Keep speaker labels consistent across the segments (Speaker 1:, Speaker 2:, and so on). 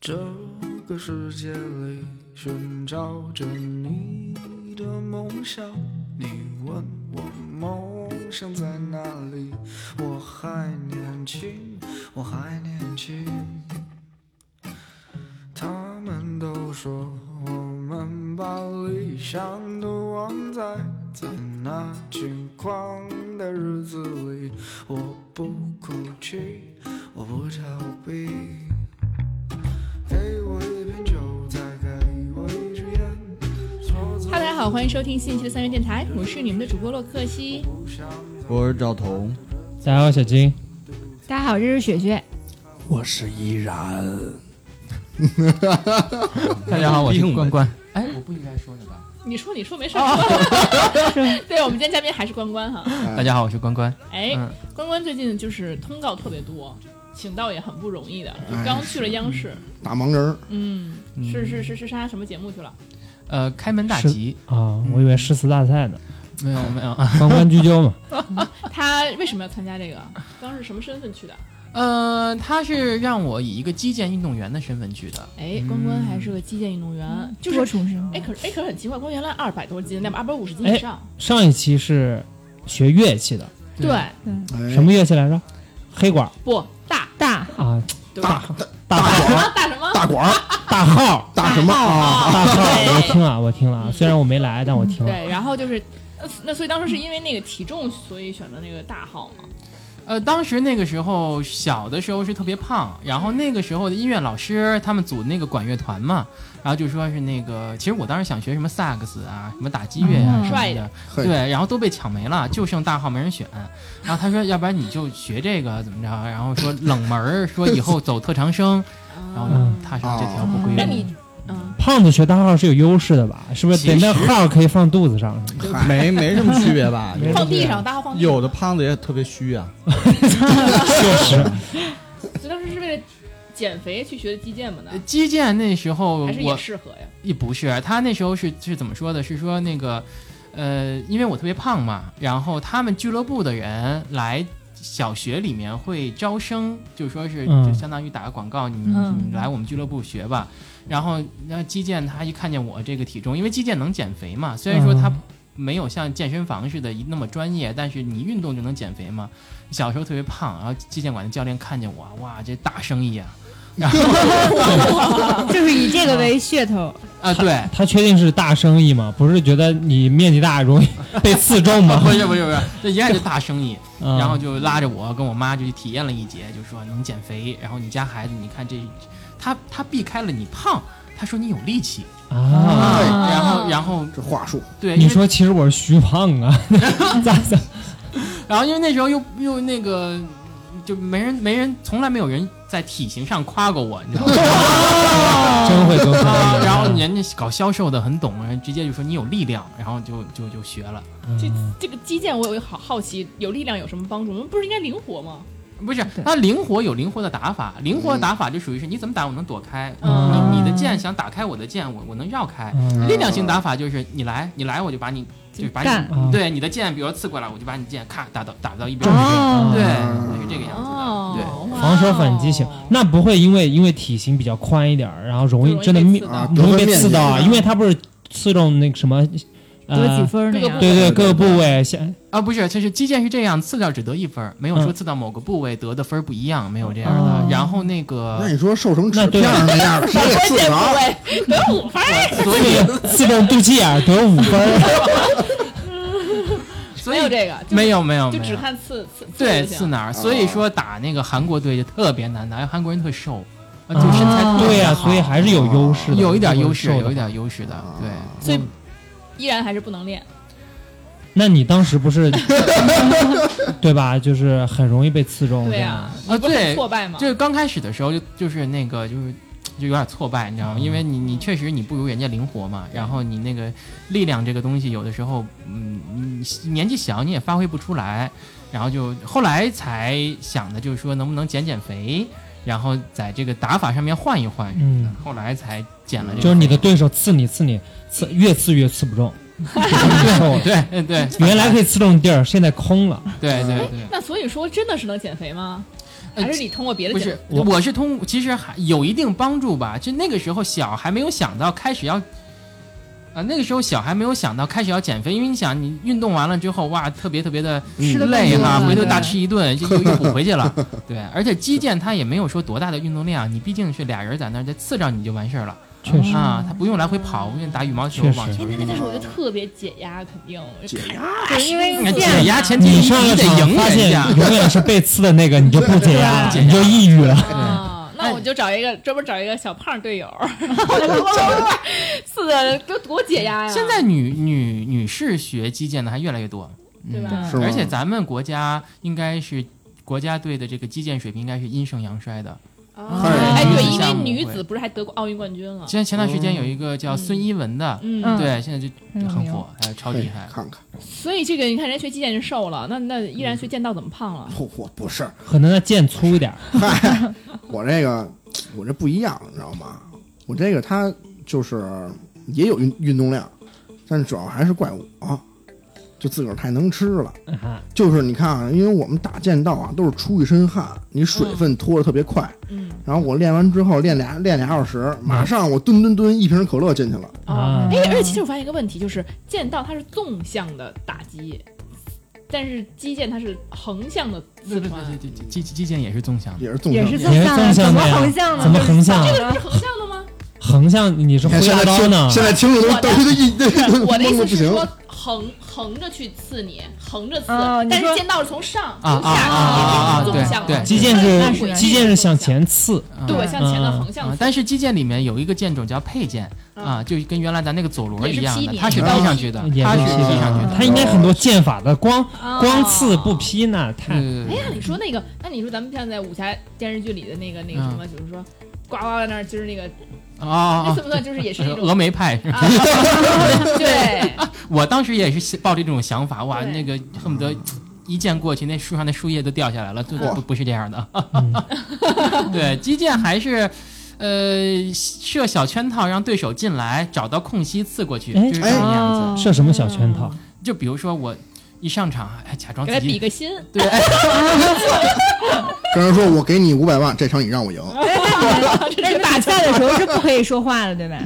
Speaker 1: 这个世界里寻找着你的梦想，你问我梦想在哪里？我还年轻，我还年轻。他们都说我们把理想都忘在在那轻狂的日子里，我不哭泣，我不逃避。给我一瓶酒，再给我一支烟。
Speaker 2: 哈喽，大家好，欢迎收听新一期的三元电台，我是你们的主播洛克西。
Speaker 3: 我是赵彤，
Speaker 4: 大家好，小金，
Speaker 5: 大家好，这是雪雪。
Speaker 6: 我是依然，
Speaker 7: 大家好，我是关关。哎，我不应该说的吧？
Speaker 2: 你说，你说没事儿。对我们今天嘉宾还是关关哈。
Speaker 7: 大家好，我是关关。
Speaker 2: 哎，
Speaker 7: 嗯
Speaker 2: 关关最近就是通告特别多，请到也很不容易的，刚去了央视，
Speaker 3: 大忙人儿，
Speaker 2: 嗯，是是是是参加什么节目去了？
Speaker 7: 呃，开门大吉，
Speaker 4: 啊，我以为诗词大赛呢，
Speaker 7: 没有没有啊。
Speaker 4: 关关雎鸠嘛。
Speaker 2: 他为什么要参加这个？当时什么身份去的？
Speaker 7: 呃，他是让我以一个击剑运动员的身份去的。
Speaker 2: 哎，关关还是个击剑运动员，就
Speaker 5: 多
Speaker 2: 是。
Speaker 5: 重生活
Speaker 2: 哎，可是哎，可是很奇怪，关关原来二百多斤，那二百五十斤
Speaker 4: 哎
Speaker 2: 以上，
Speaker 4: 上一期是学乐器的，
Speaker 7: 对
Speaker 2: 对，
Speaker 3: 哎
Speaker 4: 什么乐器来着？黑管
Speaker 2: 不大
Speaker 5: 大
Speaker 4: 啊，
Speaker 2: 对
Speaker 3: 大
Speaker 2: 吧
Speaker 4: 大
Speaker 2: 啊大什么？
Speaker 3: 大管儿
Speaker 4: 大号，
Speaker 3: 大什么啊？
Speaker 4: 大号，
Speaker 2: 对
Speaker 4: 我听了，我听了啊，虽然我没来，但我 听了。
Speaker 2: 对，然后就是，呃那所以当时是因为那个体重，所以选的那个大号嘛。
Speaker 7: 呃，当时那个时候小的时候是特别胖，然后那个时候的音乐老师他们组那个管乐团嘛，然后就说是那个，其实我当时想学什么萨克斯啊，什么打击乐啊、
Speaker 5: 嗯
Speaker 7: 什么的，
Speaker 3: 嘿
Speaker 7: 对，然后都被抢没了，就剩大号没人选。然后他说，要不然你就学这个怎么着？然后说冷门儿，说以后走特长生，然后
Speaker 4: 嗯
Speaker 7: 就踏上这条不归路。
Speaker 2: 那你，嗯，
Speaker 4: 胖子学大号是有优势的吧？是不是？得
Speaker 7: 其
Speaker 4: 那
Speaker 7: 实
Speaker 4: 号可以放肚子上，是吗
Speaker 8: 啊
Speaker 3: 没没什么区别吧？
Speaker 4: 没什么
Speaker 2: 放地上，大号放地上。
Speaker 3: 有的胖子也特别虚啊，
Speaker 4: 确实，
Speaker 2: 所以当时是为了减肥去学的击剑嘛呢
Speaker 7: 呃，击剑那时候
Speaker 2: 还是也
Speaker 7: 呃我
Speaker 2: 适合呀？
Speaker 7: 也不是，他那时候是是怎么说的？是说那个，呃，因为我特别胖嘛，然后他们俱乐部的人来小学里面会招生，就说是
Speaker 4: 嗯
Speaker 7: 就相当于打个广告，你
Speaker 2: 嗯
Speaker 7: 你来我们俱乐部学吧。然后那击剑他一看见我这个体重，因为击剑能减肥嘛，虽然说他
Speaker 4: 嗯
Speaker 7: 没有像健身房似的一那么专业，但是你运动就能减肥嘛。小时候特别胖，然后击剑馆的教练看见我，哇，这大生意啊！然后
Speaker 5: 就是以这个为噱头，
Speaker 7: 啊，对。
Speaker 4: 他确定是大生意吗？不是觉得你面积大容易被刺中 吗？
Speaker 7: 不是不 是不是，这一看就大生意，
Speaker 4: 啊嗯
Speaker 7: 然后就拉着我跟我妈就去体验了一节，就说能减肥，然后你家孩子，你看这，他他避开了你胖，他说你有力气，
Speaker 4: 啊，
Speaker 3: 对
Speaker 7: 然后然后
Speaker 3: 这话术
Speaker 7: 对，
Speaker 4: 你
Speaker 7: 因为
Speaker 4: 说其实我是虚胖 啊，咋咋？
Speaker 7: 然后因为那时候又又那个，就没人没人从来没有人在体型上夸过我，你 知道吗？
Speaker 4: 真会做生
Speaker 7: 啊
Speaker 4: 意。
Speaker 7: 然后人家搞销售的很懂，然后直接就说你有力量，然后就就就学了。
Speaker 4: 嗯
Speaker 2: 这这个击剑我有一个好好奇，有力量有什么帮助？我们不是应该灵活吗？
Speaker 7: 不是，它灵活有灵活的打法，灵活的打法就属于是你怎么打我能躲开，
Speaker 2: 嗯
Speaker 7: 你你的剑想打开我的剑，我我能绕开。
Speaker 4: 嗯
Speaker 7: 力量型打法就是你来你来我就把你就是把
Speaker 5: 干
Speaker 4: 嗯
Speaker 7: 你对你的剑，比如说刺过来，我就把你剑咔打到打到一边
Speaker 4: 哦
Speaker 7: 去，
Speaker 4: 嗯
Speaker 7: 对，
Speaker 3: 嗯
Speaker 7: 就是这个样子的。
Speaker 2: 哦，
Speaker 7: 对
Speaker 2: 哇
Speaker 4: 防守反
Speaker 2: 哦
Speaker 4: 击型，那不会因为因为体型比较宽一点儿，然后容易
Speaker 2: 就容易
Speaker 4: 真的
Speaker 2: 被
Speaker 4: 面
Speaker 2: 刺
Speaker 3: 啊，得
Speaker 4: 容易
Speaker 3: 分
Speaker 4: 被
Speaker 3: 面
Speaker 4: 刺
Speaker 3: 积
Speaker 4: 到啊，因为他不是刺中那个什么
Speaker 5: 得
Speaker 4: 呃
Speaker 5: 几，分儿那
Speaker 2: 这个
Speaker 5: 样。
Speaker 2: 不
Speaker 4: 对对，
Speaker 3: 对
Speaker 4: 各个部位像
Speaker 7: 啊，不是，就是击剑是这样，刺掉只得一分儿，没有说
Speaker 4: 嗯
Speaker 7: 刺到某个部位得的分儿不一样，没有这样的
Speaker 4: 哦。
Speaker 7: 然后那个
Speaker 3: 那你说瘦成
Speaker 4: 那
Speaker 3: 纸
Speaker 4: 对
Speaker 3: 片儿那样的， 谁给
Speaker 2: 关
Speaker 3: 刺
Speaker 2: 键
Speaker 3: 着啊？
Speaker 2: 部位得五分儿，
Speaker 7: 所以
Speaker 4: 刺中肚脐眼儿得五分儿，
Speaker 7: 所
Speaker 2: 没
Speaker 7: 以
Speaker 2: 有这个，就是
Speaker 7: 啊没有没有
Speaker 2: 就
Speaker 7: 没
Speaker 2: 只
Speaker 7: 有
Speaker 2: 看刺刺刺
Speaker 7: 对
Speaker 2: 就
Speaker 7: 刺
Speaker 2: 行。
Speaker 7: 哪
Speaker 4: 哦
Speaker 7: 儿，所以说打那个韩国队就特别难打，韩国人特瘦，啊，就身材
Speaker 5: 啊
Speaker 7: 特
Speaker 4: 哦
Speaker 7: 别
Speaker 4: 对呀，
Speaker 7: 好哦
Speaker 4: 所以还是有优势的，
Speaker 7: 有一点
Speaker 4: 如果
Speaker 7: 优势，
Speaker 4: 瘦的哦
Speaker 7: 有一点优势的，对。嗯
Speaker 2: 所以依然还是不能练。
Speaker 4: 那你当时不是 对吧？就是很容易被刺中，
Speaker 2: 对
Speaker 4: 这样
Speaker 2: 呀，
Speaker 7: 啊
Speaker 2: 你不是很
Speaker 7: 对
Speaker 2: 挫败吗？
Speaker 7: 就是刚开始的时候就就是那个就是。就有点挫败，你
Speaker 4: 嗯
Speaker 7: 知道吗？因为你你确实你不如人家灵活嘛，然后你那个力量这个东西，有的时候嗯，你年纪小你也发挥不出来，然后就后来才想的就是说能不能减减肥，然后在这个打法上面换一换，
Speaker 4: 嗯，
Speaker 7: 后来才减了这个。
Speaker 4: 就是你的对手刺你刺你刺，越刺越刺不中，越瘦了
Speaker 7: 对对对，
Speaker 4: 原来可以刺中地儿，现在空了。
Speaker 2: 哎
Speaker 7: 对对对，
Speaker 2: 那所以说，真的是能减肥吗？
Speaker 7: 呃
Speaker 2: 还是你通过别的
Speaker 7: 不
Speaker 2: 节
Speaker 7: 是
Speaker 2: 目，
Speaker 7: 我我是通，其实还有一定帮助吧。就那个时候小还没有想到开始要，啊、那个时候小还没有想到开始要减肥，因为你想你运动完了之后，哇，特别特别的
Speaker 5: 吃的
Speaker 7: 累哈、
Speaker 5: 哈，
Speaker 7: 回头
Speaker 5: 对
Speaker 7: 大吃一顿就又又补回去了。对，而且击剑它也没有说多大的运动量，你毕竟是俩人在那儿再刺着你就完事儿了
Speaker 4: 确实，
Speaker 7: 啊，他不用来回跑，不用打羽毛球
Speaker 4: 确、实
Speaker 7: 网球
Speaker 2: 哎，。那个但是我就特别解压，肯定解压，
Speaker 5: 对因为
Speaker 7: 那
Speaker 5: 这
Speaker 7: 解压
Speaker 5: 样
Speaker 2: 啊
Speaker 7: 前提
Speaker 4: 你上
Speaker 7: 你
Speaker 4: 了
Speaker 7: 得
Speaker 4: 场
Speaker 7: 赢
Speaker 4: 发
Speaker 7: 人
Speaker 4: 现
Speaker 7: 家。
Speaker 4: 永远是被刺的那个，你就不解压，
Speaker 7: 对
Speaker 4: 你就抑郁了。
Speaker 2: 啊，
Speaker 7: 哎
Speaker 2: 那我就找一个专门找一个小胖队友，是的，多多解压呀！
Speaker 7: 现在女女女士学击剑的还越来越多，
Speaker 2: 对吧？
Speaker 3: 是吗
Speaker 7: 而且咱们国家应该是国家队的这个击剑水平应该是阴盛阳衰的。
Speaker 2: 啊
Speaker 3: 嗨
Speaker 2: 哎，对，
Speaker 7: 女子
Speaker 2: 因为
Speaker 7: 项目
Speaker 2: 女
Speaker 7: 会
Speaker 2: 子不是还得过奥运冠军了？
Speaker 7: 之前前段时间有一个叫孙一文的，
Speaker 2: 嗯，
Speaker 5: 嗯
Speaker 7: 对，现在就
Speaker 5: 嗯
Speaker 7: 很火，哎，超厉害。
Speaker 3: 看看，
Speaker 2: 所以这个你看，人学击剑就瘦了，那那依
Speaker 7: 嗯
Speaker 2: 然学剑道怎么胖了？
Speaker 8: 嚯嚯，不是，
Speaker 4: 可能那剑粗一点，
Speaker 8: 嗨，我这个我这不一样，你知道吗？我这个它就是也有运运动量，但是主要还是怪我，就自个儿太能吃了。
Speaker 4: 嗯
Speaker 8: 就是你看啊，因为我们打剑道啊都是出一身汗，你水分脱的特别快。
Speaker 2: 嗯，
Speaker 8: 然后我练完之后练俩练俩小时，马上我蹲蹲蹲一瓶可乐进去了。
Speaker 2: 啊
Speaker 7: 哦
Speaker 4: 啊，
Speaker 2: 哎，而且其实我发现一个问题，就是剑道它是纵向的打击，但是击剑它是横向的刺
Speaker 7: 对对
Speaker 2: 穿
Speaker 7: 对，对，对击击剑也是纵向的，
Speaker 8: 也是纵
Speaker 5: 也
Speaker 8: 向
Speaker 5: 是
Speaker 8: 的，
Speaker 5: 纵向
Speaker 4: 也
Speaker 5: 的，
Speaker 4: 是纵向的呀
Speaker 5: 怎么横向
Speaker 7: 哎
Speaker 5: 的？
Speaker 4: 怎么横向啊
Speaker 2: 这
Speaker 4: 的？
Speaker 2: 个不是横向的吗？
Speaker 4: 横向你是
Speaker 8: 你看
Speaker 4: 回
Speaker 8: 现
Speaker 4: 大
Speaker 8: 在
Speaker 4: 刀呢
Speaker 8: 听，现在听着都
Speaker 2: 我的
Speaker 8: 都都一都都
Speaker 2: 我的意
Speaker 8: 懵得
Speaker 2: 思
Speaker 8: 不
Speaker 2: 是
Speaker 8: 行
Speaker 2: 说，横横着去刺你，横着刺
Speaker 5: 哦，你
Speaker 2: 但是
Speaker 5: 说
Speaker 2: 剑道是从上
Speaker 7: 啊
Speaker 2: 从下
Speaker 7: 啊啊啊啊
Speaker 2: 一直是纵向
Speaker 7: 对
Speaker 2: 的，
Speaker 7: 对
Speaker 4: 击剑
Speaker 2: 那
Speaker 4: 是
Speaker 2: 是
Speaker 4: 击剑是向前刺，
Speaker 7: 啊
Speaker 2: 对向前的
Speaker 4: 嗯
Speaker 2: 横向
Speaker 7: 啊
Speaker 2: 刺，
Speaker 7: 但是击剑里面有一个剑种叫佩剑
Speaker 2: 嗯
Speaker 7: 啊，就跟原来咱那个佐罗
Speaker 2: 也是
Speaker 7: 一样
Speaker 2: 劈
Speaker 7: 的，
Speaker 2: 你
Speaker 7: 它是劈
Speaker 8: 啊
Speaker 7: 上去的，
Speaker 4: 也
Speaker 7: 它
Speaker 4: 不
Speaker 7: 是哦
Speaker 4: 劈
Speaker 7: 劈上去
Speaker 4: 的
Speaker 7: 的。，
Speaker 4: 他啊应该很多剑法的，光光刺不
Speaker 2: 平。
Speaker 4: 劈呢，太
Speaker 7: 对对
Speaker 2: 啊哎
Speaker 7: 对
Speaker 2: 呀，你说那个，那你说咱们像在武侠电视剧里的那个那个什么，比如说呱呱在那儿，就是那个，
Speaker 7: 啊啊
Speaker 2: 那
Speaker 7: 啊
Speaker 2: 算！不算就是也是 一种
Speaker 7: 峨眉派，
Speaker 2: 啊，对，
Speaker 7: 我当时也是抱着这种想法，哇，
Speaker 2: 对
Speaker 7: 那个恨不得一剑过去，那树上的树叶都掉下来了，对，
Speaker 8: 嗯哇
Speaker 7: 不不是这样的。
Speaker 4: 嗯
Speaker 7: 对，击剑还是。呃，设小圈套让对手进来，找到空隙刺过去，
Speaker 4: 哎
Speaker 7: 就是这个样
Speaker 5: 啊
Speaker 8: 哦
Speaker 7: 子。
Speaker 4: 设什么小圈套？
Speaker 7: 就比如说我一上场，哎，假装
Speaker 2: 给他
Speaker 7: 自
Speaker 2: 比
Speaker 7: 己
Speaker 2: 个心，
Speaker 7: 对， 哎，
Speaker 8: 跟人说我给你五百万，这场你让我赢。
Speaker 5: 哎 但是比赛的时候是不可以说话的，对吧？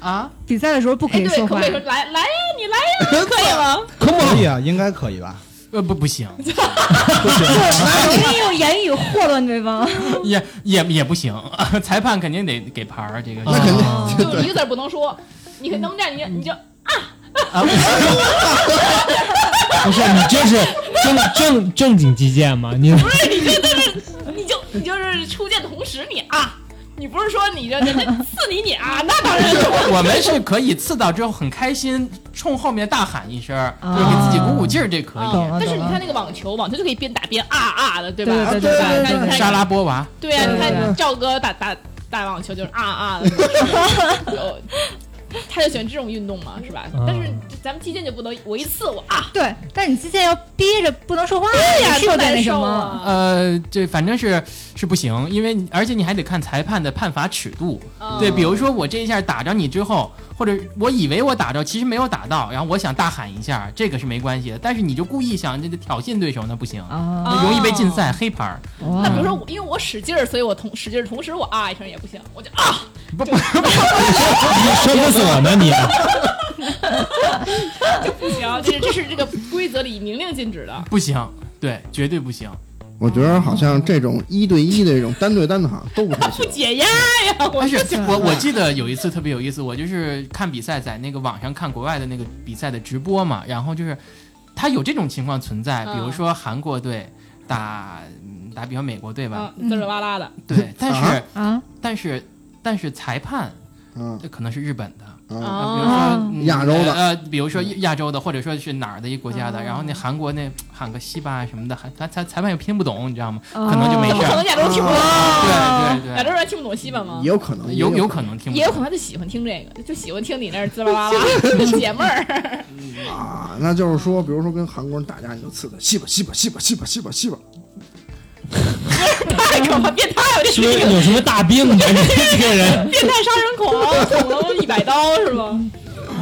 Speaker 7: 啊，
Speaker 5: 比赛的时候不可
Speaker 2: 哎，
Speaker 5: 以
Speaker 2: 对，
Speaker 5: 说
Speaker 2: 可不
Speaker 5: 话
Speaker 2: 可以。说来来呀，你来呀，可以吗？
Speaker 3: 可以啊，应该可以吧？
Speaker 7: 呃，不 不行，
Speaker 5: 容易用言语祸乱对 方。
Speaker 7: 也也也不行，裁判肯定得给牌儿，这个
Speaker 8: 那肯定
Speaker 4: 啊
Speaker 2: 就一个字儿不能说，你能不能这样？你你就
Speaker 7: 啊
Speaker 4: 不是你这是正正正经击剑吗？
Speaker 7: 啊
Speaker 4: 你
Speaker 2: 不是你就就是你就你就是出剑同时你啊，你不是说你这这这刺你你 啊，那当然了，
Speaker 7: 我们是可以刺到之后很开心，冲后面大喊一声儿，就给自己鼓鼓劲儿，这可以。
Speaker 5: 啊懂了
Speaker 2: 但是你
Speaker 5: 懂了
Speaker 2: 看那个网球，网球就可以边打边啊啊的，对吧？
Speaker 5: 对对对
Speaker 2: 吧？
Speaker 5: 对
Speaker 2: 你看
Speaker 5: 对
Speaker 2: 你看
Speaker 7: 莎拉波娃，
Speaker 2: 对呀、
Speaker 5: 对
Speaker 2: 你
Speaker 5: 对
Speaker 2: 看赵哥打打打网球就是啊啊的，有他就喜欢这种运动嘛，是吧？
Speaker 4: 嗯
Speaker 2: 但是咱们击剑就不能，我一次我啊，
Speaker 5: 对，但你现在要憋着不能说话，对
Speaker 2: 哎呀，
Speaker 5: 是有
Speaker 2: 多
Speaker 5: 点
Speaker 2: 难
Speaker 5: 那什
Speaker 2: 受
Speaker 5: 么。
Speaker 2: 啊！
Speaker 7: 呃，这反正是是不行，因为你而且你还得看裁判的判罚尺度。
Speaker 2: 嗯
Speaker 7: 对，比如说我这一下打着你之后，或者我以为我打着，其实没有打到，然后我想大喊一下，这个是没关系的。但是你就故意想这个挑衅对手，那不行，
Speaker 2: 哦
Speaker 5: 啊，
Speaker 7: 那容易被禁赛、黑牌儿。
Speaker 2: 那比如
Speaker 8: 嗯
Speaker 2: 说我，因为我使劲儿，所以我同使劲儿，同时我啊一声也不行，我就啊，
Speaker 4: 你生不死我呢你？啊
Speaker 2: 不行，这是这是这个规则里明令禁止的。。
Speaker 7: 不行，对，绝对不行。
Speaker 8: 我觉得好像这种一对一的这种单对单的好像都不太行
Speaker 2: 解压呀！我
Speaker 7: 但是我
Speaker 2: 嗯
Speaker 7: 我记得有一次特别有意思，我就是看比赛，在那个网上看国外的那个比赛的直播嘛，然后就是他有这种情况存在，比如
Speaker 2: 嗯
Speaker 7: 说韩国队打嗯打比方美国队吧，
Speaker 2: 啊，滋儿哇啦的，
Speaker 7: 对，但是、
Speaker 5: 啊，
Speaker 7: 但是但是裁判
Speaker 8: 嗯
Speaker 7: 这可能是日本的。
Speaker 8: 嗯，
Speaker 7: 啊，比如
Speaker 2: 啊
Speaker 7: 说嗯
Speaker 8: 亚洲的
Speaker 7: 呃，呃比如说亚洲的，或者说是哪儿的一个国家的，
Speaker 2: 嗯
Speaker 7: 然后那韩国那喊个西吧什么的，喊他裁裁判也听不懂，你知道吗？可能就没
Speaker 2: 怎么
Speaker 7: 事
Speaker 2: 哦可
Speaker 7: 儿。
Speaker 2: 能亚洲人听
Speaker 8: 嗯
Speaker 2: 不懂？啊
Speaker 7: 对对
Speaker 2: 亚洲
Speaker 7: 对，
Speaker 2: 人听不懂西
Speaker 7: 啊
Speaker 2: 班吗
Speaker 8: 也？有可能，
Speaker 7: 有有
Speaker 8: 可
Speaker 7: 可能听不
Speaker 2: 也有可
Speaker 7: 懂。
Speaker 2: 能他就喜欢听这个，就喜欢听你那儿滋儿 哇啦啦解闷儿。
Speaker 8: 能啊。那就是说，比如说跟韩国人打架，你就刺他西吧西吧西吧西吧西吧西吧，
Speaker 2: 太可怕，变态了！这
Speaker 4: 是不是有什么大病啊？你这个人
Speaker 2: 变态杀人狂，啊捅了一百刀是吗？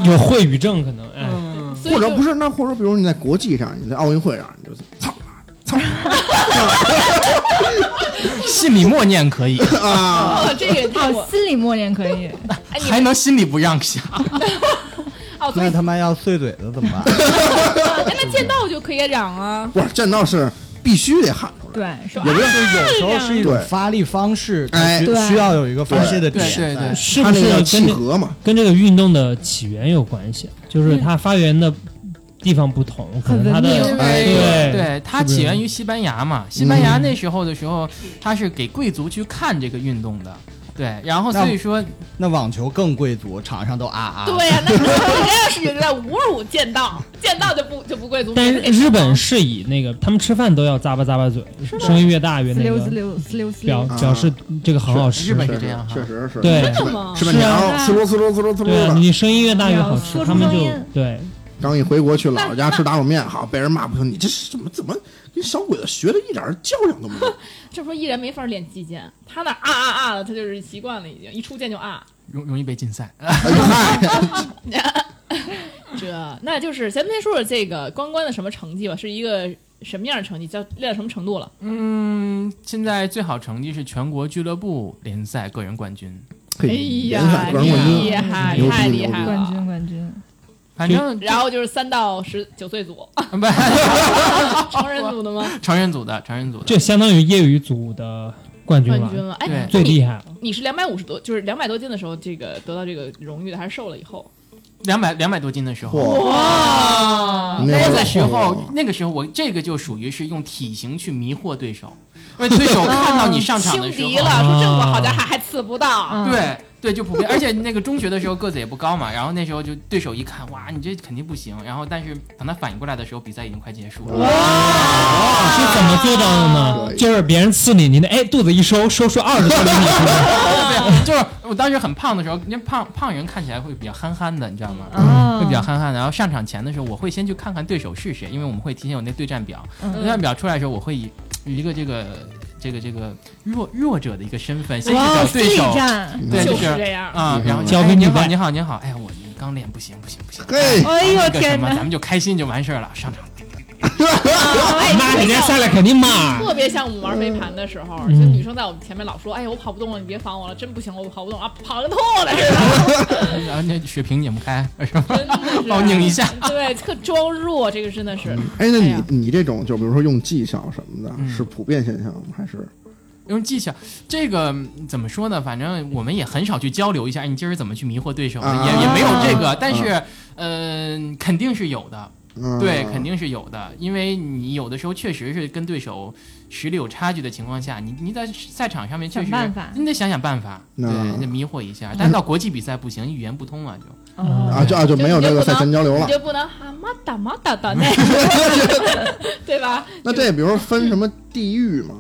Speaker 4: 有秽语症可能，哎，
Speaker 7: 嗯
Speaker 2: 所以
Speaker 8: 或者
Speaker 2: 就
Speaker 8: 不是那或者比如你在国际上，你在奥运会上，你就操。操，
Speaker 7: 心里默念可以，
Speaker 2: 哦，这个
Speaker 8: 啊
Speaker 2: 太
Speaker 5: 哦，
Speaker 2: 我
Speaker 5: 心里默念可以，
Speaker 2: 哎，你
Speaker 7: 还
Speaker 2: 们
Speaker 7: 能心里不让下。
Speaker 2: 哦，所以
Speaker 3: 那他妈要碎嘴子怎么办？
Speaker 2: 哎那剑道就可以嚷啊，
Speaker 8: 不是这倒是必须得喊出来，
Speaker 5: 对，
Speaker 8: 也不是
Speaker 3: 就是有时候是一种
Speaker 8: 对
Speaker 3: 发力方式，
Speaker 8: 哎
Speaker 3: 它需需要有一个发泄的点哎
Speaker 7: 对对
Speaker 3: 在。
Speaker 7: 对
Speaker 4: 是
Speaker 8: 他
Speaker 4: 不
Speaker 8: 那
Speaker 4: 是
Speaker 8: 个叫
Speaker 4: 跟
Speaker 8: 契
Speaker 4: 这
Speaker 8: 合嘛，
Speaker 4: 跟这个运动的起源有关系？就是它发源的地方不同，可能它
Speaker 5: 很文
Speaker 4: 的
Speaker 5: 明
Speaker 8: 哎
Speaker 4: 对
Speaker 7: 对，它
Speaker 4: 是不是
Speaker 7: 起源于西班牙嘛，西班牙那时候的时候，它是给贵族去看这个运动的。对，然后所以说，
Speaker 3: 那网球更贵族，场上都啊啊。
Speaker 2: 对呀、那那人要是有点侮辱剑道，剑道就不就不贵族。
Speaker 4: 但
Speaker 2: 是
Speaker 4: 是日本是以那个他们吃饭都要咂巴咂巴嘴，声音越大越
Speaker 5: 四
Speaker 4: 那
Speaker 5: 溜四
Speaker 4: 个
Speaker 5: 溜四溜四
Speaker 4: 表
Speaker 5: 溜，
Speaker 8: 啊
Speaker 4: 表示这个很好
Speaker 7: 日
Speaker 4: 吃。
Speaker 7: 本
Speaker 8: 确
Speaker 7: 是这
Speaker 8: 实
Speaker 7: 样哈
Speaker 8: 确实是，
Speaker 4: 对
Speaker 8: 吃
Speaker 2: 真的
Speaker 8: 吧
Speaker 2: 吗
Speaker 8: 吃吧
Speaker 4: 是啊
Speaker 8: 娘，呲噜呲噜呲噜呲噜
Speaker 4: 对啊
Speaker 8: 的。
Speaker 4: 你声音越大越好吃，
Speaker 5: 说出
Speaker 4: 他们
Speaker 5: 声
Speaker 4: 就
Speaker 5: 音
Speaker 4: 对
Speaker 8: 刚一回国去姥姥家吃打卤面，好被人骂不停。你这是怎么怎么跟小鬼子学的一点教养都没有？
Speaker 2: 这不是艺人没法练击剑，他那啊啊啊的，他就是习惯了，已经一出剑就啊。
Speaker 7: 容容易被禁赛。
Speaker 2: 这那就是咱们先说说这个关关的什么成绩吧，是一个什么样的成绩，叫练到什么程度了？
Speaker 7: 嗯，现在最好成绩是全国俱乐部联赛个人冠军，
Speaker 8: 嘿
Speaker 2: 哎
Speaker 8: 联
Speaker 2: 呀，
Speaker 8: 赛个人冠军，
Speaker 2: 厉害，
Speaker 8: 牛逼
Speaker 2: 太厉害
Speaker 5: 冠
Speaker 2: 了！
Speaker 5: 军冠军，
Speaker 7: 反正
Speaker 2: 然后就是三到十九岁 组，
Speaker 7: 不
Speaker 2: 成人组的吗？
Speaker 7: 成人组的成人组的，
Speaker 4: 这相当于业余组的冠军
Speaker 2: 冠
Speaker 4: 了，
Speaker 2: 军了，哎，
Speaker 7: 对
Speaker 2: 那
Speaker 4: 最
Speaker 2: 你
Speaker 4: 厉害了。
Speaker 2: 你是两百五十多，就是两百多斤的时候，这个得到这个荣誉的，还是瘦了以后？
Speaker 7: 两百两百多斤的时候，
Speaker 8: 嚯，
Speaker 2: 哇
Speaker 8: 那
Speaker 7: 那
Speaker 8: 会
Speaker 7: 个
Speaker 8: 儿
Speaker 7: 时候，那个时候我这个就属于是用体型去迷惑对手，因为对手看到你上 场
Speaker 2: 轻
Speaker 7: 的时
Speaker 2: 敌
Speaker 7: 候
Speaker 2: 了，，说这么好家伙还刺不到，
Speaker 5: 嗯
Speaker 7: 对对，就普遍，而且那个中学的时候个子也不高嘛，然后那时候就对手一看，哇，你这肯定不行。然后但是等他反应过来的时候，比赛已经快结束了。
Speaker 4: 是怎么做到的呢？就是别人刺你，你那哎肚子一收，收出二十多厘米出来。
Speaker 7: 啊对，就是我当时很胖的时候，因为胖胖人看起来会比较憨憨的，你知道吗？
Speaker 5: 哦
Speaker 7: 会比较憨憨的。然后上场前的时候，我会先去看看对手是谁，因为我们会提前有那对战表。
Speaker 5: 嗯
Speaker 7: 对战表出来的时候，我会以以一个这个这个这个弱弱者的一个身份先去找
Speaker 5: 哇，心
Speaker 7: 对
Speaker 5: 理
Speaker 7: 手，
Speaker 5: 战，
Speaker 7: 对，
Speaker 2: 就是是这样。
Speaker 7: 啊，然后
Speaker 4: 嗯交
Speaker 7: 哎
Speaker 4: 给
Speaker 7: 你
Speaker 4: 你
Speaker 7: 好，
Speaker 4: 呗
Speaker 7: 你好，你好，哎呀，我你刚练不行，不行，不行。
Speaker 8: 嘿，
Speaker 5: 哎呦
Speaker 7: 那个什
Speaker 5: 天
Speaker 7: 么，咱
Speaker 5: 哪，
Speaker 7: 们就开心就完事儿了，上场。
Speaker 2: 哎
Speaker 4: 妈，人家下来肯定骂。
Speaker 2: 特别像我们玩飞盘的时候，就
Speaker 4: 嗯
Speaker 2: 女生在我们前面老说：“哎呀，我跑不动了，你别防我了，真不行，我跑不动啊，跑的吐了似的。
Speaker 7: 然啊后那水瓶拧不开， 是吧？”
Speaker 2: 真的是
Speaker 7: 帮我拧一下。
Speaker 2: 对，特装弱，这个真的是。
Speaker 8: 哎，那
Speaker 2: 哎
Speaker 8: 你
Speaker 2: 呀
Speaker 8: 你这种就比如说用技巧什么的，
Speaker 7: 嗯
Speaker 8: 是普遍现象吗？还是
Speaker 7: 用技巧，这个嗯怎么说呢？反正我们也很少去交流一下，哎你今儿怎么去迷惑对手的，
Speaker 8: 啊
Speaker 7: 也也没有这个。但是，嗯，肯定是有
Speaker 5: 啊
Speaker 7: 的，
Speaker 8: 嗯
Speaker 7: 对，肯定是有的。因为你有的时候确实是跟对手实力有差距的情况下，你你在赛场上面确实
Speaker 5: 想办法啊
Speaker 7: 你得想想办法，对，
Speaker 8: 嗯
Speaker 7: 你得迷惑一下。但到国际比赛不行，语言不通啊，就。
Speaker 5: 哦
Speaker 8: 啊，就啊就没有
Speaker 2: 就
Speaker 8: 这
Speaker 2: 你就
Speaker 8: 个
Speaker 2: 不
Speaker 8: 赛
Speaker 2: 能
Speaker 8: 前交流
Speaker 2: 你
Speaker 8: 了。
Speaker 2: 就不能啊嘛哒嘛哒哒 那， 对吧？
Speaker 8: 那这比如说分什么地域嘛？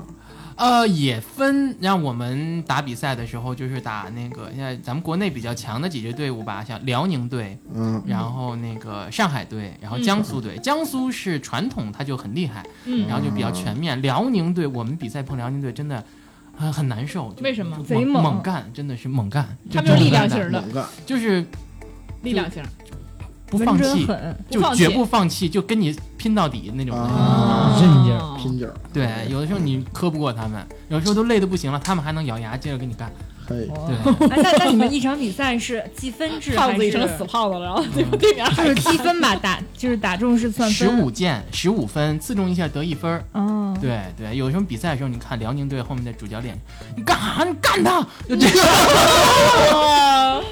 Speaker 7: 呃，也分让我们打比赛的时候，就是打那个现在咱们国内比较强的几支队伍吧，像辽宁队，
Speaker 8: 嗯，
Speaker 7: 然后那个上海队，然后江苏队。江苏是传统，它就很厉害，
Speaker 2: 嗯
Speaker 7: 然后就比较全面。辽宁队，我们比赛碰辽宁队真的。很很难受，就
Speaker 2: 为什么啊
Speaker 7: 就
Speaker 5: 贼
Speaker 7: 猛
Speaker 5: 猛
Speaker 7: 干，真的是猛干，
Speaker 2: 他们
Speaker 7: 就是是
Speaker 2: 力量
Speaker 7: 猛干
Speaker 2: 型儿的，
Speaker 8: 猛干，
Speaker 7: 就是
Speaker 2: 力量型儿。
Speaker 7: 不
Speaker 5: 稳
Speaker 7: 放
Speaker 5: 准
Speaker 7: 弃，
Speaker 5: 狠，
Speaker 2: 不
Speaker 7: 就
Speaker 2: 放
Speaker 7: 绝
Speaker 2: 弃
Speaker 7: 不放弃，就跟你拼到底那种的。
Speaker 8: 啊
Speaker 4: 韧劲儿
Speaker 2: 哦
Speaker 8: 拼劲儿，
Speaker 7: 对，有的时候你磕不过他们，有时候都累得不行了，他们还能咬牙接着跟你干。
Speaker 8: 嘿，
Speaker 7: 对，
Speaker 5: 哎那那你们一场比赛是计分制
Speaker 2: 胖
Speaker 5: 还
Speaker 2: 子已
Speaker 5: 是
Speaker 2: 成死胖子了，然后
Speaker 7: 嗯
Speaker 2: 对对面
Speaker 5: 就
Speaker 2: 还
Speaker 5: 是积分吧，打就是打中是算
Speaker 7: 十
Speaker 5: 分。
Speaker 7: 五件，十五分，自中一下得一分儿。
Speaker 5: 哦，
Speaker 7: 对对，有时候比赛的时候，你看辽宁队后面的主教练，你干啥？你干他！就这样。
Speaker 2: 哦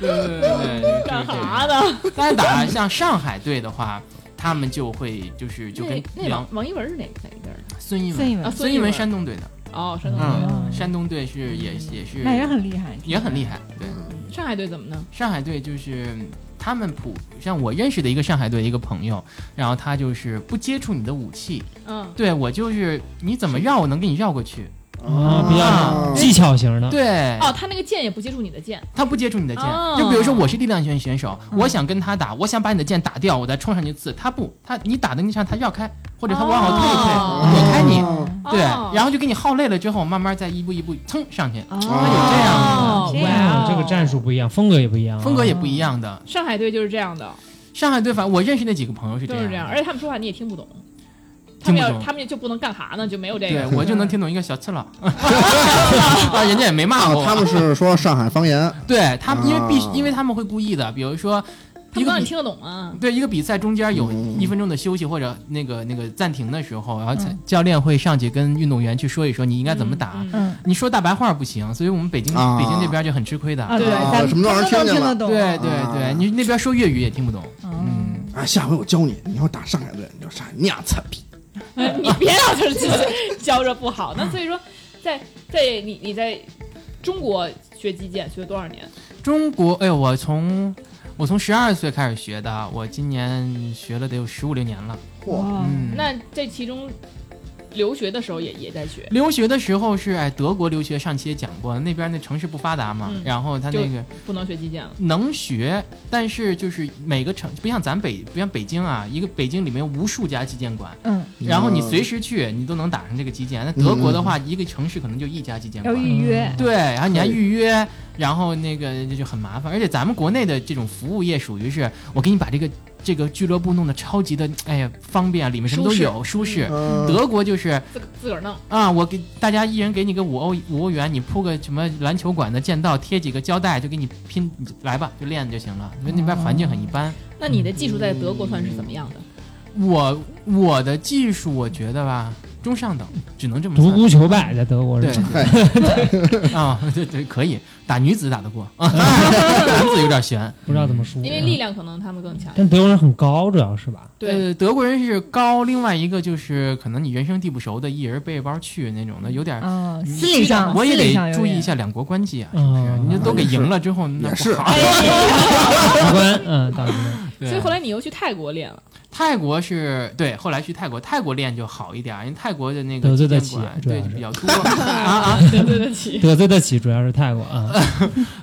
Speaker 7: 对对对对，
Speaker 2: 干
Speaker 7: 就是这
Speaker 2: 啥
Speaker 7: 样。
Speaker 2: 呢？
Speaker 7: 但是打像上海队的话，他们就会就是就跟
Speaker 2: 那那
Speaker 7: 辽
Speaker 2: 王王一文是哪个哪个队儿的？
Speaker 7: 孙一
Speaker 5: 孙一
Speaker 7: 文，
Speaker 5: 文
Speaker 2: 啊，
Speaker 7: 孙
Speaker 2: 一
Speaker 7: 一文山东队的，
Speaker 2: 哦，山东队。
Speaker 7: 嗯，山东队是也也是
Speaker 5: 那也很厉害，
Speaker 7: 也很厉害，对。
Speaker 2: 上海队怎么呢？
Speaker 7: 上海队就是他们普像我认识的一个上海队一个朋友，然后他就是不接触你的武器，
Speaker 2: 嗯，
Speaker 7: 对我就是你怎么绕我能给你绕过去，
Speaker 4: 啊，比较技巧型的。
Speaker 7: 对，
Speaker 2: 哦，他那个剑也不接触你的剑，
Speaker 7: 啊他不接触你的剑，
Speaker 2: 哦
Speaker 7: 就比如说我是力量拳选手，我想跟他打，我想把你的剑打掉，我再冲上去刺，他不，他你打的那下他绕开，或者他往后退一退，
Speaker 2: 哦
Speaker 7: 躲开哎你，
Speaker 8: 哦
Speaker 7: 对，
Speaker 2: 哦
Speaker 7: 然后就给你耗累了之后，慢慢再一步一步蹭上去，
Speaker 5: 哦，
Speaker 7: 他有这样
Speaker 2: 哦
Speaker 5: 这
Speaker 2: 哇
Speaker 5: 样
Speaker 2: 哦
Speaker 4: 这个战术不一样，风格也不一样啊。
Speaker 7: 的，风格也不一样的。
Speaker 2: 上海队就是这样的，
Speaker 7: 上海队反正我认识那几个朋友是这
Speaker 2: 就
Speaker 7: 样
Speaker 2: 是
Speaker 7: 的，
Speaker 2: 这样，而且他们说话你也听不懂。他们
Speaker 7: 听
Speaker 2: 要
Speaker 7: 不懂
Speaker 2: 他们就不能干哈呢？就没有这
Speaker 7: 对
Speaker 2: 个。
Speaker 7: 我就能听懂一个小刺佬，
Speaker 2: 哦
Speaker 7: 啊，人家也没骂
Speaker 8: 啊，
Speaker 7: 我，
Speaker 8: 他们是说上海方言，
Speaker 7: 对他们，因为必须
Speaker 8: 啊
Speaker 7: 因为他们会故意的，比如说
Speaker 2: 他们
Speaker 7: 一个
Speaker 2: 让你
Speaker 7: 比
Speaker 2: 听得懂啊吗？
Speaker 7: 对一个比赛中间有
Speaker 8: 嗯
Speaker 7: 一分钟的休息或者那个那个暂停的时候，然后才教练会上去跟运动员去说一说你应该怎么打。
Speaker 2: 嗯嗯
Speaker 5: 嗯
Speaker 7: 你说大白话不行，所以我们北京
Speaker 8: 啊
Speaker 7: 北京这边就很吃亏的。
Speaker 5: 对，
Speaker 2: 啊
Speaker 5: 咱们
Speaker 8: 什么都让人
Speaker 5: 他们
Speaker 8: 听见
Speaker 5: 得
Speaker 8: 了
Speaker 5: 懂。
Speaker 7: 对对
Speaker 8: 啊
Speaker 7: 对，你那边说粤语也听不懂。
Speaker 5: 嗯，
Speaker 8: 啊，下回我教你，你要打上海队，你就上海，你俩惨逼，
Speaker 2: 嗯你别老是教着不好。那所以说，在在你你在中国学击剑学多少年？
Speaker 7: 中国，哎呦，我从我从十二岁开始学的，我今年学了得有十五六年了。
Speaker 5: 哇，
Speaker 7: 嗯，
Speaker 2: 那这其中留学的时候也也在学，
Speaker 7: 留学的时候是哎，德国留学上期也讲过，那边那城市不发达嘛，
Speaker 2: 嗯
Speaker 7: 然后他
Speaker 2: 就
Speaker 7: 那个
Speaker 2: 不能学击剑了。
Speaker 7: 能学，但是就是每个城不像咱北不像北京啊，一个北京里面无数家击剑馆，
Speaker 5: 嗯，
Speaker 7: 然后你随时去你都能打上这个击剑。那德国的话，一个城市可能就一家击剑
Speaker 5: 要
Speaker 7: 馆。
Speaker 5: 预约。
Speaker 7: 对，然后你还预约，然后那个就就很麻烦，而且咱们国内的这种服务业属于是，我给你把这个这个俱乐部弄得超级的，哎呀方便啊，里面什么都有，舒适。
Speaker 8: 嗯，
Speaker 7: 德国就是
Speaker 2: 自个自个儿弄，
Speaker 7: 啊，我给大家一人给你个五欧五欧元，你铺个什么篮球馆的剑道，贴几个胶带，就给你拼你来吧，就练就行了。因为那边环境很一般。
Speaker 2: 那你的技术在德国算是怎么样的？
Speaker 5: 嗯
Speaker 7: 我我的技术我觉得吧，中上等，只能这么
Speaker 4: 独
Speaker 7: 算。
Speaker 4: 孤求败在德国是
Speaker 7: 对
Speaker 4: 吧？
Speaker 7: 啊，对对，可以打女子打得过， 啊男子有点悬。
Speaker 4: 不知道怎么输。啊
Speaker 2: 因为力量可能他们更强。
Speaker 4: 但德国人很高，主要是吧？
Speaker 2: 对，
Speaker 7: 呃，德国人是高，另外一个就是可能你人生地不熟的，一人背着包去那种的，有点。
Speaker 5: 嗯，
Speaker 7: 你
Speaker 5: 心理上
Speaker 7: 我也
Speaker 5: 心理上
Speaker 7: 得
Speaker 5: 有
Speaker 7: 注意
Speaker 5: 点
Speaker 7: 一下两国关系啊，是不是？
Speaker 4: 嗯
Speaker 7: 你这都给赢了之后，那不
Speaker 8: 也是
Speaker 7: 好。
Speaker 5: 哎
Speaker 4: 法官，嗯，大法官，
Speaker 7: 对啊
Speaker 2: 所以后来你又去泰国练 了，
Speaker 7: 泰国是对，后来去泰国，泰国练就好一点儿，因为泰国的那个
Speaker 4: 得罪得
Speaker 7: 击剑馆
Speaker 4: 起主要
Speaker 7: 对就是比较多啊啊。
Speaker 2: 对对得 起。
Speaker 4: 得罪得起，主要是泰国啊。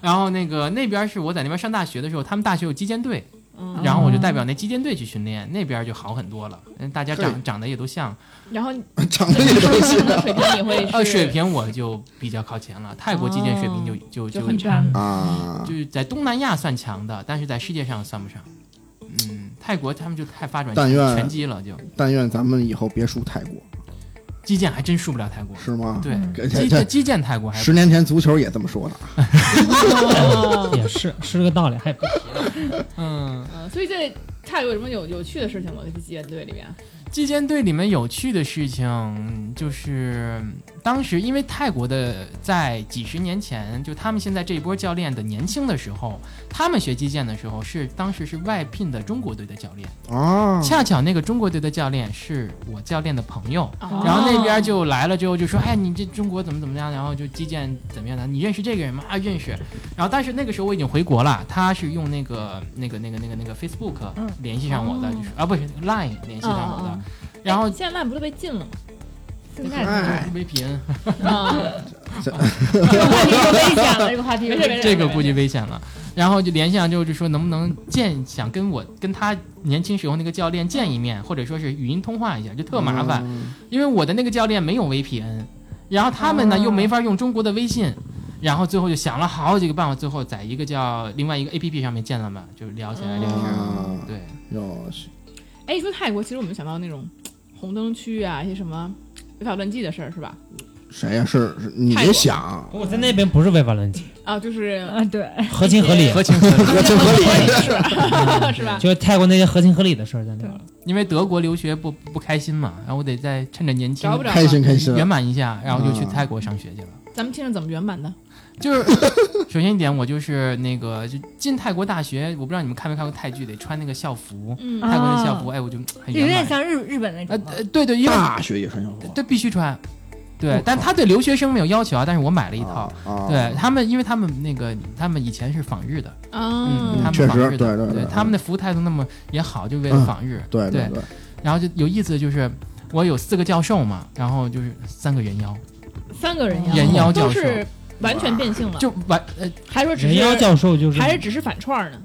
Speaker 7: 然后那个那边儿是我在那边上大学的时候，他们大学有击剑队，
Speaker 2: 嗯，
Speaker 7: 然后我就代表那击剑队去训练，那边儿就好很多了。嗯，大家长长得也都像，
Speaker 2: 然后你
Speaker 8: 长得也都行
Speaker 2: 的水平你会
Speaker 7: 呃，
Speaker 2: 是
Speaker 7: 水平我就比较靠前了。泰国击剑水
Speaker 8: 哦
Speaker 7: 平就就
Speaker 2: 就
Speaker 7: 就
Speaker 2: 很差。
Speaker 8: 啊
Speaker 7: 就，是在东南亚算强的，但是在世界上算不上。嗯，泰国他们就太发展
Speaker 8: 但愿
Speaker 7: 拳击了，就
Speaker 8: 但愿咱们以后别输泰国，
Speaker 7: 击剑还真输不了泰国。
Speaker 8: 是吗？
Speaker 7: 对，
Speaker 8: 这
Speaker 7: 击
Speaker 8: 这
Speaker 7: 击剑泰国还
Speaker 8: 十年前足球也这么说的，
Speaker 2: 哦
Speaker 4: 也是是这个道理，还不
Speaker 7: 嗯。
Speaker 2: 嗯，所以在泰国有什么有有趣的事情吗？在击剑队里面，
Speaker 7: 击剑队里面有趣的事情就是，当时因为泰国的在几十年前，就他们现在这一波教练的年轻的时候，他们学击剑的时候是当时是外聘的中国队的教练，
Speaker 8: 啊，
Speaker 7: 恰巧那个中国队的教练是我教练的朋友，
Speaker 2: 哦
Speaker 7: 然后那边就来了之后就说，哎，你这中国怎么怎么样，然后就击剑怎么样的，你认识这个人吗？啊，认识。然后但是那个时候我已经回国了，他是用那个那个那个那个那个 Facebook
Speaker 5: 嗯
Speaker 7: 联系上我的，
Speaker 2: 哦
Speaker 7: 就是啊不是 Line 联系上我的，
Speaker 2: 哦
Speaker 7: 然后
Speaker 2: 哎现在烂不都被禁 了吗？
Speaker 5: 现在
Speaker 8: 哎，
Speaker 7: VPN
Speaker 2: 啊，
Speaker 5: 这个话题就危险了，这个话题就
Speaker 2: 没事没事
Speaker 7: 这个估计危险了。然后就联系上之后就说能不能见，想跟我跟他年轻时候那个教练见一面，或者说是语音通话一下，就特麻
Speaker 8: 嗯
Speaker 7: 烦，因为我的那个教练没有 VPN，然后他们呢又
Speaker 8: 哦
Speaker 7: 没法用中国的微信。然后最后就想了好几个办法，最后在一个叫另外一个 A P P 上面见了嘛，就聊起来这个事儿。
Speaker 8: 啊，
Speaker 7: 对，
Speaker 8: 哟，
Speaker 2: 哎，一说泰国，其实我们想到那种红灯区啊，一些什么违法乱纪的事儿，是吧？
Speaker 8: 谁呀？是是你
Speaker 2: 泰
Speaker 8: 别
Speaker 2: 国
Speaker 8: 想，
Speaker 4: 我在那边不是违法乱纪，
Speaker 2: 啊，就是
Speaker 7: 嗯
Speaker 5: 啊，对，
Speaker 4: 合情合理，啊
Speaker 7: 合情合理。
Speaker 8: 合情合理，
Speaker 2: 是吧？
Speaker 4: 就是泰国那些合情合理的事儿在那边。
Speaker 7: 因为德国留学不不开心嘛，然后我得再趁着年轻
Speaker 2: 找不着
Speaker 8: 开心开心，
Speaker 7: 圆满一下，然后就去
Speaker 8: 嗯
Speaker 7: 泰国上学去了。
Speaker 2: 咱们听着怎么圆满的？
Speaker 7: 就是 首先一点，我就是那个就进泰国大学，我不知道你们看没看过泰剧，得穿那个校服，
Speaker 2: 嗯
Speaker 5: 啊
Speaker 7: 泰国的校服，哎，我就很
Speaker 5: 有
Speaker 7: 圆
Speaker 5: 点
Speaker 7: 满。
Speaker 5: 像日日本那
Speaker 7: 呃
Speaker 5: 种嘛。
Speaker 7: 呃，对对，因为
Speaker 8: 大学也穿校服，
Speaker 7: 这必须穿，
Speaker 8: 我
Speaker 7: 对
Speaker 8: 靠，
Speaker 7: 但他对留学生没有要求啊，但是我买了一套。
Speaker 8: 啊，
Speaker 7: 对他们，因为他们那个他们以前是访日的，嗯，他
Speaker 2: 啊
Speaker 7: 们，
Speaker 8: 确实
Speaker 7: 访日
Speaker 8: 对
Speaker 7: 的，
Speaker 8: 对对嗯对
Speaker 7: 他们的服务态度那么也好，就为了访日。
Speaker 8: 对
Speaker 7: 对
Speaker 8: 对，
Speaker 7: 然后就有意思的就是。我有四个教授嘛，然后就是三个人妖，
Speaker 2: 三个人妖，
Speaker 7: 人妖
Speaker 2: 都
Speaker 7: 教授
Speaker 2: 是完全变性了，
Speaker 7: 就完呃
Speaker 2: 还说只
Speaker 4: 人妖
Speaker 2: 是
Speaker 4: 教授就是
Speaker 2: 还是只是反串儿呢？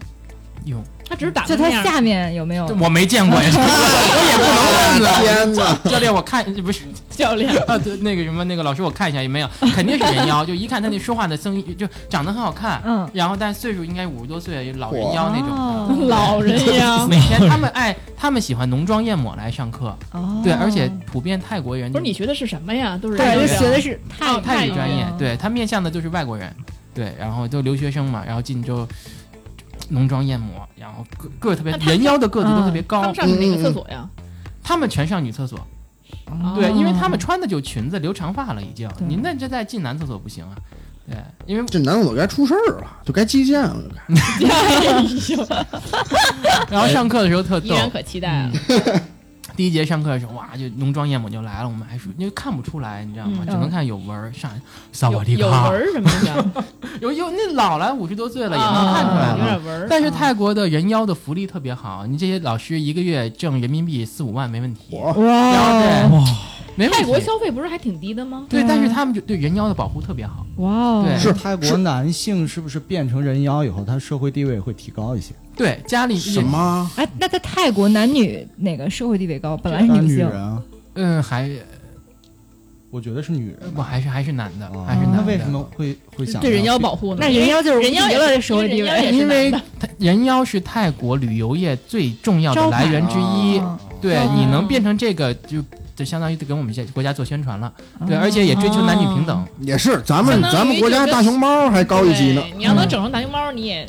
Speaker 7: 有
Speaker 2: 他只是打
Speaker 5: 就
Speaker 2: 成那
Speaker 5: 它
Speaker 2: 样。
Speaker 5: 下面有没有？
Speaker 7: 呃哦我没见 过呀，我也不能
Speaker 8: 天哪！
Speaker 7: 问了。教练，我看不是
Speaker 2: 教练，
Speaker 7: 啊，对，那个什么，那个老师，我看一下有没有，肯定是人 妖，就一看他那说话的声音，就长得很好看，
Speaker 5: 嗯
Speaker 7: 然后但岁数应该五十多岁，老人妖那种
Speaker 5: 哦
Speaker 7: 的。
Speaker 2: 老人妖
Speaker 7: 每天他们爱，他们喜欢浓妆艳抹来上课，
Speaker 5: 哦，
Speaker 7: 对，而且普遍泰国人
Speaker 2: 不是你学的是什么呀？都是
Speaker 7: 对
Speaker 5: 对，就
Speaker 7: 对
Speaker 5: 学的是
Speaker 2: 哦
Speaker 5: 泰
Speaker 7: 泰
Speaker 2: 泰
Speaker 7: 语
Speaker 2: 语
Speaker 7: 专业
Speaker 5: 哦，
Speaker 7: 对他面向的就是外国人，对，然后就留学生嘛，然后进就浓妆艳抹，然后个个儿特别
Speaker 2: 那他们啊
Speaker 7: 人妖的个子都特别
Speaker 2: 他
Speaker 7: 高
Speaker 2: 们，上的哪个厕所呀？
Speaker 7: 他们全上女厕所，
Speaker 5: 哦
Speaker 7: 对，因为他们穿的就裙子，留长发了已经，
Speaker 5: 对
Speaker 7: 您那这再进男厕所不行啊，对，因为
Speaker 8: 这男厕所该出事儿了，就该击剑了，就 该。
Speaker 2: 嗯啊
Speaker 7: 然后上课的时候特
Speaker 2: 依
Speaker 7: 逗，
Speaker 2: 然可期待了。
Speaker 7: 第一节上课的时候哇就浓妆艳抹就来了，我们还说因为看不出来，你知道吗？
Speaker 2: 嗯
Speaker 7: 只能看有纹儿，上来萨
Speaker 2: 有
Speaker 7: 瓦迪
Speaker 2: 有纹
Speaker 7: 卡，
Speaker 2: 儿什么的，
Speaker 7: 有有那老了五十多岁了也能看出来
Speaker 2: 啊，有
Speaker 7: 了。
Speaker 2: 点纹儿。
Speaker 7: 但是泰国的人妖的福利特别好，你这些老师一个月挣人民币四五万没问题，
Speaker 8: 我
Speaker 5: 哦
Speaker 7: 然后对，
Speaker 4: 哇，
Speaker 7: 没问题。
Speaker 2: 泰国消费不是还挺低的吗？
Speaker 7: 对，但是他们就对人妖的保护特别好。
Speaker 5: 哇哦，
Speaker 7: 对
Speaker 2: 嗯
Speaker 3: 是泰国男性是不是变成人妖以后，他社会地位会提高一些？
Speaker 7: 对，家里
Speaker 8: 什？么？
Speaker 5: 哎，那在泰国男女哪个社会地位高？本来是
Speaker 3: 当
Speaker 5: 女
Speaker 3: 女
Speaker 5: 性
Speaker 3: 人，啊，
Speaker 7: 嗯，还
Speaker 3: 我觉得是女人
Speaker 7: 我还是还是男的，
Speaker 8: 哦
Speaker 3: 啊。
Speaker 7: 还是男的。
Speaker 3: 那为什么会会想
Speaker 2: 对人妖
Speaker 3: 要去
Speaker 2: 保护呢？
Speaker 5: 那人妖就是
Speaker 2: 人妖
Speaker 5: 无敌
Speaker 2: 也
Speaker 5: 了
Speaker 2: 是
Speaker 5: 的社会地
Speaker 2: 因为人妖也，是
Speaker 7: 哎因为
Speaker 5: 位
Speaker 2: 男
Speaker 7: 它人妖是泰国旅游业最重要的
Speaker 5: 招牌
Speaker 7: 来源之一，
Speaker 5: 哦
Speaker 7: 对
Speaker 5: 招，牌
Speaker 7: 你能变成这个就就相当于给我们这国家做宣传了，
Speaker 5: 哦
Speaker 7: 对，而且也追求男女平等，
Speaker 8: 也是，咱们
Speaker 2: 相当于
Speaker 8: 咱们国家大熊猫还高一级呢。
Speaker 2: 对你要能整成大熊猫，你也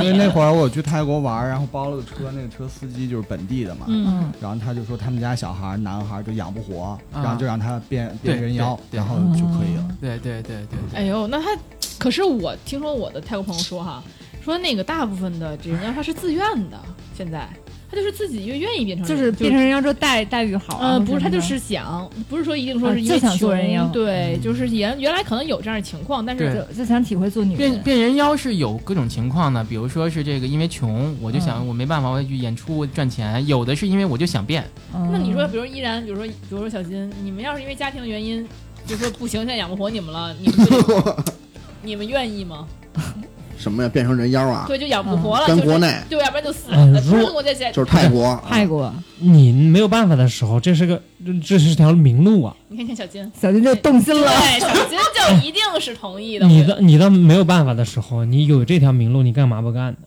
Speaker 3: 因为那会儿我去泰国玩儿，然后包了个车，那个车司机就是本地的嘛，
Speaker 2: 嗯
Speaker 3: 然后他就说他们家小孩儿男孩儿就养不活，
Speaker 7: 啊
Speaker 3: 然后就让他变
Speaker 7: 对
Speaker 3: 变人妖，
Speaker 7: 对对
Speaker 3: 然后就可以了。
Speaker 7: 对对对对 对，
Speaker 2: 哎呦，那他可是我听说我的泰国朋友说哈，说那个大部分的这人妖他是自愿的，现在他就是自嗯己就愿意变成人，
Speaker 5: 就是变成人妖之后待待遇好啊。
Speaker 2: 呃，不是，他
Speaker 5: 或者
Speaker 2: 就
Speaker 5: 什
Speaker 2: 是
Speaker 5: 么
Speaker 2: 想，不是说一定说
Speaker 5: 啊
Speaker 2: 是因
Speaker 5: 就
Speaker 2: 为
Speaker 5: 想做
Speaker 2: 穷
Speaker 5: 人嗯妖
Speaker 2: 对，就是原原来可能有这样的情况，但
Speaker 7: 对
Speaker 2: 是
Speaker 5: 的就就想体会做女
Speaker 7: 变
Speaker 5: 人。
Speaker 7: 变人妖是有各种情况的，比如说是这个因为穷，我就
Speaker 5: 嗯
Speaker 7: 想我没办法，我要去演出赚钱；有的是因为我就想变，
Speaker 5: 嗯
Speaker 2: 那你说，比如依然，比如说，比如说小金，你们要是因为家庭的原因，就说不行，现在养不活你们了，你们 就你们愿意吗？
Speaker 8: 什么呀？变成人妖啊？
Speaker 2: 对，就养不活了，
Speaker 8: 跟
Speaker 2: 就是
Speaker 8: 国内
Speaker 2: 对，要不然就
Speaker 5: 哎
Speaker 2: 死
Speaker 4: 嗯
Speaker 2: 了。
Speaker 4: 如
Speaker 2: 不是我在在，
Speaker 8: 就是泰国，
Speaker 5: 泰国
Speaker 4: 你没有办法的时候，这是个这这是条明路啊，
Speaker 2: 你看看小金，
Speaker 5: 小金就动心了，
Speaker 2: 对，小金就一定是同意的。
Speaker 4: 你
Speaker 2: 我觉得
Speaker 4: 的你的没有办法的时候，你有这条明路，你干嘛不干呢？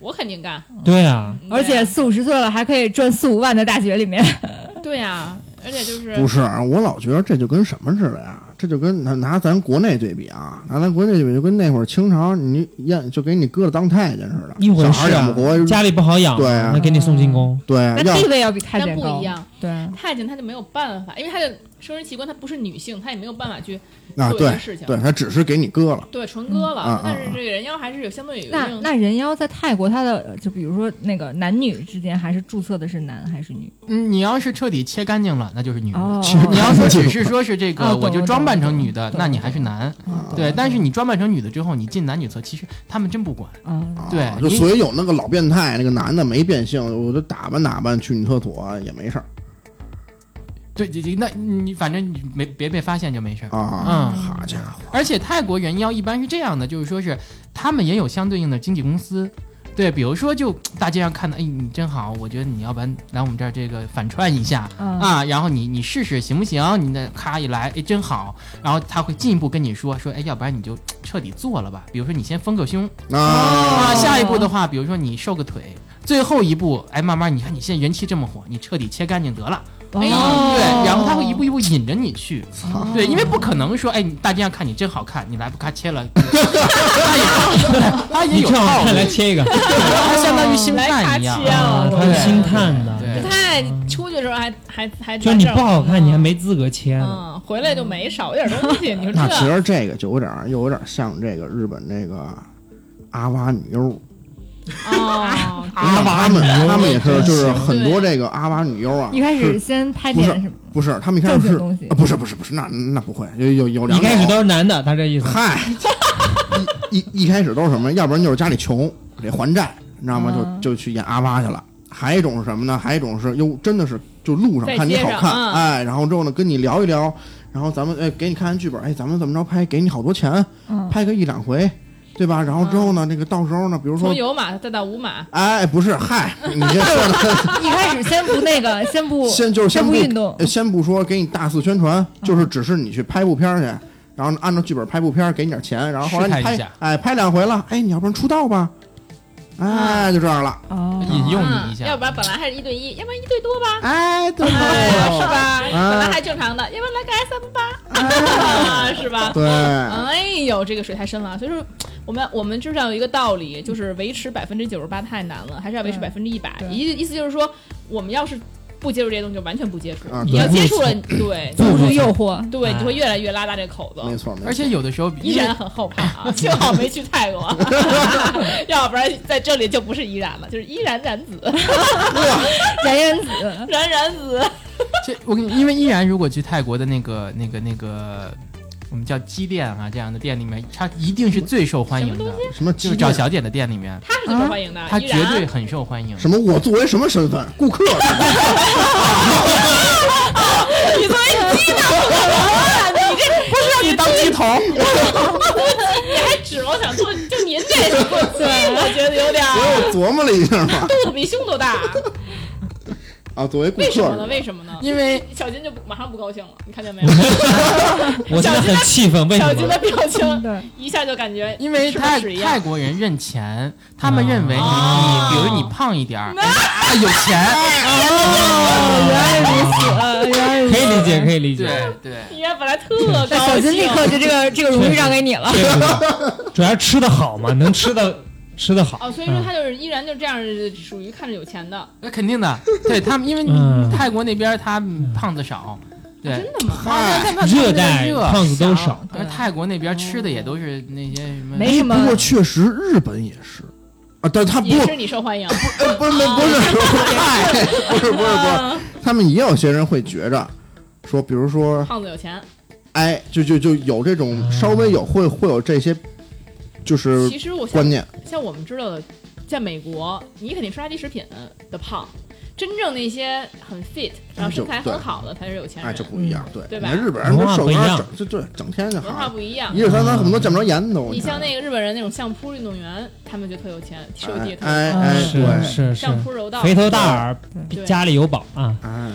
Speaker 2: 我肯定干，
Speaker 4: 对啊，
Speaker 5: 而且四五十岁了还可以赚四五万在大学里面，
Speaker 3: 啊
Speaker 2: 对呀，而且就是
Speaker 8: 不是？我老觉得这就跟什么似的呀？这就跟拿拿咱国内对比啊，拿咱国内对比，就跟那会儿清朝你养就给你搁了当太监似的，
Speaker 4: 一回
Speaker 8: 小孩
Speaker 4: 事
Speaker 8: 养不活
Speaker 4: 啊，，家里不好养，
Speaker 8: 对啊
Speaker 4: 那给你送进宫，
Speaker 8: 对，
Speaker 5: 那
Speaker 8: 要
Speaker 5: 地位要比太
Speaker 2: 但
Speaker 5: 监高。
Speaker 2: 不一样，
Speaker 5: 对，
Speaker 2: 太监他就没有办法，因为他的生殖器官他不是女性，他也没有办法去
Speaker 8: 啊
Speaker 2: 做这
Speaker 8: 对
Speaker 2: 个事情。
Speaker 8: 对，他只是给你搁了，
Speaker 2: 对，纯哥了，
Speaker 8: 嗯啊
Speaker 2: 但
Speaker 8: 啊
Speaker 2: 是这个人妖还是有相对有一
Speaker 5: 那
Speaker 2: 定。
Speaker 5: 那人妖在泰国，他的呃就比如说那个男女之间，还是注册的是男还是女？
Speaker 7: 嗯，你要是彻底切干净了，那就是女的。
Speaker 3: 嗯
Speaker 5: 哦，
Speaker 7: 你要说只是说是这
Speaker 5: 哦
Speaker 7: 个，
Speaker 5: 懂了
Speaker 7: 我就装扮成女的
Speaker 5: 懂，了
Speaker 7: 那你还是男。
Speaker 8: 嗯
Speaker 5: 哦
Speaker 7: 对，但是你装扮成女的之后，你进男女厕，其实他们真不管。
Speaker 5: 啊，
Speaker 8: 啊
Speaker 7: 对
Speaker 8: 就
Speaker 7: 你
Speaker 8: 所以有那个老变态，那个男的没变性，我就打扮打扮去女厕所也没事儿
Speaker 7: 对，这这那你反正你没别被发现就没事儿。嗯，
Speaker 8: 啊。好家伙，
Speaker 7: 而且泰国人妖一般是这样的，就是说是他们也有相对应的经纪公司。对，比如说就大街上看到，哎，你真好，我觉得你要不然来我们这儿这个反串一下
Speaker 5: 嗯
Speaker 7: 啊，然后你你试试行不行？你那咔一来，哎，真好，然后他会进一步跟你说说，哎，要不然你就彻底做了吧，比如说你先丰个胸，
Speaker 8: 啊
Speaker 7: 啊，下一步的话，比如说你瘦个腿，最后一步，哎，慢慢你看你现在人气这么火，你彻底切干净得了。
Speaker 5: 哦
Speaker 7: 哎，对，然后他会一步一步引着你去，对，因为不可能说，哎，你大街上看你真好看，你来不咔切了，他也
Speaker 4: 你
Speaker 7: 嗯有
Speaker 4: 正好
Speaker 7: 套路
Speaker 4: 看，来切一个，
Speaker 7: 他相当于星
Speaker 2: 来卡
Speaker 7: 探一
Speaker 2: 切
Speaker 7: 样，
Speaker 2: 啊！
Speaker 4: 他是星探的，
Speaker 7: 对
Speaker 2: 不太出去的时候还还还
Speaker 4: 就是你不好看，你还没资格切呢。
Speaker 2: 嗯，回来就没少点东西，你说
Speaker 8: 那其
Speaker 2: 这
Speaker 8: 实这个就有点儿，又有点儿像这个日本那个阿瓦女优，
Speaker 2: 哦，
Speaker 5: 啊
Speaker 8: 阿瓦们他们也是，就是很多这个阿瓦女优啊，
Speaker 5: 一开始
Speaker 8: 是
Speaker 5: 先拍
Speaker 8: 不是
Speaker 5: 点什么，
Speaker 8: 不是他们一开始是
Speaker 5: 正经东西
Speaker 8: 啊不是不是不是那那不会有有有两
Speaker 4: 一
Speaker 8: 种
Speaker 4: 开始都是男的，他这意思。
Speaker 8: 嗨一一一开始都是什么？要不然就是家里穷得还债，你知道吗
Speaker 5: 嗯？
Speaker 8: 就就去演阿瓦去了。还有一种是什么呢？还有一种是哟，真的是就路上
Speaker 2: 在
Speaker 8: 看你
Speaker 2: 街
Speaker 8: 好
Speaker 2: 上
Speaker 8: 看，
Speaker 2: 嗯
Speaker 8: 哎，然后之后呢跟你聊一聊，然后咱们哎给你看看剧本，哎咱们怎么着拍，给你好多钱，
Speaker 5: 嗯
Speaker 8: 拍个一两回，对吧？然后之后呢，那个到时候呢，比如说
Speaker 2: 从，有马再到无 马，
Speaker 8: 哎，不是，嗨，你这说的，
Speaker 5: 一开始先不那 个，先不
Speaker 8: 先就是
Speaker 5: 先
Speaker 8: 不
Speaker 5: 运动
Speaker 8: 呃，先不说给你大肆宣传，
Speaker 2: 嗯
Speaker 8: 就是只是你去拍部片儿去，然后按照剧本拍部片儿，给你点钱，然后后来
Speaker 7: 试探
Speaker 8: 你
Speaker 7: 一
Speaker 8: 拍
Speaker 7: 下，
Speaker 8: 哎，拍两回了，哎，你要不然出道吧，
Speaker 2: 啊
Speaker 8: 哎，就这样了，
Speaker 5: 哦，
Speaker 7: 引诱你一
Speaker 2: 嗯，
Speaker 7: 下，
Speaker 2: 要不然本来还是一对一，要不然一对多吧，
Speaker 8: 哎， 对
Speaker 2: 哎 是吧？
Speaker 8: 啊
Speaker 2: 本来还正常的，要不然来个 S M 八， 是吧？
Speaker 8: 对，
Speaker 2: 哎呦，这个水太深了，所以说我们我们知道一个道理，就是维持百分之九十八太难了，还是要维持百分之一百。
Speaker 5: 对
Speaker 2: 意意思就是说，我们要是不接触这些东西，就完全不接触。
Speaker 8: 啊
Speaker 2: 你要
Speaker 4: 对
Speaker 2: 接触了，对
Speaker 5: 不住诱惑，
Speaker 2: 对，
Speaker 7: 哎
Speaker 2: 你会越来越拉大这口子。
Speaker 8: 没错，没错
Speaker 7: 而且有的时候
Speaker 2: 依
Speaker 7: 因为
Speaker 2: 然很后怕啊，幸好没去泰国， 要不然在这里就不是依然了，就是依然然子，
Speaker 5: 燃燃子，
Speaker 2: 然然子。
Speaker 7: 这我跟你，因为依然如果去泰国的那个那个那个，我们叫鸡店啊这样的店里面，它一定是最受欢迎
Speaker 2: 什么
Speaker 7: 的，
Speaker 8: 什么
Speaker 7: 就是找小姐的店里面，
Speaker 2: 他是最受欢迎的，
Speaker 7: 它
Speaker 2: 依
Speaker 7: 啊绝
Speaker 2: 然
Speaker 7: 对很受欢迎。
Speaker 8: 什么？我作为什么身份？顾客。
Speaker 2: 你作为鸡呢？你这不
Speaker 8: 啊
Speaker 2: 是你当鸡头？你还指望想做？就您这鸡，我觉得有点
Speaker 8: 所以我琢磨了一下嘛，
Speaker 2: 肚子比胸都大。
Speaker 8: 啊，作为顾
Speaker 2: 为什么呢？
Speaker 8: 客，
Speaker 2: 为什么呢？
Speaker 7: 因为
Speaker 2: 小金就不马上不高兴了，你看见没有？
Speaker 4: 我现在很气愤，为
Speaker 2: 小
Speaker 4: 什
Speaker 2: 金
Speaker 4: 么？
Speaker 2: 的表
Speaker 5: 真
Speaker 2: 情
Speaker 5: 的
Speaker 2: 一下就感觉，
Speaker 7: 因为泰
Speaker 2: 他是一
Speaker 7: 泰
Speaker 2: 样。
Speaker 7: 国人认钱，他们认为你
Speaker 2: 哦哦
Speaker 7: 你，比如你胖一点儿，啊有哦钱，
Speaker 5: 哦原来如此，呃原来如
Speaker 4: 啊可以理
Speaker 5: 此。
Speaker 4: 解，可以理解。
Speaker 7: 对对，
Speaker 2: 你看本来 特
Speaker 7: 啊
Speaker 5: 那
Speaker 2: 高
Speaker 5: 小
Speaker 2: 兴，
Speaker 5: 金立刻就这个这个荣誉让给你了。
Speaker 4: 对对对主要是吃的好嘛，能吃的吃的好。
Speaker 2: 哦，所以说他就是依然就这样，属于看着有钱的，
Speaker 7: 那肯 定的，对他们，因为
Speaker 4: 嗯
Speaker 7: 泰国那边他胖子少，对，
Speaker 2: 啊真的吗？
Speaker 8: 嗨，
Speaker 4: 热带胖子都少，
Speaker 7: 而
Speaker 2: 啊
Speaker 7: 泰国那边吃的也都是那些什么，
Speaker 5: 没什么
Speaker 8: 不过确实日本也是啊，但他不
Speaker 2: 也是你哦受欢迎，
Speaker 8: 呃不是不是，嗨， 不是不是不
Speaker 2: 嗯
Speaker 8: 是，他们也有些人会觉着。说，比如说，
Speaker 2: 胖子有钱。
Speaker 8: 哎，就就就有这
Speaker 4: 嗯
Speaker 8: 种稍微有会会有这些，就是
Speaker 2: 其实我想
Speaker 8: 观念，
Speaker 2: 像我们知道的，在美国，你肯定是垃圾食品的胖，真正那些很 fit，然后身材很好的才是有钱
Speaker 8: 哎，
Speaker 2: 人
Speaker 8: 就。不一样。对，
Speaker 2: 嗯对吧
Speaker 8: 人家日本人
Speaker 4: 文化
Speaker 8: 这手
Speaker 4: 不一
Speaker 8: 那
Speaker 4: 样
Speaker 8: 整，就对，整天就
Speaker 2: 文化
Speaker 8: 好，
Speaker 2: 不一样
Speaker 8: 一。日三餐恨不得见不着盐都。
Speaker 2: 你像
Speaker 8: 看
Speaker 2: 那个日本人那种相扑运动员，他们就特有钱，设计也特有
Speaker 8: 哎
Speaker 2: 钱，
Speaker 8: 哎哎，
Speaker 4: 是
Speaker 8: 对，
Speaker 4: 是是
Speaker 2: 相，扑柔道。
Speaker 4: 肥头大耳，
Speaker 2: 对
Speaker 4: 家里有宝啊。
Speaker 8: 哎，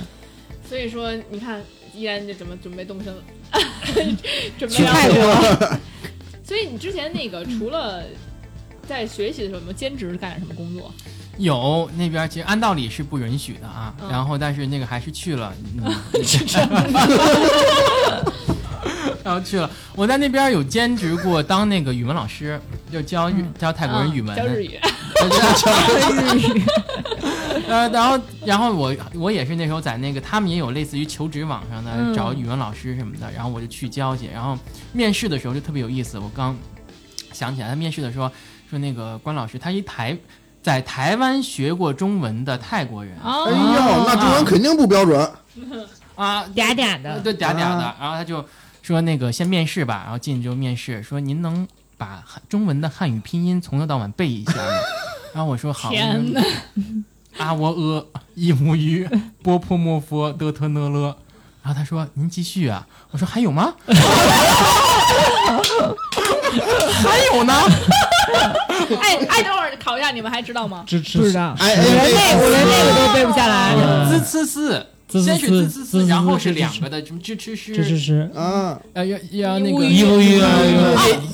Speaker 2: 所以说，你看，依然就怎么准备动身了， 准备
Speaker 5: 去
Speaker 2: 要
Speaker 5: 泰国，
Speaker 2: 所以你之前那个除了在学习的时候，有没有兼职干点什么工作？
Speaker 7: 有那边其实按道理是不允许的啊，
Speaker 2: 嗯
Speaker 7: 然后但是那个还是去了， 嗯、 然后去了。我在那边有兼职过，当那个语文老师，就教日、教泰国人语文，
Speaker 2: 啊教日语，
Speaker 7: 呃，然后然后我我也是那时候在那个他们也有类似于求职网上的、
Speaker 2: 嗯
Speaker 7: 找语文老师什么的，然后我就去教去，然后面试的时候就特别有意思，我刚想起来，他面试的时候说那个关老师他一台在台湾学过中文的泰国人
Speaker 2: 哦
Speaker 8: 哎呦，那中文肯定不标准，
Speaker 7: 啊，
Speaker 5: 嗲嗲
Speaker 7: 呃
Speaker 5: 的，
Speaker 7: 对嗲嗲的
Speaker 8: 啊，
Speaker 7: 然后他就说那个先面试吧，然后进去就面试，说您能把汉中文的汉语拼音从头到晚背一下吗？然后我说好。
Speaker 2: 天哪！
Speaker 7: 啊喔呃一母鱼波泼莫佛的特呢了。然后他说：“您继续啊。”我说：“还有吗？” 还有呢？
Speaker 2: 哎哎，等会儿考一下，你们还知道吗？
Speaker 4: 知
Speaker 5: 不知
Speaker 4: 知
Speaker 5: 道，
Speaker 8: 哎
Speaker 5: 我
Speaker 8: 哎
Speaker 5: 连那
Speaker 8: 哎，
Speaker 5: 我连那个都背不下来。
Speaker 7: 滋呲呲，
Speaker 4: 滋
Speaker 7: 先
Speaker 4: 滋
Speaker 7: 是滋
Speaker 4: 滋
Speaker 7: 呲
Speaker 4: 滋
Speaker 7: 呲，然后是
Speaker 4: 滋
Speaker 7: 两个的什么吱吱
Speaker 4: 知知
Speaker 7: 吱，
Speaker 4: 知，
Speaker 8: 啊，
Speaker 7: 呃要要那
Speaker 2: 乌
Speaker 7: 个
Speaker 2: 鱼一乌
Speaker 4: 乌鱼啊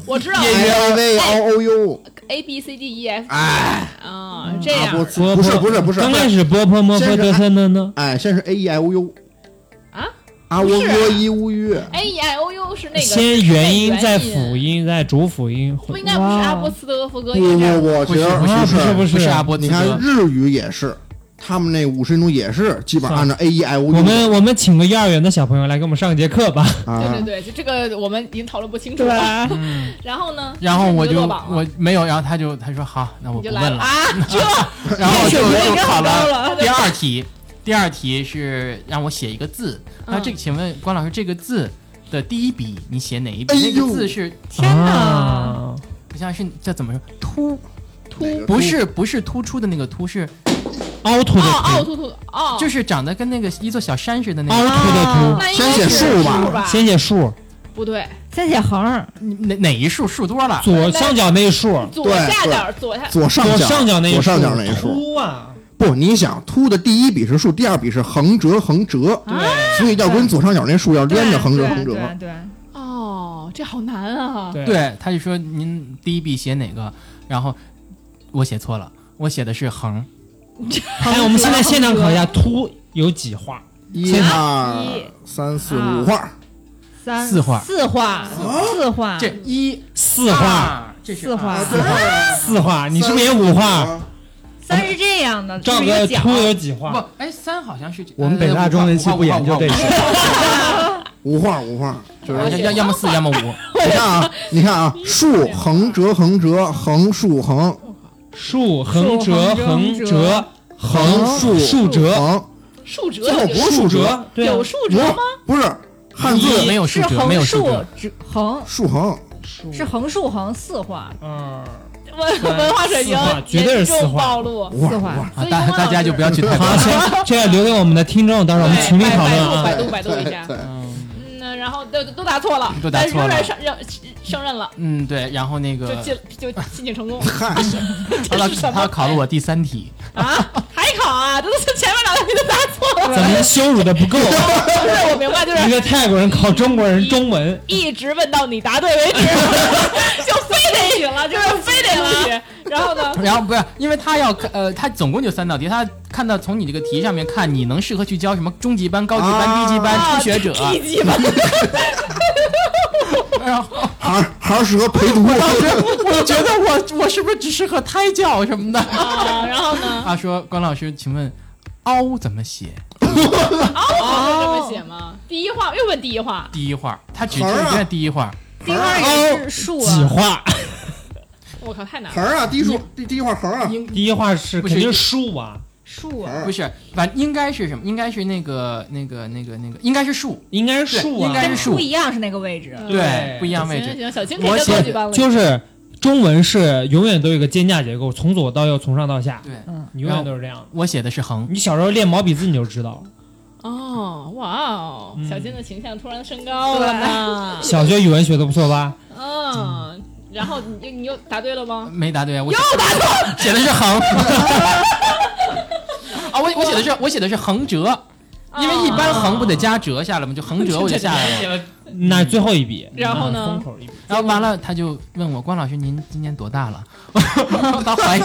Speaker 2: 我知道
Speaker 8: A I V O O U，
Speaker 2: A B C D E F
Speaker 8: 哎，
Speaker 2: 啊，这
Speaker 8: 啊
Speaker 2: 样
Speaker 8: 不不是不是不是，
Speaker 4: 刚开始波波摸波
Speaker 8: 先是
Speaker 4: 得瑟呢呢，
Speaker 8: 哎，先是 A E I O U
Speaker 2: 啊
Speaker 8: 啊，我我一乌约，
Speaker 2: A E I O U 是那个
Speaker 4: 先元音
Speaker 2: 是
Speaker 4: 再
Speaker 2: 那
Speaker 4: 辅
Speaker 2: 音，
Speaker 4: 音再主辅音，
Speaker 2: 不应该不是阿
Speaker 5: 哇
Speaker 2: 波斯德佛
Speaker 8: 不
Speaker 2: 哥应该
Speaker 8: 不
Speaker 2: 是
Speaker 8: 不，
Speaker 7: 不
Speaker 8: 其
Speaker 7: 是
Speaker 8: 实
Speaker 7: 不
Speaker 4: 啊不是
Speaker 7: 是不啊
Speaker 4: 不是
Speaker 7: 阿波
Speaker 8: 嗯你
Speaker 7: 茨
Speaker 8: 看
Speaker 7: 德，
Speaker 8: 日语也是，他们那五十音图也是基本按照 A E I O U，
Speaker 4: 我们我们请个幼儿园的小朋友来给我们上节课吧。
Speaker 8: 啊
Speaker 2: 对对对，就这个我们已经讨论不清楚
Speaker 5: 对啊
Speaker 2: 了。
Speaker 5: 吧？
Speaker 7: 嗯，
Speaker 2: 然后呢？
Speaker 7: 然后我
Speaker 2: 你
Speaker 7: 就
Speaker 2: 落榜了
Speaker 7: 我没有，然后他就他说好，那我
Speaker 2: 你
Speaker 7: 不
Speaker 2: 就
Speaker 7: 问
Speaker 2: 来
Speaker 7: 了
Speaker 2: 啊，这
Speaker 7: 然 后我哦就
Speaker 5: 水平
Speaker 7: 又
Speaker 5: 这么
Speaker 7: 考
Speaker 5: 高
Speaker 7: 了
Speaker 5: 了
Speaker 7: 第二题，第二题是让我写一个字。
Speaker 2: 嗯
Speaker 7: 那这个，请问关老师，这个字的第一笔你写哪一笔？
Speaker 8: 哎
Speaker 7: 那个
Speaker 8: 呦
Speaker 7: 字是
Speaker 5: 天哪！
Speaker 4: 啊
Speaker 7: 不像是叫怎么说？突
Speaker 8: 哪个
Speaker 7: 不是不是突出的那个突，是
Speaker 4: 凹凸
Speaker 2: 嗯
Speaker 4: 的
Speaker 2: 哦哦，
Speaker 4: 凸，
Speaker 2: 兔兔哦，
Speaker 7: 就是是长得跟那个一座小山似的那
Speaker 4: 凹
Speaker 7: 个。
Speaker 4: 凸的
Speaker 5: 啊
Speaker 4: 凸，
Speaker 2: 那应该
Speaker 8: 先写
Speaker 2: 是
Speaker 8: 数吧
Speaker 2: 吧，
Speaker 4: 先写数，
Speaker 2: 不对，
Speaker 5: 三写横，
Speaker 7: 你哪哪一竖竖多了？
Speaker 4: 左上角那一竖，
Speaker 2: 左下角左下
Speaker 8: 左上
Speaker 4: 左
Speaker 8: 角
Speaker 4: 上角那一
Speaker 8: 左
Speaker 4: 竖，
Speaker 8: 上角那一竖。
Speaker 4: 凸啊，
Speaker 8: 不，你想凸的第一笔是竖，第二笔是横折横折，
Speaker 2: 啊
Speaker 8: 所以要跟左上角那竖要连着横折
Speaker 5: 对
Speaker 8: 横折。
Speaker 5: 对对对
Speaker 2: 哦，这好难啊！
Speaker 4: 对，
Speaker 7: 对，他就说您第一笔写哪个，然后我写错了，我写的是横，
Speaker 4: 哎，我们现在现场考一下，凸有几画？
Speaker 8: 一二
Speaker 2: 一
Speaker 8: 三四
Speaker 5: 二
Speaker 8: 五画，
Speaker 5: 三
Speaker 7: 嗯四画
Speaker 5: 四画四画
Speaker 7: 这一
Speaker 2: 啊
Speaker 4: 四画，
Speaker 7: 二这是
Speaker 5: 四画
Speaker 8: 啊
Speaker 7: 二
Speaker 5: 四
Speaker 4: 四画，你是不是也五画？？
Speaker 5: 三是这样的，
Speaker 4: 赵
Speaker 5: 就是
Speaker 4: 哥
Speaker 5: 有角
Speaker 4: 凸有几画？
Speaker 7: 不，呃哎，三好像是
Speaker 6: 我
Speaker 4: 呃
Speaker 6: 们北大中文系不研究这
Speaker 7: 个，
Speaker 6: 些，
Speaker 8: 五画五画，就是
Speaker 7: 要要要么四，要么五，
Speaker 8: 你看啊，你看啊，竖横折横折横竖横
Speaker 4: 竖横折横折
Speaker 8: 横
Speaker 4: 竖竖折
Speaker 8: 横，
Speaker 2: 竖折
Speaker 8: 最后不是
Speaker 4: 竖
Speaker 8: 竖
Speaker 4: 折，对啊
Speaker 2: 有，竖折吗？
Speaker 8: 不是汉字
Speaker 7: 没有
Speaker 5: 是
Speaker 7: 竖折，没有啊
Speaker 5: 横
Speaker 7: 竖
Speaker 5: 竖
Speaker 7: 折，
Speaker 5: 直横
Speaker 8: 竖横，
Speaker 5: 是横竖横四画，
Speaker 4: 嗯，
Speaker 2: 文文化水平
Speaker 4: 四画绝对是
Speaker 2: 严
Speaker 4: 四
Speaker 2: 重
Speaker 4: 画
Speaker 2: 暴露。
Speaker 8: 五画
Speaker 5: 四
Speaker 8: 五
Speaker 5: 画
Speaker 8: 画。
Speaker 7: 啊，大大家就不 要去 太
Speaker 4: 好，行，这留给我们的听众，到时候我们群里讨论啊。
Speaker 2: 百度百度百度一下。
Speaker 7: 嗯
Speaker 2: 嗯，那然后都都答错了，
Speaker 7: 都答错
Speaker 2: 但仍
Speaker 7: 了
Speaker 2: 然胜任胜任了，
Speaker 7: 嗯，对，然后那
Speaker 2: 就
Speaker 7: 个
Speaker 2: 进就申请成功
Speaker 8: 嗨，
Speaker 7: 他
Speaker 2: 这
Speaker 7: 要
Speaker 2: 是什么
Speaker 7: 他要考了我第三题，
Speaker 2: 啊！还考啊？这都是前面两道题都答错了，
Speaker 4: 咱们羞辱的不够，啊
Speaker 2: 不是我明白，就是
Speaker 4: 一个泰国人考中国人中文，
Speaker 2: 一直问到你答对为 止，就非得许了，就是非得录取。然后 呢？
Speaker 7: 然后不是，因为他要看呃，他总共就三道题，他看到从你这个题上面看，你能适合去教什么中级班、高级班、
Speaker 8: 啊
Speaker 7: 低级班、初学者，
Speaker 2: 地级 吧，
Speaker 7: 然后
Speaker 8: 还是还是适合 陪读。
Speaker 7: 我觉得我我是不是只适合胎教什么的？
Speaker 2: 啊，然后呢？
Speaker 7: 他说：“关老师，请问凹怎么写
Speaker 2: 哦，这么写吗？第一话又问第一话？”，
Speaker 7: 第一画，他只
Speaker 8: 横啊
Speaker 7: 出现第一画，
Speaker 5: 第二也是竖
Speaker 4: 几
Speaker 5: 啊，
Speaker 4: 画？
Speaker 2: 我靠，太难了。
Speaker 8: 横 啊，第一竖第第一画横啊，
Speaker 7: 应
Speaker 4: 第一画是
Speaker 7: 不是
Speaker 4: 肯定是竖啊，
Speaker 5: 竖啊，
Speaker 7: 不是，反应该是什么？应该是那个那个那个那个，应该是竖，
Speaker 4: 应该是竖啊，
Speaker 7: 应该
Speaker 5: 跟
Speaker 7: 是竖
Speaker 5: 不一样是那个位置，
Speaker 7: 对，不一样位
Speaker 2: 嗯行
Speaker 7: 置。
Speaker 2: 行，小青
Speaker 7: 我
Speaker 2: 给
Speaker 7: 写
Speaker 2: 高级班了，
Speaker 4: 就是中文是永远都有一个间架结构，从左到右，从上到下，
Speaker 7: 对
Speaker 4: 你永远都是这样的。
Speaker 7: 我写的是横，
Speaker 4: 你小时候练毛笔字你就知道了，
Speaker 2: 哦，哇哦，
Speaker 4: 嗯
Speaker 2: 小金的形象突然升高了呢。
Speaker 4: 小学语文学的不错吧？
Speaker 2: 嗯，然后你就你又答对了吗？
Speaker 7: 没答对，我又答错，写的 是横。啊，我我写的是我写的是横折，因为一
Speaker 2: 哦
Speaker 7: 般横不得加折下来吗？就横折我就下来了。
Speaker 4: 那最后一笔，
Speaker 2: 然后
Speaker 4: 那
Speaker 2: 呢
Speaker 4: 封口一笔，
Speaker 7: 嗯然后嗯完了，他就问我关老师您今年多大了？ 他怀疑，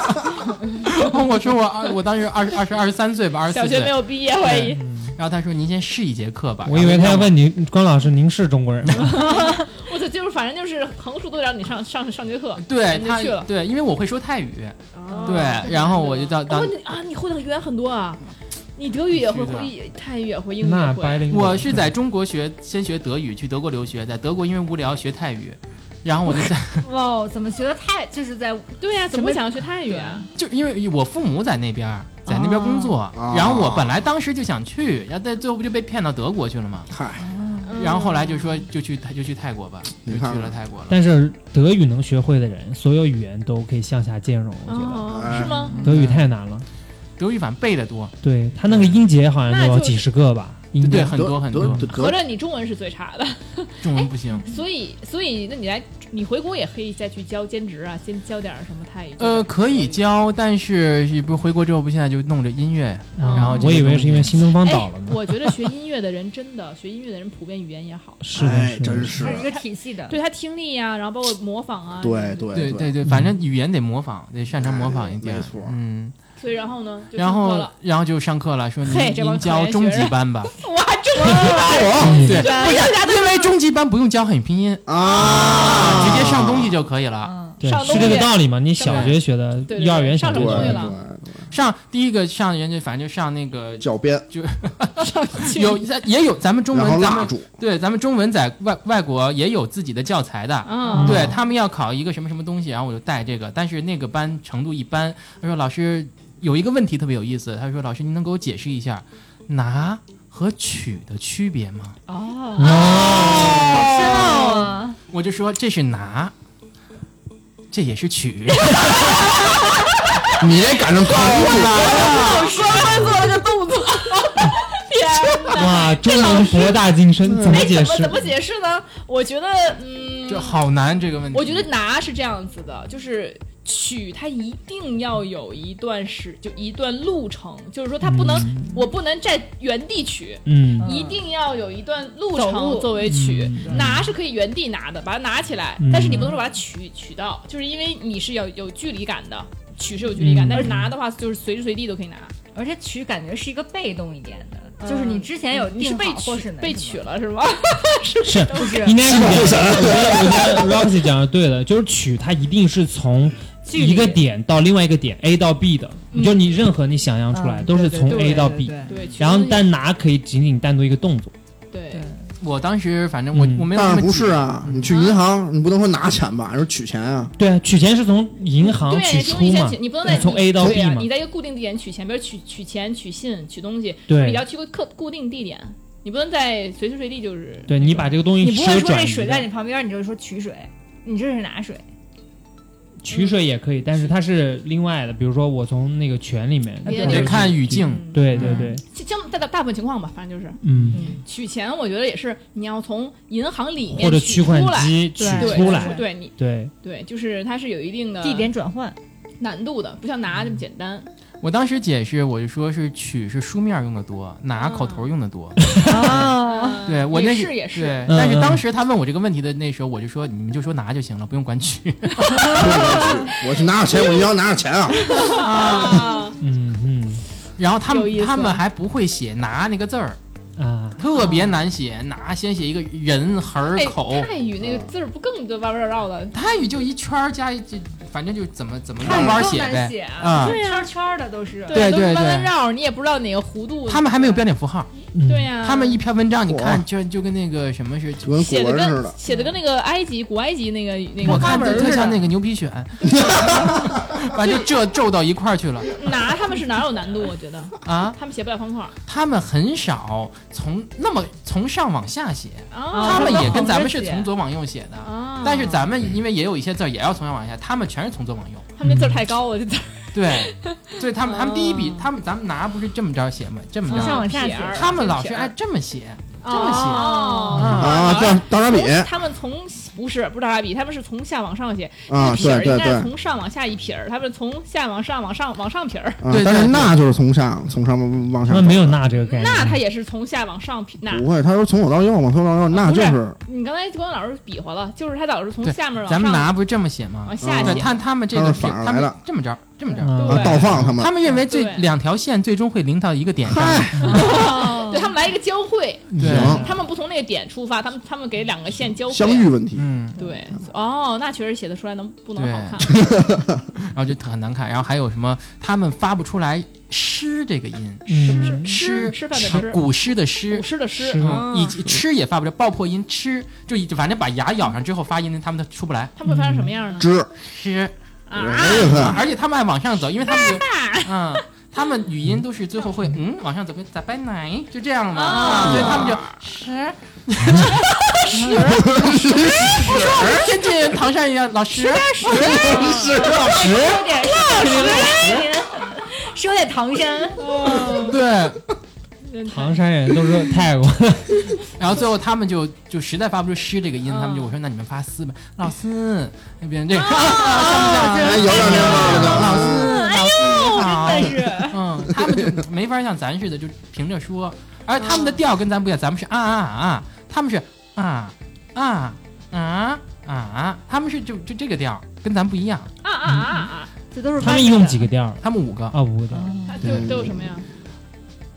Speaker 7: 我说我二，我当时二十二十二十三岁吧，二十
Speaker 2: 小
Speaker 7: 四
Speaker 2: 学
Speaker 7: 岁
Speaker 2: 没。有毕业，怀疑
Speaker 7: 然后他说您先试一节课吧。
Speaker 4: 我以为他
Speaker 7: 然
Speaker 4: 要
Speaker 7: 后
Speaker 4: 问你，关老师，您是中国人吗？
Speaker 7: 嗯
Speaker 2: 我操，就是反正就是横竖都让你上上上节课。
Speaker 7: 对
Speaker 2: 你就
Speaker 7: 他
Speaker 2: 去了
Speaker 7: 对，因为我会说泰语，
Speaker 2: 哦
Speaker 7: 对，然后我就到
Speaker 2: 哦
Speaker 7: 当。
Speaker 2: 你啊，你会的语言很多啊，你德语也会，
Speaker 7: 必
Speaker 2: 会泰语也会，英语
Speaker 4: 那
Speaker 2: 也
Speaker 4: 白
Speaker 2: 会。
Speaker 4: 领
Speaker 7: 嗯我是在中国学，先学德语，去德国留学，在德国因为无聊学泰语，然后我就在，
Speaker 5: 哇哦，怎么学的太就是在
Speaker 2: 对啊呀，怎么会想要学泰语啊？
Speaker 7: 就因为我父母在那边儿，在那边工作，
Speaker 8: 哦
Speaker 7: 然后我本来当时就想去，然后但最后不就被骗到德国去了嘛，
Speaker 8: 嗨，
Speaker 2: 嗯
Speaker 7: 然后后来就说就去就去泰国吧，就
Speaker 8: 嗯你
Speaker 7: 去
Speaker 8: 看
Speaker 7: 了泰国了。
Speaker 4: 但是德语能学会的人，所有语言都可以向下兼容。我觉得
Speaker 2: 哦，
Speaker 8: 哎
Speaker 2: 是吗？
Speaker 4: 德语太难了，
Speaker 7: 德语反背的多，
Speaker 4: 对他那个音节好像
Speaker 2: 那
Speaker 4: 都
Speaker 2: 就
Speaker 4: 有
Speaker 2: 是
Speaker 4: 几十个吧，音
Speaker 7: 对
Speaker 4: 节。啊
Speaker 7: 很多很多，
Speaker 8: 嗯德
Speaker 2: 合
Speaker 8: 德
Speaker 2: 着你中文是最差的，
Speaker 7: 中文不行。
Speaker 2: 所以所以那你来，你回国也可以再去教兼职啊，先教点儿什么泰语。
Speaker 7: 呃，可以教，但是也不是回国之后不现在就弄着音乐，
Speaker 4: 啊
Speaker 2: 哦
Speaker 7: 然后这
Speaker 4: 我
Speaker 7: 个
Speaker 4: 以为是因为
Speaker 7: 东西
Speaker 4: 新东方
Speaker 2: 哎
Speaker 4: 倒了呢。
Speaker 2: 我觉得学音乐的人真的，学音乐的人普遍语言也好，
Speaker 4: 是的
Speaker 8: 哎，
Speaker 4: 的
Speaker 8: 真是
Speaker 5: 它是一个体系的，
Speaker 2: 对他听力呀、然后包括模仿啊，
Speaker 8: 对。对嗯
Speaker 7: 对，对，反正语言得模仿，得擅长模仿一点。
Speaker 8: 哎没错
Speaker 7: 嗯，
Speaker 2: 所以然后呢，就
Speaker 7: 然
Speaker 2: 听说
Speaker 7: 后
Speaker 2: 了
Speaker 7: 然后就上课了，说您
Speaker 2: 嘿这帮
Speaker 7: 您
Speaker 2: 可怜
Speaker 7: 教
Speaker 2: 学
Speaker 7: 中级
Speaker 2: 生
Speaker 7: 班吧。
Speaker 2: 哇，中文
Speaker 7: 对，
Speaker 2: 对
Speaker 7: 不哎是因为中级班不用教汉语拼音，
Speaker 8: 啊，
Speaker 7: 直接上东西就可以
Speaker 2: 啊
Speaker 7: 了。
Speaker 5: 嗯，
Speaker 4: 对
Speaker 2: 上，
Speaker 4: 是
Speaker 2: 东
Speaker 4: 这个
Speaker 2: 西
Speaker 4: 道理嘛？你小学学的
Speaker 2: 对，对
Speaker 4: 幼儿园
Speaker 2: 对
Speaker 4: 小
Speaker 2: 上
Speaker 4: 学
Speaker 2: 什么
Speaker 4: 学
Speaker 2: 东西
Speaker 4: 的，
Speaker 2: 了
Speaker 8: 对，
Speaker 7: 上第一个上人家反正就上那个
Speaker 8: 脚边，
Speaker 7: 有也有咱们中
Speaker 8: 然后
Speaker 7: 文，咱
Speaker 8: 蜡
Speaker 7: 们
Speaker 8: 烛，
Speaker 7: 对咱们中文在外外国也有自己的教材的。
Speaker 2: 嗯，
Speaker 7: 对他们要考一个什么什么东西，然后我就带这个，但是那个班程度一般。他说老师有一个问题特别有意思，他说老师您能给我解释一下拿和取的区别吗？
Speaker 2: 哦，
Speaker 4: 嗯
Speaker 5: 好深奥啊，
Speaker 7: 我就说这是拿，这也是 取。
Speaker 8: 你也赶上考
Speaker 2: 我说完做了个动作，天哪！啊
Speaker 4: 哇，中文博大精深，怎么
Speaker 2: 哎，
Speaker 4: 解
Speaker 2: 怎么
Speaker 4: 释
Speaker 2: 怎？么解释呢？我觉得，嗯，
Speaker 7: 这好难这个问题。
Speaker 2: 我觉得拿是这样子的，就是取它一定要有一段时，就一段路程，就是说它不能，我不能在原地取。
Speaker 4: 嗯
Speaker 2: 一定要有一段路
Speaker 5: 走
Speaker 2: 程
Speaker 5: 路
Speaker 2: 作为取，
Speaker 4: 嗯
Speaker 2: 拿是可以原地拿的，把它拿起来，
Speaker 4: 嗯
Speaker 2: 但是你不能说把它取取到，就是因为你是有有距离感的，取是有距离感，
Speaker 4: 嗯
Speaker 2: 但是拿的话就是随时随地都可以拿，
Speaker 5: 而且取感觉是一个被动一点的，
Speaker 2: 嗯
Speaker 5: 就是你之前有
Speaker 2: 你是
Speaker 5: 定
Speaker 2: 被
Speaker 5: 好或是
Speaker 2: 取
Speaker 5: 哪
Speaker 2: 被
Speaker 5: 什么
Speaker 2: 取，了是吗？
Speaker 4: 是
Speaker 5: 不是
Speaker 4: 应该是这样。我觉得我觉得 Roxy 讲的对的，就是取它一定是从
Speaker 5: 距离
Speaker 4: 一个点到另外一个点 A 到 B 的，
Speaker 2: 嗯啊
Speaker 4: 就是你任何你想象出来
Speaker 5: 嗯
Speaker 4: 都是
Speaker 5: 对对
Speaker 4: 从
Speaker 5: 对
Speaker 4: A 到
Speaker 5: 对
Speaker 4: B，
Speaker 5: 对
Speaker 2: 对，
Speaker 4: 然后
Speaker 2: 取
Speaker 4: 但拿可以仅仅单独一个动作。
Speaker 2: 对
Speaker 5: 对
Speaker 7: 我当时反正我、
Speaker 4: 嗯
Speaker 7: 我没有
Speaker 8: 当
Speaker 7: 那
Speaker 8: 然
Speaker 7: 么
Speaker 8: 不是啊，你去银行，你不能说拿钱吧，说取钱啊，
Speaker 4: 对啊，取钱是从银行
Speaker 2: 对，
Speaker 4: 取
Speaker 2: 你
Speaker 4: 出
Speaker 2: 从以前
Speaker 4: 嘛
Speaker 2: 取，，你不能在
Speaker 4: 从 A 到 B
Speaker 2: 对啊
Speaker 4: 嘛
Speaker 2: 你在一个固定地点取钱，比如取取钱、取信、取东西，你
Speaker 4: 对
Speaker 2: 要去个客固定地点，你不能在随时随地就是。
Speaker 4: 对，你把这个东
Speaker 5: 你
Speaker 4: 西
Speaker 5: 不
Speaker 4: 是
Speaker 5: 会
Speaker 4: 有
Speaker 5: 说
Speaker 4: 转
Speaker 5: 这
Speaker 4: 移
Speaker 5: 水
Speaker 4: 的
Speaker 5: 在你旁边，你就说取水，你这是拿水，
Speaker 4: 取水也可以，但是它是另外的，比如说我从那个泉里面，
Speaker 5: 别
Speaker 4: 或
Speaker 5: 的
Speaker 4: 者
Speaker 7: 得
Speaker 4: 是
Speaker 7: 看语境，
Speaker 8: 嗯
Speaker 4: 对对对，
Speaker 2: 这这嗯大大大部分情况吧，反正就是
Speaker 4: 嗯，
Speaker 2: 取钱，我觉得也是你要从银行里面
Speaker 4: 或者
Speaker 2: 取
Speaker 4: 取
Speaker 2: 出
Speaker 4: 款
Speaker 2: 来，
Speaker 4: 机取出
Speaker 5: 对
Speaker 2: 对
Speaker 4: 来，
Speaker 2: 对你
Speaker 4: 对，
Speaker 2: 对，就是它是有一定的
Speaker 5: 地点转换，
Speaker 2: 难度的，不像拿这么简单。
Speaker 7: 我当时解释我就说是取是书面用的多，拿口头用的多。
Speaker 8: 嗯
Speaker 5: 哦，
Speaker 2: 嗯
Speaker 7: 对我
Speaker 2: 也
Speaker 7: 那
Speaker 2: 是也是，
Speaker 7: 对
Speaker 4: 嗯
Speaker 7: 但是
Speaker 4: 嗯
Speaker 7: 当时他问我这个问题的那时候，我就说你们就说拿就行了，不用管 取。
Speaker 8: 我去拿点钱，我一定要拿点钱啊，
Speaker 2: 啊，
Speaker 4: 嗯嗯。
Speaker 7: 然后他
Speaker 2: 有意思
Speaker 7: 们他们还不会写拿那个字儿，
Speaker 4: 啊，
Speaker 7: 特别难写，拿先写一个人横儿
Speaker 2: 哎
Speaker 7: 口。
Speaker 2: 泰语那个字儿不更就弯弯绕绕的？
Speaker 7: 泰语就一圈儿加一，就反正就怎么怎么慢慢写
Speaker 5: 更难
Speaker 7: 呗。
Speaker 5: 写啊
Speaker 7: 啊，
Speaker 5: 圈圈的都是，
Speaker 7: 对
Speaker 2: 都是
Speaker 7: 对
Speaker 2: 弯弯
Speaker 7: 对
Speaker 2: 绕，你也不知道哪个弧度。
Speaker 7: 他们还没有标点符号，
Speaker 4: 嗯
Speaker 2: 对呀、
Speaker 7: 他们一篇文章你
Speaker 8: 哇
Speaker 7: 看就就跟那个什么似
Speaker 8: 就
Speaker 7: 的，
Speaker 8: 跟
Speaker 2: 写
Speaker 8: 古
Speaker 2: 的
Speaker 8: 文
Speaker 2: 跟
Speaker 8: 似的。
Speaker 2: 写的跟那个埃及古埃及那个那个
Speaker 7: 我
Speaker 2: 花
Speaker 7: 看
Speaker 2: 纹
Speaker 7: 就
Speaker 2: 似
Speaker 7: 特像那
Speaker 2: 的。
Speaker 7: 个牛皮癣，反正这皱到一块儿去了
Speaker 2: 拿他们是哪有难度？我觉得
Speaker 7: 啊。
Speaker 2: 他们写不了方块儿
Speaker 7: 他们很少从那么从上往下写，
Speaker 2: 啊
Speaker 7: 哦他们也跟咱们是
Speaker 5: 横着写
Speaker 7: 从左往右写的。
Speaker 2: 啊！
Speaker 7: 但是咱们因为也有一些字儿也要从上往下，他们全是从左往右。
Speaker 2: 他们那字儿太高了，这字儿
Speaker 7: 对，所以他们他们第一笔
Speaker 2: 啊，
Speaker 7: 他们咱们拿不是这么着写吗？这么
Speaker 5: 从上
Speaker 7: 着，
Speaker 5: 往下
Speaker 2: 撇儿
Speaker 5: 写，
Speaker 7: 他们老是按这么写。
Speaker 2: 这
Speaker 7: 么写
Speaker 2: 哦
Speaker 8: 啊，这大傻笔
Speaker 2: 他们从不是不是大笔，他们是从下往上写，
Speaker 8: 啊，
Speaker 2: 撇
Speaker 8: 对
Speaker 2: 儿
Speaker 8: 对
Speaker 2: 应
Speaker 8: 对
Speaker 2: 该是从上往下一撇儿，他们从下往上往上往上撇儿，
Speaker 8: 啊
Speaker 7: 对，
Speaker 8: 但
Speaker 7: 对
Speaker 8: 是
Speaker 7: 对
Speaker 8: 那就是从上从上往
Speaker 4: 他
Speaker 8: 下，
Speaker 4: 们没有。那这个概念。
Speaker 2: 那他也是从下往上撇。那
Speaker 7: 嗯
Speaker 8: 不会，他说从左到右嘛，从左到右，那
Speaker 2: 不
Speaker 8: 就是是
Speaker 2: 你刚才光老师比划了，就是他老是从
Speaker 7: 对
Speaker 2: 下面往
Speaker 7: 咱们
Speaker 2: 上
Speaker 7: 拿不是这么写吗
Speaker 2: 往？下
Speaker 7: 对
Speaker 2: 写，
Speaker 7: 他他们这个
Speaker 8: 他们
Speaker 7: 是
Speaker 8: 反而
Speaker 7: 他
Speaker 8: 来
Speaker 7: 们
Speaker 8: 了
Speaker 7: 这么着这么着，
Speaker 4: 嗯
Speaker 8: 啊
Speaker 2: 对
Speaker 8: 倒放他们
Speaker 7: 他们认为最
Speaker 2: 对
Speaker 7: 两条线最终会临到一个点上，
Speaker 2: 对他们来一个交汇，
Speaker 7: 对，
Speaker 8: 行
Speaker 2: 他们不从那个点出发，他们他们给两个线交汇
Speaker 8: 相遇。问题。
Speaker 7: 嗯，
Speaker 2: 对，哦，那确实写的出来能不能
Speaker 7: 对
Speaker 2: 好看？
Speaker 7: 然后就很难看。然后还有什么，他们发不出来“诗”这个音，
Speaker 4: 嗯，
Speaker 2: 吃吃饭的吃
Speaker 7: 古诗的诗
Speaker 2: 古。诗的诗
Speaker 4: 是
Speaker 2: 啊，
Speaker 7: 以及吃也发不了，爆破音吃就一反正把牙咬上之后发音，他们都出不来。
Speaker 2: 他们会发成什么样呢？
Speaker 8: 知，
Speaker 7: 吃，
Speaker 2: 啊，
Speaker 8: 没意思。
Speaker 7: 而且他们还往上走，因为他们有嗯，他们语音都是最后会嗯往上走，跟咋拜奶就这样嘛，
Speaker 2: 哦
Speaker 7: 啊所以他们就
Speaker 5: 哎
Speaker 7: 吃。吃，跟这唐山一样，老师，
Speaker 5: 说点老师，说点唐山，
Speaker 7: 对，
Speaker 4: 唐山人都说泰国，
Speaker 7: 然后最后他们就就实在发不出“诗”这个音，
Speaker 2: 嗯
Speaker 7: 他们就我说那你们发“思”吧，老师那边这个，
Speaker 8: 哎，有点
Speaker 7: 老
Speaker 8: 那个，
Speaker 7: 师，老师你好，
Speaker 2: 是
Speaker 7: 嗯，他们就没法像咱似的就凭着说，而他们的调跟咱不一样，咱们是啊啊啊，他们是啊啊啊啊，他们是就就这个调跟咱不一样，
Speaker 2: 啊啊啊啊！
Speaker 5: 这都是
Speaker 4: 他们一共几个调儿
Speaker 7: 他们五个
Speaker 4: 啊？五个调儿，
Speaker 2: 它都都有什么呀？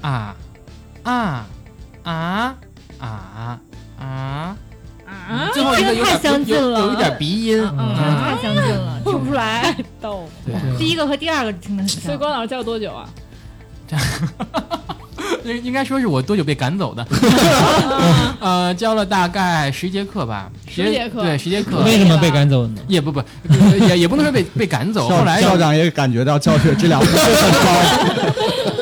Speaker 7: 啊啊啊啊啊，
Speaker 2: 啊，
Speaker 7: 最后一个有
Speaker 5: 太相
Speaker 7: 点
Speaker 5: 近
Speaker 7: 有
Speaker 5: 了
Speaker 7: 有有点 鼻音，
Speaker 5: 太
Speaker 7: 嗯
Speaker 5: 相近了，听不出来。
Speaker 2: 逗。
Speaker 7: 对。
Speaker 5: 第一个和第二个听得很
Speaker 2: 所以
Speaker 5: 像，
Speaker 2: 光老师教了多久啊？
Speaker 7: 应应该说是我多久被赶走的，呃，教了大概十节课吧，
Speaker 2: 十节课
Speaker 7: 对，十节课，
Speaker 4: 为什么被赶走 呢？
Speaker 7: 也不不，也也不能说被被赶走，后
Speaker 3: 校
Speaker 7: 来
Speaker 3: 校长也感觉到教学质量不是很高，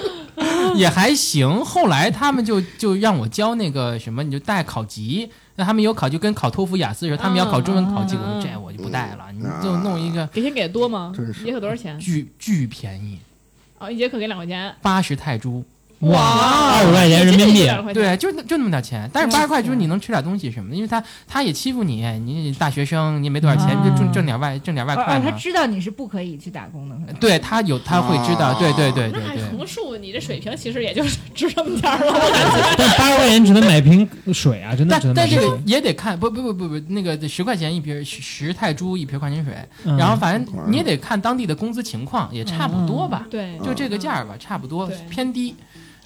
Speaker 7: 也还行，后来他们就就让我教那个什么，你就带考级，那他们有考就跟考托福、雅思似的，他们要考中文考级，我
Speaker 2: 嗯
Speaker 7: 说这我就不带了，你就弄一个
Speaker 2: 给钱给的多吗？
Speaker 8: 真是
Speaker 2: 一节课多少钱？
Speaker 7: 巨巨便宜，
Speaker 2: 哦，一节课给两块钱。
Speaker 7: 八十泰铢，
Speaker 4: 哇，二十块钱人民币，
Speaker 2: 币
Speaker 7: 对，就那就那么点钱，但是八十块就是你能吃点东西什么的，因为他他也欺负你，你大学生你也没多少钱，
Speaker 4: 啊
Speaker 7: 你就挣挣点外挣点外
Speaker 5: 哦
Speaker 7: 快
Speaker 5: 哦，他
Speaker 7: 嘛。
Speaker 5: 知道你是不可以去打工的，
Speaker 7: 对他有他会知道，
Speaker 5: 哦
Speaker 8: 啊
Speaker 7: 对对对对
Speaker 2: 那
Speaker 7: 对。
Speaker 2: 横竖你这水平其实也就是值这么点儿了，我 感觉。
Speaker 4: 但八十块钱只能买瓶水啊，真的
Speaker 7: 但
Speaker 4: 只能买
Speaker 7: 但这
Speaker 4: 瓶
Speaker 7: 个
Speaker 4: 水。
Speaker 7: 也得看，不不不不不，那个十块钱一瓶十十泰铢一瓶矿泉水，
Speaker 4: 嗯
Speaker 7: 然后反正你也得看当地的工资情况，也差不多吧，
Speaker 2: 对，
Speaker 4: 嗯
Speaker 7: 就这个价儿吧，差不多
Speaker 2: 对
Speaker 7: 偏低。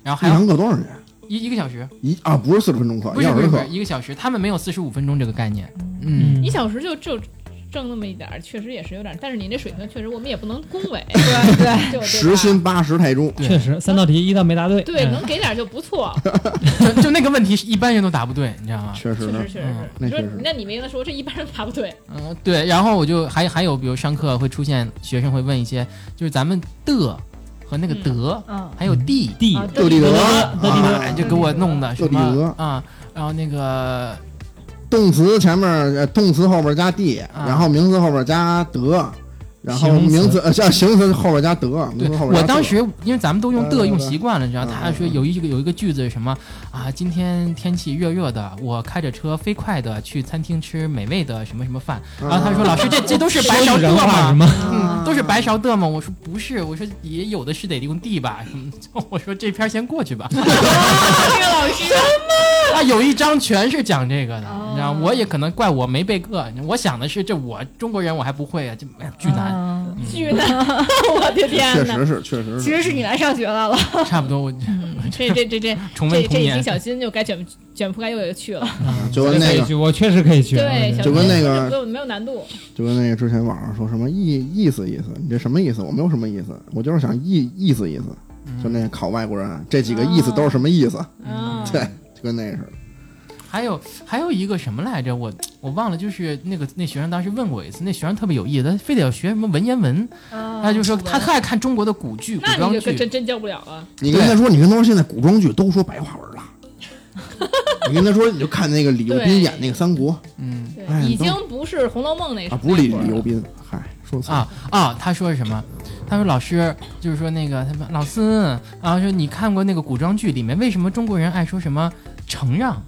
Speaker 7: 然后
Speaker 8: 一
Speaker 7: 还有
Speaker 8: 堂课多少钱？
Speaker 7: 一一个小时，
Speaker 8: 一啊，不是四十分钟课，
Speaker 7: 不
Speaker 8: 一
Speaker 7: 是
Speaker 8: 小
Speaker 7: 不
Speaker 8: 时
Speaker 7: 是不
Speaker 8: 课
Speaker 7: 是。一个小时，他们没有四十五分钟这个概念。嗯，
Speaker 4: 嗯
Speaker 2: 一小时就就挣那么一点儿，确实也是有点儿。但是您这水平确实，我们也不能恭维，
Speaker 5: 对 对，
Speaker 2: 就
Speaker 8: 时薪。八十泰铢，
Speaker 7: 对
Speaker 4: 确实三道题一道没答对，
Speaker 2: 对吧对，
Speaker 4: 嗯
Speaker 2: 能给点儿就不 错，
Speaker 7: 就就那个问题，一般人都答不对，你知道吗？
Speaker 8: 确
Speaker 2: 确
Speaker 8: 实
Speaker 2: 实
Speaker 8: 是
Speaker 2: 确实是
Speaker 7: 嗯。
Speaker 8: 那
Speaker 2: 你说
Speaker 8: 确实，
Speaker 2: 那你没跟他说，这一般人答不对。
Speaker 7: 嗯，对。然后我就还还有，比如上课会出现学生会问一些，就是咱们的和那个德，
Speaker 5: 嗯，
Speaker 7: 还有地
Speaker 4: 地
Speaker 2: 啊
Speaker 8: 斗
Speaker 2: 对
Speaker 8: 地主
Speaker 4: 德
Speaker 8: 斗地主
Speaker 7: 哎就给我弄的什
Speaker 8: 斗地主
Speaker 7: 么啊，然后那个
Speaker 8: 动词前面呃动词后边加 d，
Speaker 7: 啊
Speaker 8: 然后名词后边加得，然后
Speaker 4: 形容词
Speaker 8: 名词呃像形容词后边加得，名
Speaker 7: 对
Speaker 8: 词后边加
Speaker 7: 我
Speaker 8: 得
Speaker 7: 当时因为咱们都用
Speaker 8: 对
Speaker 7: 的
Speaker 8: 对
Speaker 7: 用
Speaker 8: 对
Speaker 7: 习惯了，你知道，
Speaker 8: 嗯
Speaker 7: 他
Speaker 8: 嗯
Speaker 7: 说
Speaker 8: 嗯
Speaker 7: 有一个有一个句子是什么啊，今天天气热热的，我开着车飞快的去餐厅吃美味的什么什么饭，然后他说老师这这都是白
Speaker 4: 说
Speaker 7: 勺
Speaker 4: 人
Speaker 7: 的
Speaker 4: 话
Speaker 7: 吗
Speaker 4: 什？么？
Speaker 2: 啊
Speaker 7: 嗯，都是白勺的吗？我说不是，我说也有的是得用地吧。 我说这篇先 过去吧。这个老师啊，有一章全是讲这个的，
Speaker 2: 哦
Speaker 7: 你知道，我也可能怪我没备课。我想的是，这我中国人我还不会啊，这哎呀巨难，
Speaker 5: 嗯
Speaker 2: 巨 难，我的
Speaker 8: 确
Speaker 2: 天哪！
Speaker 8: 实是确实
Speaker 5: 其
Speaker 8: 是，
Speaker 5: 实是你来上学来了，
Speaker 7: 差不 多我
Speaker 2: 这这这这
Speaker 7: 重温
Speaker 2: 哦这这已
Speaker 7: 童
Speaker 2: 经
Speaker 7: 年。
Speaker 2: 小新就该卷卷铺盖又有去了。
Speaker 8: 就
Speaker 4: 我
Speaker 8: 跟
Speaker 4: 可
Speaker 8: 那
Speaker 4: 以
Speaker 8: 个
Speaker 4: 去，我确实可以去。嗯
Speaker 2: 对，小
Speaker 8: 就跟
Speaker 2: 新
Speaker 8: 那
Speaker 2: 说
Speaker 8: 个
Speaker 2: 这不用没有难度。
Speaker 8: 就跟那个之前网上说什么意意思意思，你这什么意思？我没有什么意思，我就是想意意思意思，就那考外国人啊这几个意思都是什么意思？
Speaker 7: 嗯
Speaker 2: 啊，
Speaker 8: 对，就跟那个似的。
Speaker 7: 还有还有一个什么来着？我我忘了，就是那个那学生当时问我一次，那学生特别有意思，他非得要学什么文言文，他就说他特爱看中国的古剧、古
Speaker 2: 哦那
Speaker 7: 装
Speaker 2: 你就
Speaker 7: 剧
Speaker 2: 跟。真真教不了啊。
Speaker 8: 你跟他说，你跟他说现在古装剧都说白话文了，你跟他说你就看那个李幼
Speaker 2: 对
Speaker 8: 斌演那个三国
Speaker 7: 嗯
Speaker 2: 对
Speaker 8: 哎，
Speaker 2: 已
Speaker 8: 都
Speaker 2: 经不是《红楼梦》那
Speaker 8: 啊，不是李
Speaker 2: 那会儿
Speaker 8: 李
Speaker 2: 了
Speaker 8: 幼斌，嗨，说错了
Speaker 7: 啊啊，他说是什么？他说老师就是说那个他们老师，然后说你看过那个古装剧里面为什么中国人爱说什么承让？
Speaker 8: 啊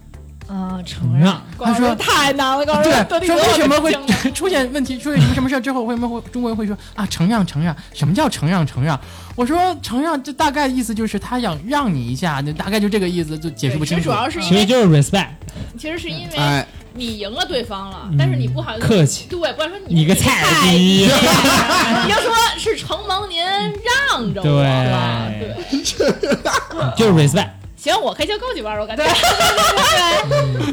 Speaker 5: 嗯，承
Speaker 4: 承让，
Speaker 2: 广州
Speaker 7: 他说
Speaker 2: 太难了，广州
Speaker 7: 对，说
Speaker 2: 说
Speaker 7: 为什么会 出现问题？出现什么什么事儿之后，为什么会中国人会说啊承让承让？什么叫承让承让？我说承让，这大概意思就是他想让你一下，就大概就这个意思，就解释不清
Speaker 2: 其实
Speaker 7: 楚
Speaker 2: 主。要是因
Speaker 4: 其实
Speaker 2: 为，
Speaker 4: 就是 respect，
Speaker 2: 其实是因为
Speaker 8: 哎，
Speaker 2: 你赢了对方了
Speaker 4: 嗯，
Speaker 2: 但是你不好意思
Speaker 4: 客气
Speaker 2: 对，不然说
Speaker 4: 你个菜逼
Speaker 2: 你个菜 你要说是承蒙您让着我了，
Speaker 4: 对
Speaker 2: 对，
Speaker 4: 就是 respect。
Speaker 2: 行，我可以教高级班儿，我感觉。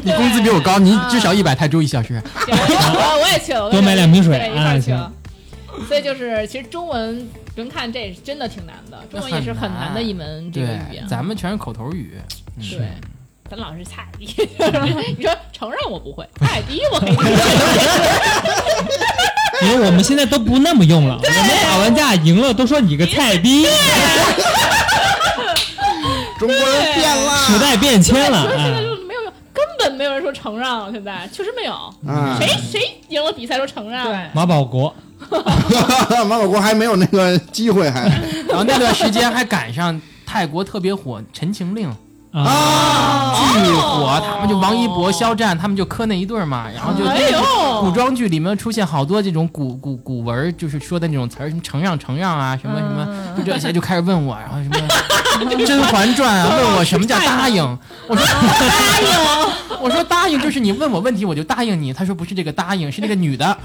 Speaker 7: 你工资比我高，
Speaker 2: 啊
Speaker 7: 你至少一百泰铢一小时。
Speaker 2: 行 我我也去了，我跟
Speaker 4: 多买两瓶水
Speaker 2: 对一块儿去
Speaker 4: 啊
Speaker 2: 了。所以就是，其实中文甭看这真的挺难的，中文也是很难的一门这个啊语
Speaker 7: 对
Speaker 2: 言。，
Speaker 7: 咱们全是口头语。嗯
Speaker 2: 对，咱老是菜逼，你说承认我不会，菜逼我 可以承认。
Speaker 4: 因为我们现在都不那么用了，我们打完架赢了都说你个菜逼，
Speaker 2: 啊
Speaker 8: 中国人变了
Speaker 4: 时代变迁了
Speaker 2: 所以现在
Speaker 4: 啊！
Speaker 2: 就没有用，根本没有人说承让了，现在确实没有。
Speaker 4: 嗯
Speaker 8: 啊
Speaker 2: 谁谁赢了比赛说承让？
Speaker 5: 对，
Speaker 4: 马保国，
Speaker 8: 马保国还没有那个机会还，
Speaker 7: 然后那段时间还赶上泰国特别火《陈情令》，
Speaker 4: 啊，
Speaker 7: 巨火，他们就王一博、肖战，他们就磕那一对儿嘛，然后就
Speaker 2: 哎呦
Speaker 7: 古装剧里面出现好多这种古古古文儿，就是说的那种词儿，什么承让承让啊，什么什么，就这些就开始问我，然后什么《甄嬛传》啊，问我什么叫答应，我说答应， 我说答应就是你问我问题我就答应你，他说不是这个答应，是那个女的，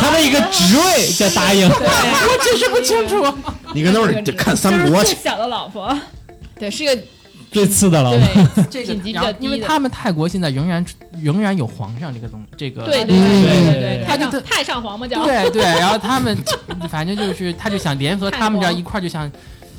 Speaker 4: 他的一个职位叫答应，
Speaker 7: 我解释不清楚。
Speaker 8: 你跟他说你得看三 国去，
Speaker 5: 小的老婆，
Speaker 2: 对，是一个
Speaker 4: 最次的
Speaker 7: 啊
Speaker 4: 了。
Speaker 2: 对
Speaker 7: 这
Speaker 2: 个
Speaker 7: 个，
Speaker 2: 比较
Speaker 7: 然后
Speaker 2: 低
Speaker 7: 因为
Speaker 2: 的
Speaker 7: 他们泰国现在仍然仍然有皇上这个东这个
Speaker 2: 对对对
Speaker 4: 嗯
Speaker 2: 对
Speaker 4: 对
Speaker 2: 对，
Speaker 7: 他就
Speaker 2: 太
Speaker 7: 特
Speaker 2: 上太上皇嘛叫。
Speaker 7: 对对，然后他们反正就是，他就想联合他们这
Speaker 2: 泰
Speaker 7: 儿
Speaker 2: 国
Speaker 7: 一块儿，就想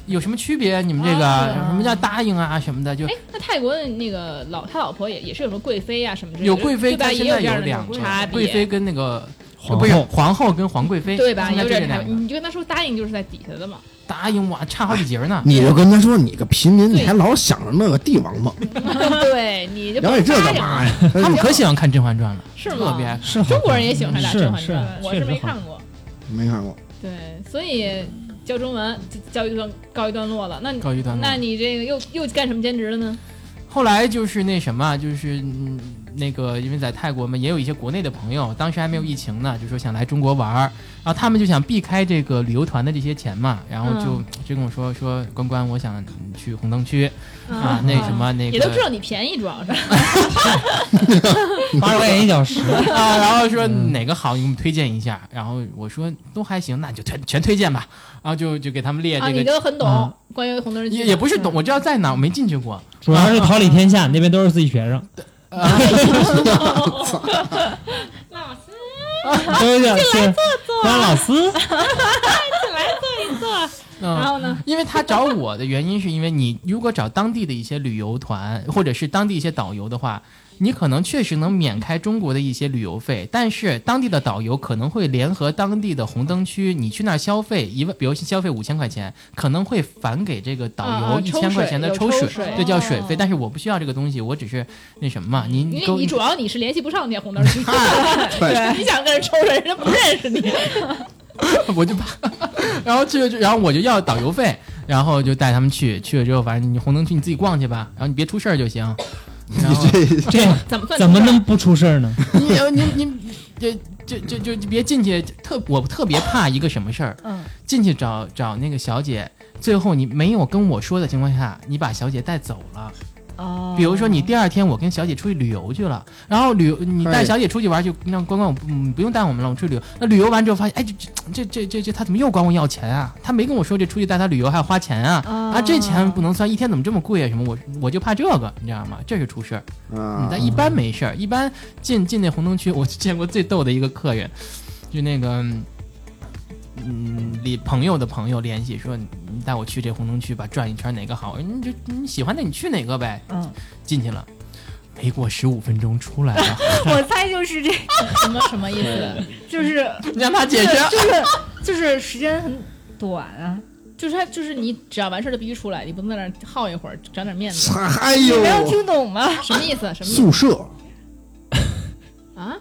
Speaker 7: 有什么区别？你们这个、
Speaker 2: 啊
Speaker 7: 什么叫答应啊什么的，就
Speaker 2: 哎，那泰国的那个老他老婆也也是有什么贵妃啊什么之类的，
Speaker 7: 有贵妃，
Speaker 2: 对吧？
Speaker 7: 他
Speaker 2: 也
Speaker 7: 现
Speaker 2: 这
Speaker 7: 在
Speaker 2: 样的那
Speaker 7: 两
Speaker 2: 种
Speaker 7: 个
Speaker 2: 差别，
Speaker 7: 贵妃跟那个
Speaker 4: 皇
Speaker 7: 不是
Speaker 4: 后
Speaker 7: 皇后跟皇贵妃，
Speaker 2: 对吧？
Speaker 7: 现在
Speaker 2: 有
Speaker 7: 就这
Speaker 2: 点差
Speaker 7: 两
Speaker 2: 别，
Speaker 7: 个
Speaker 2: 你就跟他说答应就是在底下 的嘛。
Speaker 7: 答应哇，差好几节呢。
Speaker 8: 你就跟他说你个平民，你还老想着那个帝王梦，
Speaker 2: 对，你就
Speaker 8: 了解这
Speaker 2: 哎
Speaker 8: 干嘛呀？
Speaker 7: 他们可喜欢看《甄嬛传》了，
Speaker 2: 是吗
Speaker 7: 特别爱看
Speaker 4: 是好
Speaker 2: 中国人也喜欢看打
Speaker 4: 是
Speaker 2: 甄嬛
Speaker 4: 是
Speaker 2: 传，我
Speaker 4: 确
Speaker 2: 是
Speaker 4: 实
Speaker 2: 没
Speaker 4: 好
Speaker 2: 看过。
Speaker 8: 没看过，
Speaker 2: 对，所以教中文就教一段告一段落了。那你
Speaker 7: 告一段落。
Speaker 2: 那你这个又又干什么兼职了呢？
Speaker 7: 后来就是那什么，就是嗯那个，因为在泰国嘛，也有一些国内的朋友，当时还没有疫情呢，就说想来中国玩儿，然后他们就想避开这个旅游团的这些钱嘛，然后
Speaker 2: 嗯
Speaker 7: 就、就跟我说说关关，我想去红灯区 啊，那什么那
Speaker 2: 也都知
Speaker 7: 个
Speaker 2: 道你便宜，主要是。
Speaker 4: 八十块钱一小时，
Speaker 7: 啊，然后说哪个好，你给我们推荐一下，然后我说都还行，那你就全全推荐吧，然后就就给他们列
Speaker 2: 啊，
Speaker 7: 这
Speaker 2: 你
Speaker 7: 个，
Speaker 2: 都很懂、
Speaker 4: 嗯
Speaker 2: 关于红灯人
Speaker 7: 也也不是懂，我知道在哪儿，我没进去过，
Speaker 4: 主要是桃李天下，那边都是自己学 生，
Speaker 2: 老师
Speaker 4: 都有点是当老 师，
Speaker 7: 嗯、
Speaker 2: 然后呢？
Speaker 7: 因为他找我的原因，是因为你如果找当地的一些旅游团，或者是当地一些导游的话，你可能确实能免开中国的一些旅游费，但是当地的导游可能会联合当地的红灯区，你去那儿消费一万，比如消费五千块钱，可能会返给这个导游
Speaker 2: 啊
Speaker 7: 一
Speaker 2: 抽
Speaker 7: 千块
Speaker 2: 水
Speaker 7: 钱的
Speaker 2: 有
Speaker 7: 抽
Speaker 2: 抽
Speaker 7: 水，
Speaker 2: 水
Speaker 7: 这叫水
Speaker 2: 哦
Speaker 7: 费。但是我不需要这个东西，我只是那什么嘛，你你
Speaker 2: 因
Speaker 7: 给
Speaker 2: 为
Speaker 7: 我
Speaker 2: 你主要你是联系不上那红灯 区， 你想跟人抽人，人家不认识你。
Speaker 7: 我就怕，然后去了，然后我就要导游费，然后就带他们去，去了之后，反正你红灯区你自己逛去吧，然后你别出事儿就行。然后
Speaker 4: 这
Speaker 2: 怎么算？
Speaker 4: 怎么能不出事儿呢？
Speaker 7: 你呃你你这就就就就别进去，特我特别怕一个什么事儿，
Speaker 5: 嗯，
Speaker 7: 进去找找那个小姐，最后你没有跟我说的情况下，你把小姐带走了。
Speaker 5: 哦
Speaker 7: 比如说你第二天我跟小姐出去旅游去了，然后旅游你带
Speaker 8: 哎
Speaker 7: 小姐出去玩就让关关我不嗯不用带我们了，我出去旅游。那旅游完之后发现，哎这这这这这他怎么又管我要钱啊？他没跟我说这出去带他旅游还要花钱啊。
Speaker 5: 啊
Speaker 7: 啊，这钱不能算，一天怎么这么贵啊？什么我我就怕这个，你知道吗？这是出事儿。嗯
Speaker 8: 啊，
Speaker 7: 但一般没事儿，一般进进那红灯区，我见过最逗的一个客人，就那个，嗯，你朋友的朋友联系说，你带我去这红灯区吧，转一圈哪个好，你就你喜欢的你去哪个呗。
Speaker 5: 嗯，
Speaker 7: 进去了，没过十五分钟出来 了，
Speaker 5: 我猜就是这，
Speaker 2: 什么什么意思？
Speaker 5: 就是
Speaker 7: 你让他解释。
Speaker 5: 就是就是时间很短啊，
Speaker 2: 就是他就是你只要完事儿就必须出来，你不能在那儿耗一会儿，长点面子。
Speaker 8: 操哎
Speaker 5: 你没有
Speaker 8: 呦，
Speaker 5: 听懂吗？
Speaker 2: 什么意思？什么意思
Speaker 8: 宿舍
Speaker 2: 啊？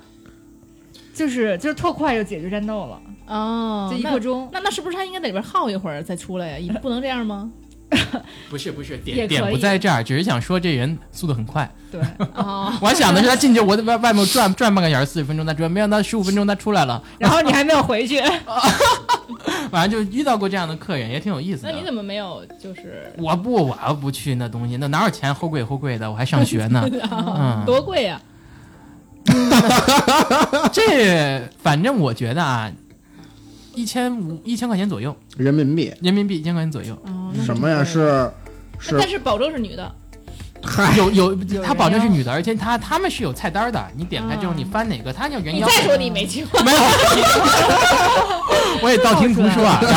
Speaker 5: 就是就是特快就解决战斗了，
Speaker 2: 哦，
Speaker 5: 就一
Speaker 2: 那
Speaker 5: 刻钟。
Speaker 2: 那那是不是他应该在里边耗一会儿再出来呀？你不能这样 吗？
Speaker 7: 不是不是，点
Speaker 5: 也可
Speaker 7: 点不
Speaker 5: 以
Speaker 7: 在这儿，只是想说这人速度很快。
Speaker 5: 对，
Speaker 2: 哦，
Speaker 7: 我还想的是他进去，我在外外面转转半个小时，四十分钟他出来，没想到十五分钟他出来了。
Speaker 5: 然后你还没有回去，
Speaker 7: 反正就遇到过这样的客人，也挺有意思
Speaker 2: 那
Speaker 7: 的。
Speaker 2: 你怎么没有就是
Speaker 7: 我不，我不去那东西，那哪有钱？齁贵齁贵的，我还上学 呢。嗯，
Speaker 2: 哦多贵呀？
Speaker 7: 这反正我觉得啊，一千五一千块钱左右，
Speaker 8: 人民币
Speaker 7: 人民币一千块钱左右。
Speaker 2: 哦，那
Speaker 8: 什么呀？是是
Speaker 2: 但是保证是女的，
Speaker 8: 嗨，
Speaker 7: 有有，
Speaker 5: 人
Speaker 7: 他保证是女的，而且他他们是有菜单的，你点开之后
Speaker 2: 啊
Speaker 7: 你翻哪个，他要原
Speaker 2: 你
Speaker 8: 嗯
Speaker 7: 要
Speaker 2: 再说你没去过，
Speaker 7: 没有，我也道听途说啊。然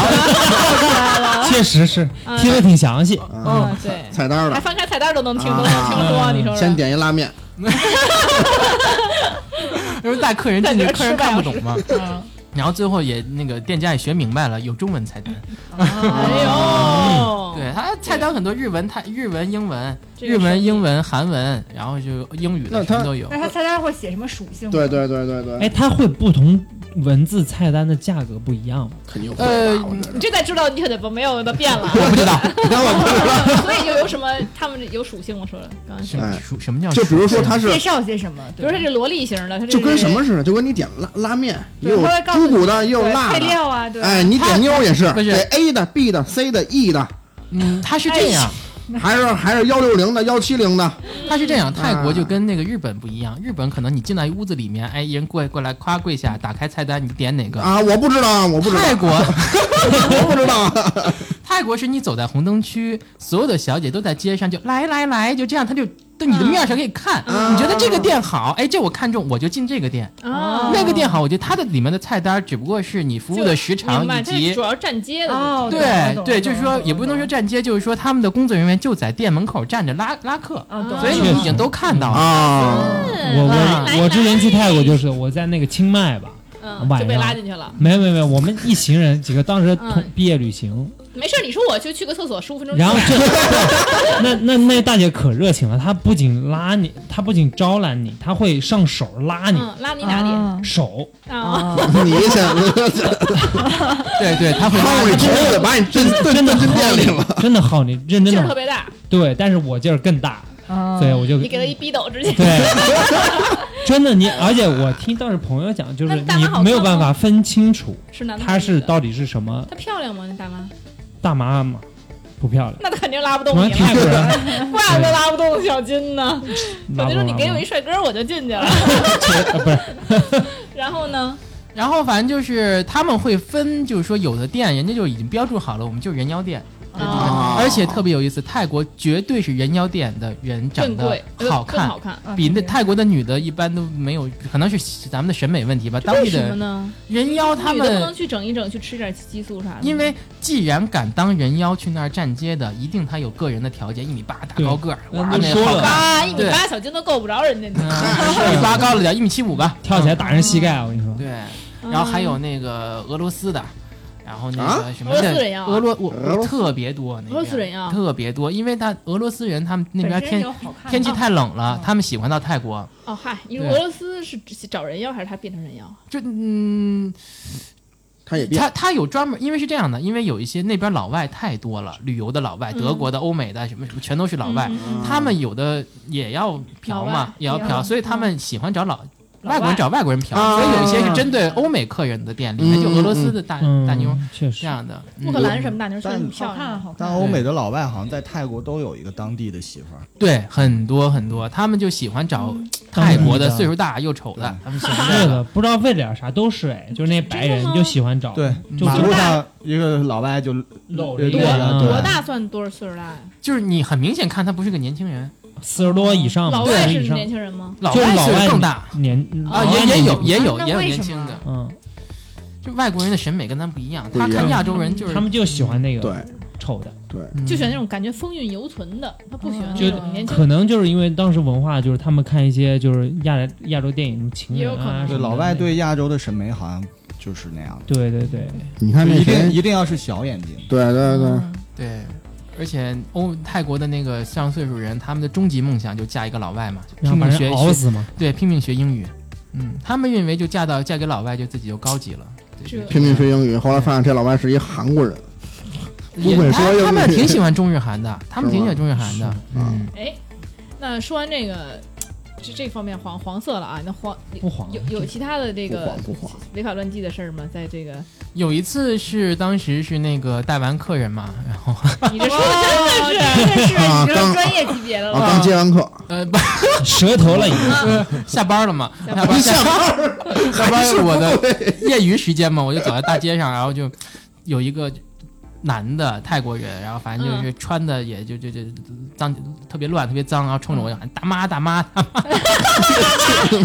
Speaker 7: 后
Speaker 4: 确实是
Speaker 2: 啊
Speaker 4: 听得挺详细，
Speaker 8: 啊，
Speaker 2: 嗯，对，
Speaker 8: 菜单
Speaker 2: 还
Speaker 8: 了，
Speaker 2: 翻开菜单都能听懂，
Speaker 8: 啊
Speaker 2: 听说你说
Speaker 8: 先
Speaker 2: 说，
Speaker 8: 点一拉面，
Speaker 7: 因为带客人进去，客人看不懂嘛。
Speaker 2: 嗯
Speaker 7: 然后最后也那个店家也学明白了，有中文菜单。
Speaker 2: 哎呦，
Speaker 7: 嗯
Speaker 8: 哦
Speaker 7: 对他菜单很多日文、泰日文、英文、
Speaker 2: 这个
Speaker 7: 日
Speaker 2: 生
Speaker 7: 文、
Speaker 2: 意
Speaker 7: 英文、韩文，然后就英语的
Speaker 8: 那
Speaker 7: 什
Speaker 8: 他哎
Speaker 7: 么都有
Speaker 5: 那。他菜单会写什么属性？
Speaker 8: 对，对对对对，
Speaker 4: 哎，它会不同文字菜单的价格不一样吗？
Speaker 8: 肯定会
Speaker 7: 呃
Speaker 8: 吧？我觉
Speaker 2: 你
Speaker 8: 得
Speaker 2: 这才知道你可得不没有的变了，啊
Speaker 7: 我 不知道，
Speaker 2: 所以就有什么他们有属性，我说的刚才
Speaker 7: 什
Speaker 2: 说，
Speaker 8: 哎
Speaker 7: 什什么叫
Speaker 8: 就比如说他是
Speaker 5: 介绍些什么？
Speaker 2: 比
Speaker 5: 比
Speaker 2: 如说这萝莉型的，他这
Speaker 8: 就跟
Speaker 2: 是
Speaker 8: 什么似的，就跟你点拉拉面，也
Speaker 5: 对
Speaker 8: 有
Speaker 5: 他会告诉
Speaker 8: 猪
Speaker 5: 你
Speaker 8: 骨的，也有辣
Speaker 5: 配
Speaker 8: 的，
Speaker 5: 料啊，对，
Speaker 8: 哎，你点妞也是，
Speaker 7: 不是
Speaker 8: 给 A 的、B 的、C 的、E 的，
Speaker 7: 嗯，他是这样，
Speaker 8: 还是还是幺六零的、幺七零的，
Speaker 7: 他是这样。泰
Speaker 8: 嗯
Speaker 7: 国就跟那个日本不一样，日本可能你进到一屋子里面，哎，一人过过来，夸跪下，打开菜单，你点哪个？
Speaker 8: 啊，我不知道啊，我不知道，
Speaker 7: 泰国，
Speaker 8: 我不知道啊，
Speaker 7: 泰国是你走在红灯区，所有的小姐都在街上就来来来，就这样，他就对你的面上可以看，
Speaker 8: 嗯
Speaker 7: 你觉得这个店好，哎，这我看中，我就进这个店。
Speaker 2: 啊，
Speaker 8: 嗯
Speaker 7: 那个店好，我觉得它的里面的菜单只不过是你服务的时长
Speaker 2: 明白，
Speaker 7: 以
Speaker 2: 这是
Speaker 7: 及
Speaker 2: 主要站街的
Speaker 5: 哦，懂
Speaker 7: 对
Speaker 5: 了
Speaker 7: 对，就是说也不能说。站街，就是说他们的工作人员就在店门口站着拉拉客，
Speaker 5: 懂了懂
Speaker 8: 嗯
Speaker 5: 了
Speaker 7: 嗯
Speaker 5: 啊，
Speaker 7: 所以
Speaker 5: 懂
Speaker 7: 你
Speaker 5: 了
Speaker 7: 们已经都看到了。
Speaker 8: 啊
Speaker 2: 嗯
Speaker 4: 我我我之前去泰国就是我在那个清迈吧，
Speaker 2: 嗯，
Speaker 4: 晚
Speaker 2: 就被
Speaker 4: 上
Speaker 2: 拉进去了。
Speaker 4: 没有没有没有，我们一行人几个当时
Speaker 2: 嗯
Speaker 4: 同毕业旅行，
Speaker 2: 没事儿，你说我就去个厕所，十五分钟就
Speaker 4: 然
Speaker 2: 出来。
Speaker 4: 后 这那那那大姐可热情了，她不仅拉你，她不仅招揽你，她会上手拉你、
Speaker 2: 嗯，拉你哪里？
Speaker 4: 手，
Speaker 2: 啊，
Speaker 5: 啊？
Speaker 8: 你想
Speaker 7: 对对，他会
Speaker 8: 掏你头子，把你震震
Speaker 4: 真 的
Speaker 8: 震
Speaker 4: 耗
Speaker 8: 店里了。
Speaker 4: 你，真的耗你，认真
Speaker 2: 劲儿特
Speaker 4: 的
Speaker 2: 别大，
Speaker 4: 对，但是我劲儿更大，
Speaker 5: 啊
Speaker 4: 所以我就
Speaker 2: 你给他一逼斗，直 接
Speaker 4: 对， 真的你，而且我听当时朋友讲，就是
Speaker 2: 那大妈
Speaker 4: 你
Speaker 2: 好看
Speaker 4: 没有
Speaker 2: 吗
Speaker 4: 办法分清楚
Speaker 2: 是男的还
Speaker 4: 她
Speaker 2: 是
Speaker 4: 是
Speaker 2: 女的。
Speaker 4: 到底是什么
Speaker 2: 她漂亮吗？那大妈？
Speaker 4: 大妈嘛，不漂亮，
Speaker 2: 那她肯定拉不动
Speaker 4: 我
Speaker 2: 你啊
Speaker 4: 泰
Speaker 2: 了，
Speaker 4: 国人，
Speaker 7: 嗯
Speaker 2: 不然就拉不动小金呢。小
Speaker 4: 拉
Speaker 2: 金说：“
Speaker 4: 不拉
Speaker 2: 你
Speaker 4: 不
Speaker 2: 给我
Speaker 4: 拉
Speaker 2: 一帅哥，我就进 去了。
Speaker 4: 呃不是，”
Speaker 2: 然后呢？
Speaker 7: 然后反正就是他们会分，就是说有的店人家就已经标注好了，我们就是人妖店，
Speaker 2: 啊，
Speaker 7: 而且特别有意思，泰国绝对是人妖店的人 长
Speaker 2: 更
Speaker 7: 得
Speaker 2: 贵，呃
Speaker 7: 好
Speaker 2: 更
Speaker 7: 看
Speaker 2: 好，看。
Speaker 7: 比那泰国的女的一般都没有，可能是咱们的审美问题吧。当
Speaker 2: 为
Speaker 7: 地
Speaker 2: 什么
Speaker 7: 的
Speaker 2: 呢？
Speaker 7: 人妖他
Speaker 2: 女的不能
Speaker 7: 们，
Speaker 2: 去整一整，去吃点激素啥的吗？
Speaker 7: 因为既然敢当人妖去那儿站街的，一定他有个人的条件，一米八大高个儿，
Speaker 4: 对
Speaker 7: 哇，
Speaker 4: 人家
Speaker 7: 那
Speaker 4: 说
Speaker 7: 好
Speaker 4: 了啊
Speaker 7: 看。
Speaker 2: 八一米
Speaker 7: 对
Speaker 2: 八，小金都够不着人家呢。
Speaker 7: 嗯，一米八高了点，一米七五吧，
Speaker 4: 跳起来打人膝盖，我跟你说
Speaker 7: 嗯。，对，然后还有那个俄罗斯的，然后那个什么
Speaker 2: 嗯俄罗
Speaker 7: 的
Speaker 2: 斯人呀
Speaker 7: 俄罗我
Speaker 8: 啊俄罗
Speaker 7: 我
Speaker 8: 斯
Speaker 7: 特别多，那边
Speaker 2: 俄罗斯人啊呀
Speaker 7: 特别多，因为他俄罗斯人他们那边
Speaker 5: 本身
Speaker 7: 天
Speaker 5: 有好看的
Speaker 7: 天气太冷
Speaker 2: 嗯
Speaker 7: 了，他们喜欢到泰国，
Speaker 2: 哦嗨，你说
Speaker 7: 对
Speaker 2: 俄罗斯是只找人妖还是他变成人妖？啊
Speaker 7: 就嗯。
Speaker 8: 他也变
Speaker 7: 他他有专门，因为是这样的，因为有一些那边老外太多了，旅游的老外，德
Speaker 2: 嗯
Speaker 7: 国的、欧美的什么什么，全都是老外，嗯他们有的也要嫖
Speaker 2: 老外嗯
Speaker 7: 嘛，也要
Speaker 5: 也要
Speaker 7: 嫖，所以他们喜欢找老。
Speaker 2: 老嗯
Speaker 7: 外国人找外国人嫖，
Speaker 8: 啊
Speaker 7: 所以有一些是针对欧美客人的店，里面就俄罗斯的大
Speaker 4: 嗯，
Speaker 7: 大妞
Speaker 4: 确
Speaker 7: 这
Speaker 4: 实，
Speaker 7: 样的。嗯
Speaker 2: 乌克兰什么大妞说
Speaker 6: 但
Speaker 2: 很
Speaker 5: 好
Speaker 2: 漂
Speaker 5: 看
Speaker 2: 亮，嗯
Speaker 5: 好看
Speaker 6: 但欧美的老外好像在泰国都有一个当地的媳妇儿，
Speaker 7: 对很多很多，他们就喜欢找
Speaker 4: 嗯
Speaker 7: 泰国的岁数大又丑的，他们喜欢
Speaker 4: 对
Speaker 7: 这个。
Speaker 4: 的，不知道为点啥都是哎，就是那白
Speaker 2: 真
Speaker 4: 人
Speaker 2: 的吗
Speaker 4: 就喜欢找，
Speaker 6: 对，
Speaker 4: 就
Speaker 6: 马路上一个老外就
Speaker 4: 露
Speaker 6: 对
Speaker 2: 多
Speaker 4: 着
Speaker 6: 对
Speaker 7: 啊
Speaker 4: 呀
Speaker 6: 对
Speaker 2: 多大算多少岁数大呀？
Speaker 7: 就是你很明显看他不是个年轻人，
Speaker 4: 四十多以上吧，
Speaker 2: 老
Speaker 4: 四
Speaker 2: 外
Speaker 4: 十
Speaker 2: 是
Speaker 4: 以上
Speaker 2: 年，轻人吗？
Speaker 7: 老
Speaker 4: 就是
Speaker 7: 外
Speaker 4: 老
Speaker 7: 岁
Speaker 4: 外
Speaker 7: 数更大
Speaker 4: 年
Speaker 7: 啊，
Speaker 4: 老外
Speaker 7: 也也
Speaker 4: 年
Speaker 7: 有也有
Speaker 5: 那
Speaker 7: 也有
Speaker 5: 为
Speaker 7: 年
Speaker 5: 什
Speaker 7: 轻
Speaker 5: 么
Speaker 7: 的。
Speaker 4: 嗯，
Speaker 7: 就外国人的审美跟咱们不一样，
Speaker 8: 不一
Speaker 7: 他
Speaker 8: 样
Speaker 7: 看亚洲人就是
Speaker 4: 他们就喜欢那
Speaker 8: 对
Speaker 4: 个丑的，
Speaker 7: 嗯
Speaker 2: 就喜欢那种感觉风韵犹存的，他不喜
Speaker 7: 哦
Speaker 2: 欢那
Speaker 4: 就
Speaker 2: 种年轻
Speaker 4: 可能就是因为当时文化就是他们看一些就是亚亚洲电影，什么情
Speaker 2: 也
Speaker 4: 人
Speaker 2: 有可
Speaker 4: 啊
Speaker 2: 能
Speaker 6: 对
Speaker 4: 什么的那个，
Speaker 6: 老外对亚洲的审美好像就是那样的，
Speaker 4: 对对对，
Speaker 8: 你看
Speaker 6: 就
Speaker 8: 那
Speaker 6: 一定
Speaker 8: 谁，
Speaker 6: 一定要是小眼睛，
Speaker 8: 对对对，
Speaker 2: 嗯
Speaker 7: 对，而且欧泰国的那个上岁数人，他们的终极梦想就嫁一个老外嘛，就
Speaker 4: 然
Speaker 7: 拼
Speaker 4: 后把
Speaker 7: 命学
Speaker 4: 人熬
Speaker 7: 学
Speaker 4: 死嘛，
Speaker 7: 对，拼命学英语。嗯，他们认为就嫁到嫁给老外就自己就高级了，
Speaker 2: 这
Speaker 7: 对
Speaker 8: 拼命学英语，后来发现这老外是一韩国人，
Speaker 7: 也
Speaker 8: 不会说
Speaker 7: 他
Speaker 8: 英语
Speaker 7: 他们挺喜欢中日韩的，他们挺喜欢中日韩的
Speaker 4: 是。啊
Speaker 7: 嗯，
Speaker 2: 哎，那说完这个，这这方面黄黄色了啊，那黄
Speaker 4: 不黄
Speaker 2: 有有其他的这
Speaker 8: 不
Speaker 2: 个
Speaker 8: 慌不慌。
Speaker 2: 违法乱纪的事儿吗？在 这个，
Speaker 7: 有一次是当时是那个带完客人嘛，然后
Speaker 2: 你这说的真的是
Speaker 5: 这是
Speaker 8: 啊
Speaker 5: 已经
Speaker 8: 刚
Speaker 5: 专业级别的了，
Speaker 8: 啊，刚接完课，
Speaker 7: 呃不
Speaker 4: 舌头了已经，
Speaker 7: 下班了嘛，
Speaker 2: 下
Speaker 7: 下班下班下班我的业余时间嘛，我就走在大街上，然后就有一个男的泰国人，然后反正就是穿的也就就就脏特别乱特别脏，然后冲着我就喊大妈大妈，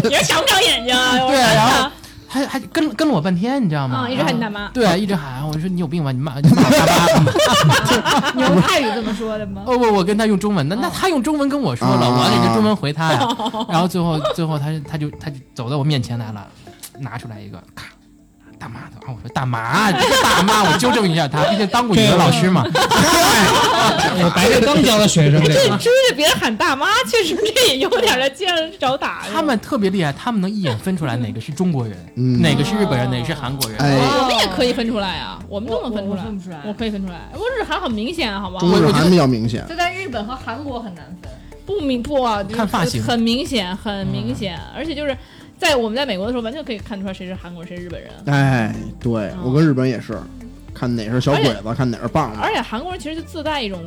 Speaker 2: 你是长不长眼睛啊？我
Speaker 7: 对啊，
Speaker 2: 看
Speaker 7: 然
Speaker 2: 看
Speaker 7: 后还还跟跟了我半天，你知道吗？
Speaker 2: 啊，一直喊你大
Speaker 7: 妈。
Speaker 2: 妈，
Speaker 7: 对，一直喊，我就说你有病吧，你骂你骂大妈。
Speaker 5: 你用泰语这么说的 吗？
Speaker 7: 哦不，我跟他用中文的，那他用中文跟我说了，我也是中文回他呀。然后最后最后他他就他就走到我面前来了，拿出来一个，咔，大妈的。然啊后我说大妈，这个大妈，我纠正一下他，毕竟当过语文老师嘛。
Speaker 4: 我白天刚教的学生这
Speaker 2: 这
Speaker 4: 个，
Speaker 2: 追着别人喊大妈，确实这也有点儿在街上找打。
Speaker 7: 他们特别厉害，他们能一眼分出来哪个是中国人，
Speaker 8: 嗯，
Speaker 7: 哪个是日本人，哪个是韩国人。
Speaker 8: 哎，
Speaker 2: 我们也可以分出来啊，我们都能分出
Speaker 5: 我
Speaker 2: 来，
Speaker 5: 分不出来
Speaker 2: 我可以分出来。我日韩很明显，啊好吗？
Speaker 8: 中日韩比较明显，
Speaker 5: 就在日本和韩国很难分。
Speaker 2: 不明不啊，就是
Speaker 7: 看发型嗯
Speaker 2: 很明显，很明显，而且就是在我们在美国的时候，完全可以看出来谁是韩国人，谁是日本人。
Speaker 8: 哎，对我跟日本也是，看哪是小鬼子，看哪是棒子，
Speaker 2: 而且韩国人其实就自带一种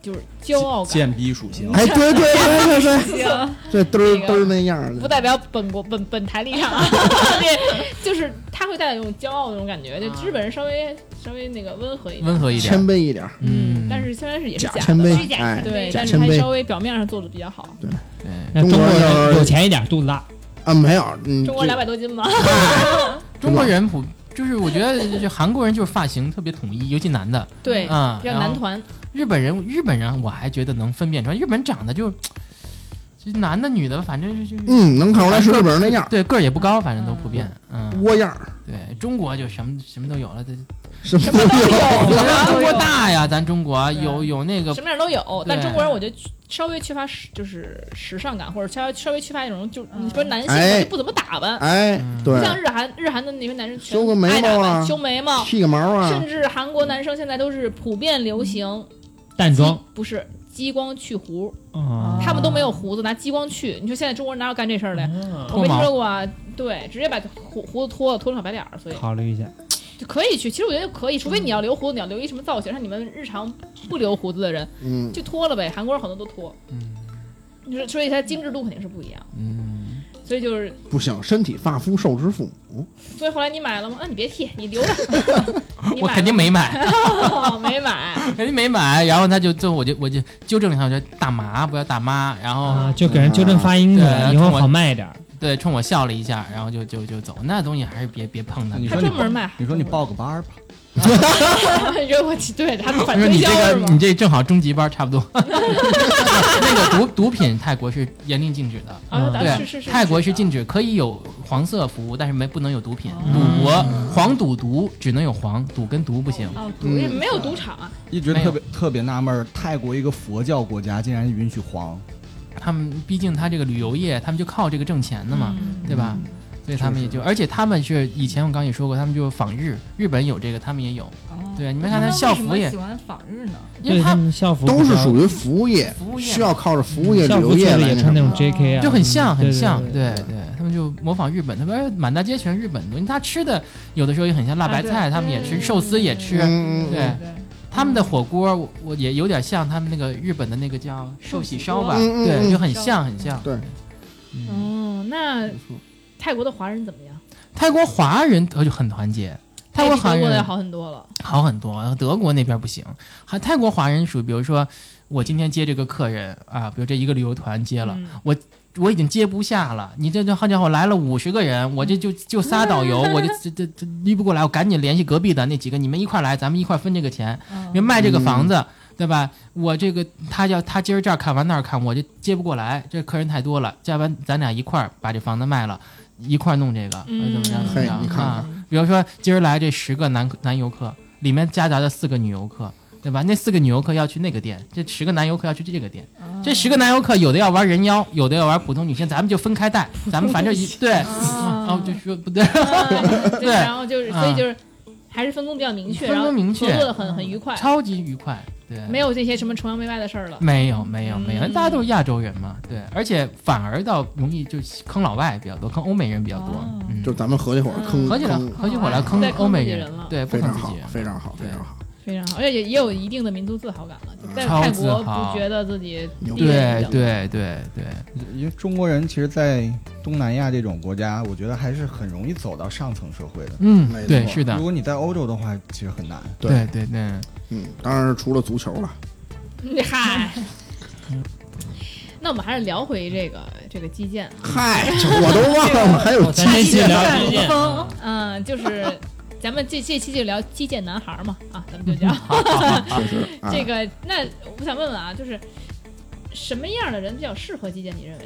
Speaker 2: 就是骄傲感，
Speaker 6: 贱逼属性。
Speaker 8: 哎，对对对对对，这嘚儿嘚儿那样儿
Speaker 2: 不
Speaker 8: 的，
Speaker 2: 代表本国本本台立场。啊 对，就是他会带来一种骄傲的那种感觉。就日本人稍微稍微那个温和一点，
Speaker 7: 啊温和一点，
Speaker 8: 谦卑一点儿，
Speaker 7: 嗯，
Speaker 2: 但是虽然是也是
Speaker 8: 假
Speaker 2: 假
Speaker 8: 谦
Speaker 2: 的吧，
Speaker 8: 卑，哎，
Speaker 2: 对，
Speaker 8: 假
Speaker 2: 但是
Speaker 8: 谦
Speaker 2: 他
Speaker 8: 卑
Speaker 2: 稍微表面上做的比较好。
Speaker 7: 对，
Speaker 4: 那中国人有钱一点，肚子大，
Speaker 8: 啊，没有，嗯，
Speaker 2: 中国
Speaker 8: 就
Speaker 2: 两百多斤吧，
Speaker 7: 中国人普就是我觉得就是韩国人就是发型特别统一，尤其男的，
Speaker 2: 对，
Speaker 7: 嗯，
Speaker 2: 比较
Speaker 7: 然后
Speaker 2: 男团。
Speaker 7: 日本人，日本人我还觉得能分辨出来，日本长得就就男的女的，反正就就
Speaker 8: 嗯，能看出来是日本人那样儿
Speaker 7: 对个儿也不高，反正都普遍。嗯，
Speaker 8: 窝样儿，
Speaker 7: 对中国就什么什么都有了，这
Speaker 8: 什么都有。
Speaker 7: 中国大呀，咱中国有有那个
Speaker 2: 什么样都有，但
Speaker 7: 对
Speaker 2: 中国人我觉得稍微缺乏时就是时尚感，或者稍微稍微缺乏一种就你说男性
Speaker 8: 哎
Speaker 2: 他就不怎么打扮，
Speaker 8: 哎，对
Speaker 2: 不，像日韩日韩的那些男生全
Speaker 8: 修个眉毛啊
Speaker 2: 爱打扮修眉毛，
Speaker 8: 剃个毛啊
Speaker 2: 甚，至韩国男生现在都是普遍流
Speaker 7: 嗯
Speaker 2: 行
Speaker 4: 淡妆，
Speaker 2: 不是激光去胡，
Speaker 4: 啊
Speaker 2: 他们都没有胡子，拿激光去。你说现在中国人哪有干这事儿的呀？我
Speaker 7: 嗯脱
Speaker 2: 没听
Speaker 7: 毛。
Speaker 2: 说过啊，对，直接把胡胡子脱了，脱成小白脸儿，所以
Speaker 4: 考虑一下，
Speaker 2: 就可以去。其实我觉得可以，除非你要留胡子，你要留一什么造型，像你们日常不留胡子的人
Speaker 8: 嗯，
Speaker 2: 就脱了呗。韩国人很多都脱，
Speaker 7: 嗯
Speaker 2: 就是所以它精致度肯定是不一样。
Speaker 7: 嗯，
Speaker 2: 所以就是，
Speaker 8: 不行，身体发肤受之父母。
Speaker 2: 所以后来你买了吗？啊，你别剃，你 留着。你买了
Speaker 7: 我肯定没买，
Speaker 2: 哦没买。
Speaker 7: 肯定没买。然后他就最后我就我就纠正了一下，我说大麻不要大妈。然后
Speaker 4: 啊，就给人纠正发音
Speaker 7: 啊
Speaker 4: 的，
Speaker 7: 对
Speaker 4: 以后好卖一点儿。
Speaker 7: 对，冲我笑了一下，然后就就就走。那东西还是别别碰它。
Speaker 3: 你
Speaker 2: 他
Speaker 3: 说你
Speaker 2: 专门卖。
Speaker 3: 你说你报个班儿吧，
Speaker 2: 你说我对他反
Speaker 7: 我说
Speaker 2: 推
Speaker 7: 你
Speaker 2: 销
Speaker 7: 这
Speaker 2: 是
Speaker 7: 个
Speaker 2: 吗？
Speaker 7: 你这正好中级班差不多。 那个毒毒品泰国是严令禁止的，
Speaker 2: 啊，
Speaker 4: 嗯
Speaker 2: 咱是
Speaker 7: 对，
Speaker 2: 是是，哦
Speaker 7: 泰国是
Speaker 2: 进
Speaker 7: 禁止可以有黄色服务，但是没不能有毒品。赌博黄赌毒只能有黄赌跟毒不行。
Speaker 2: 哦，赌也
Speaker 8: 嗯
Speaker 2: 没有赌场啊，
Speaker 3: 一直
Speaker 7: 没有
Speaker 3: 特别特别纳闷儿，泰国一个佛教国家竟然允许黄，
Speaker 7: 他们毕竟他这个旅游业，他们就靠这个挣钱的嘛，
Speaker 2: 嗯
Speaker 7: 对吧？所以他们也就，而且他们是以前我刚也说过，他们就是仿日，日本有这个，他们也有。嗯对，你们看
Speaker 5: 他
Speaker 7: 他校服也
Speaker 5: 喜，欢仿日呢，
Speaker 7: 因为
Speaker 4: 对
Speaker 7: 他
Speaker 4: 们校服
Speaker 8: 都
Speaker 4: 比
Speaker 8: 是
Speaker 4: 较
Speaker 8: 属于服务业，
Speaker 7: 服务业
Speaker 8: 需要靠着服务业、旅
Speaker 4: 校服
Speaker 8: 游业
Speaker 4: 确实
Speaker 8: 来
Speaker 4: 也
Speaker 8: 那
Speaker 4: 穿那
Speaker 8: 什
Speaker 4: 种
Speaker 8: 么。
Speaker 4: JK 啊，
Speaker 7: 就很像，
Speaker 4: 嗯对
Speaker 7: 很像，
Speaker 4: 对
Speaker 7: 对对，他们就模仿日本，他们哎满大街全是日本东西，他吃的有的时候也很像辣白
Speaker 2: 啊
Speaker 7: 菜，他们也吃，寿司也吃，
Speaker 8: 嗯，
Speaker 7: 对
Speaker 5: 对，
Speaker 7: 他们的火锅我我也有点像他们那个日本的那个叫寿喜烧吧，
Speaker 8: 嗯嗯
Speaker 7: 对，
Speaker 8: 嗯
Speaker 7: 就很像很像。
Speaker 8: 对，
Speaker 7: 嗯，
Speaker 2: 哦，那
Speaker 7: 没错
Speaker 2: 泰国的华人怎么样？
Speaker 7: 泰国华人他就很团结，泰国
Speaker 2: 比
Speaker 7: 华
Speaker 2: 德国的
Speaker 7: 人
Speaker 2: 要好很多了。
Speaker 7: 好很多，德国那边不行，还泰国华人属于，比如说我今天接这个客人啊，比如这一个旅游团接了。
Speaker 2: 嗯
Speaker 7: 我已经接不下了，你这这好家伙来了五十个人，我这就就仨导游，我这这这这捋不过来，我赶紧联系隔壁的那几个，你们一块儿来，咱们一块儿分这个钱，
Speaker 2: 嗯
Speaker 7: 因为卖这个
Speaker 8: 嗯
Speaker 7: 房子，对吧？我这个他要他今儿这儿看完那儿看，我就接不过来，这客人太多了，要不然咱俩一块儿把这房子卖了，一块儿弄这个，
Speaker 2: 嗯
Speaker 7: 啊或者怎么样怎么样
Speaker 8: 嘿你看
Speaker 7: 啊？比如说今儿来这十个男男游客，里面夹杂着四个女游客。对吧？那四个女游客要去那个店，这十个男游客要去这个店，
Speaker 2: 嗯
Speaker 7: 啊这十个男游客有的要玩人妖，有的要玩普通女性，咱们就分开带，咱们 反正一对，
Speaker 2: 啊
Speaker 7: 哦，就说不对，
Speaker 2: 啊对，
Speaker 7: 对
Speaker 2: 然后就是，所以
Speaker 7: 啊
Speaker 2: 就是还是分工比较明确，
Speaker 7: 分
Speaker 2: 然
Speaker 7: 工
Speaker 2: 后
Speaker 7: 明确嗯
Speaker 2: 合作的很很愉快，
Speaker 7: 超级愉快，对，
Speaker 2: 没有这些什么崇洋媚外的事儿了。
Speaker 7: 没有没有
Speaker 2: 嗯
Speaker 7: 没有，大家都是亚洲人嘛，对，而且反而倒容易就坑老外比较多，坑欧美人比较多，嗯，
Speaker 8: 就咱们合起伙儿坑，
Speaker 7: 合起来
Speaker 8: 坑
Speaker 7: 合起伙来坑
Speaker 2: 哦在
Speaker 7: 欧美
Speaker 2: 自己
Speaker 7: 人
Speaker 2: 人，了，
Speaker 7: 对，不
Speaker 8: 非
Speaker 7: 坑
Speaker 8: 常
Speaker 7: 自
Speaker 8: 好
Speaker 7: 己人，，啊
Speaker 8: 非常好，非
Speaker 7: 对
Speaker 8: 常好。
Speaker 2: 非常好，而且也也有一定的民族自豪感了，就在
Speaker 7: 超
Speaker 2: 泰
Speaker 7: 自
Speaker 2: 国
Speaker 7: 豪
Speaker 2: 不觉得自己
Speaker 8: 牛
Speaker 2: 地位
Speaker 7: 对
Speaker 2: 比较
Speaker 7: 对对对，
Speaker 3: 因为中国人其实，在东南亚这种国家，我觉得还是很容易走到上层社会的。
Speaker 7: 嗯
Speaker 8: 没，
Speaker 7: 对，
Speaker 8: 错
Speaker 7: 是的
Speaker 3: 如，果你在欧洲的话，其实很难。
Speaker 8: 啊
Speaker 7: 对对 对，
Speaker 8: 嗯，当然是除了足球了。
Speaker 2: 嗨，那我们还是聊回这个这个击剑啊，
Speaker 8: 嗨，这我都忘了，还有
Speaker 4: 咱这期
Speaker 5: 啊
Speaker 4: 聊推 荐，
Speaker 2: 嗯， 就是咱们这这期就聊击剑男孩儿嘛，啊，咱们就聊
Speaker 8: 确实
Speaker 7: 嗯
Speaker 8: 啊，
Speaker 2: 这个。那我想问问啊，就是什么样的人比较适合击剑？你认为？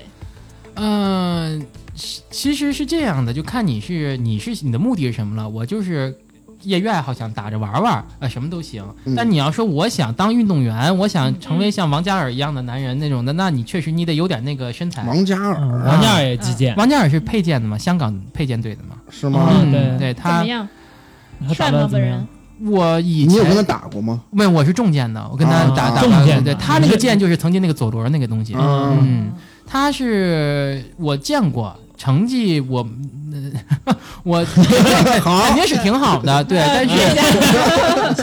Speaker 7: 嗯，是其实是这样的，就看你是你是你的目的是什么了。我就是业余爱好，想打着玩玩，呃，什么都行。
Speaker 8: 嗯
Speaker 7: 但你要说我想当运动员，我想成为
Speaker 2: 嗯
Speaker 7: 像王嘉尔一样的男人那种的，那你确实你得有点那个身材。
Speaker 8: 王嘉
Speaker 4: 嗯
Speaker 8: 尔
Speaker 4: 王嘉尔也击剑，
Speaker 7: 王嘉尔是佩剑的嘛，香港佩剑队的嘛。
Speaker 8: 是
Speaker 4: 啊
Speaker 8: 吗？
Speaker 4: 对
Speaker 7: 嗯对
Speaker 2: 怎
Speaker 7: 他
Speaker 2: 么，样？
Speaker 4: 他
Speaker 2: 嗯帅吗？
Speaker 4: 打扮
Speaker 2: 本
Speaker 4: 怎么
Speaker 2: 人
Speaker 4: 样？？
Speaker 7: 我嗯以
Speaker 8: 你有跟他
Speaker 7: 前
Speaker 8: 打过吗？
Speaker 7: 没有，我是重剑的，我跟他
Speaker 8: 啊
Speaker 7: 打打
Speaker 4: 重
Speaker 7: 过
Speaker 4: 剑
Speaker 7: 对
Speaker 4: 的
Speaker 7: 他那个剑就是曾经那个佐罗那个东西。
Speaker 8: 嗯，
Speaker 7: 嗯，他是我见过，成绩我、呃我肯定是挺好的，
Speaker 2: 嗯
Speaker 7: 对，但 是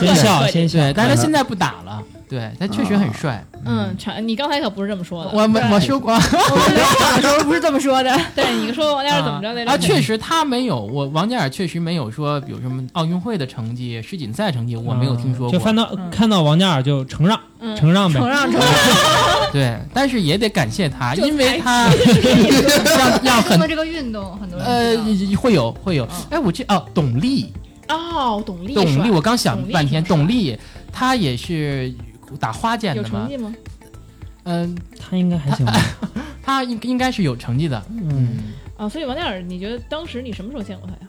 Speaker 4: 先笑先笑，
Speaker 7: 对，但是他现在不打了，对他确实很帅。
Speaker 2: 嗯，长你刚才可不是这么说的，
Speaker 7: 我没我说过
Speaker 2: 小时候不是这么说的。对，你说王嘉尔怎么着来着？
Speaker 7: 啊，确实他没有，我王嘉尔确实没有说，比如什么奥运会的成绩、世锦赛成绩，我没有听说
Speaker 4: 就翻
Speaker 7: 过。
Speaker 4: 到看到王嘉尔就承让，
Speaker 2: 嗯
Speaker 4: 承让呗
Speaker 2: 承，让承
Speaker 7: 对，但是也得感谢他，
Speaker 2: 就
Speaker 7: 因
Speaker 2: 才
Speaker 7: 为他让让
Speaker 5: 通过
Speaker 7: 很
Speaker 5: 这个运动，很多人
Speaker 7: 呃
Speaker 5: 知道
Speaker 7: 会有会有，
Speaker 2: 嗯
Speaker 7: 哎，我这哦，董力。
Speaker 2: 让。哦，董力帅，
Speaker 7: 董力，我刚想半天，
Speaker 2: 董
Speaker 7: 董力她也是打花剑
Speaker 2: 有
Speaker 7: 的
Speaker 2: 成
Speaker 7: 嘛
Speaker 2: 绩，吗？
Speaker 7: 嗯、
Speaker 4: 他应该还行吧？
Speaker 7: 他应应该是有成绩的。
Speaker 4: 嗯，
Speaker 2: 啊，所以王嘉尔，你觉得当时你什么时候见过他呀？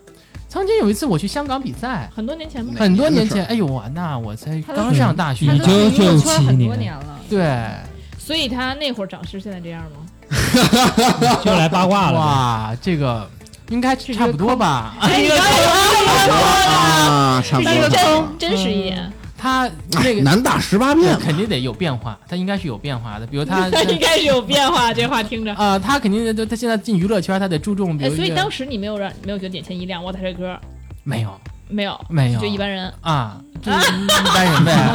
Speaker 7: 曾经有一次我去香港比赛，
Speaker 2: 很多年前吗？
Speaker 7: 很多年前，哎呦我那我才
Speaker 5: 他都
Speaker 7: 刚上大学
Speaker 5: 他
Speaker 4: 你
Speaker 5: 都，
Speaker 4: 就
Speaker 5: 娱乐
Speaker 4: 就
Speaker 5: 圈很多
Speaker 4: 七年
Speaker 5: 年了，
Speaker 7: 对，
Speaker 2: 所以他那会儿长是现在这样吗？
Speaker 4: 就来八卦了。
Speaker 7: 哇，这个应该差不多吧？
Speaker 2: 哎，你刚才
Speaker 8: 啊，差不多
Speaker 2: 说
Speaker 8: 了。
Speaker 2: 真真实一点，
Speaker 7: 他那
Speaker 4: 啊
Speaker 7: 个
Speaker 8: 南大十八变嘛，
Speaker 7: 肯定得有变化，他应该是有变化的，比如 他。
Speaker 2: 应该是有变化。这话 听着，
Speaker 7: 啊、他肯定他他现在进娱乐圈，他得注重，比
Speaker 2: 哎，
Speaker 7: 如
Speaker 2: 所以
Speaker 7: 这
Speaker 2: 当时你没有让没有觉得眼前一亮，哇，他这歌
Speaker 7: 没有
Speaker 2: 没有
Speaker 7: 没有
Speaker 2: 就一般人。
Speaker 7: 啊，这一般人呗。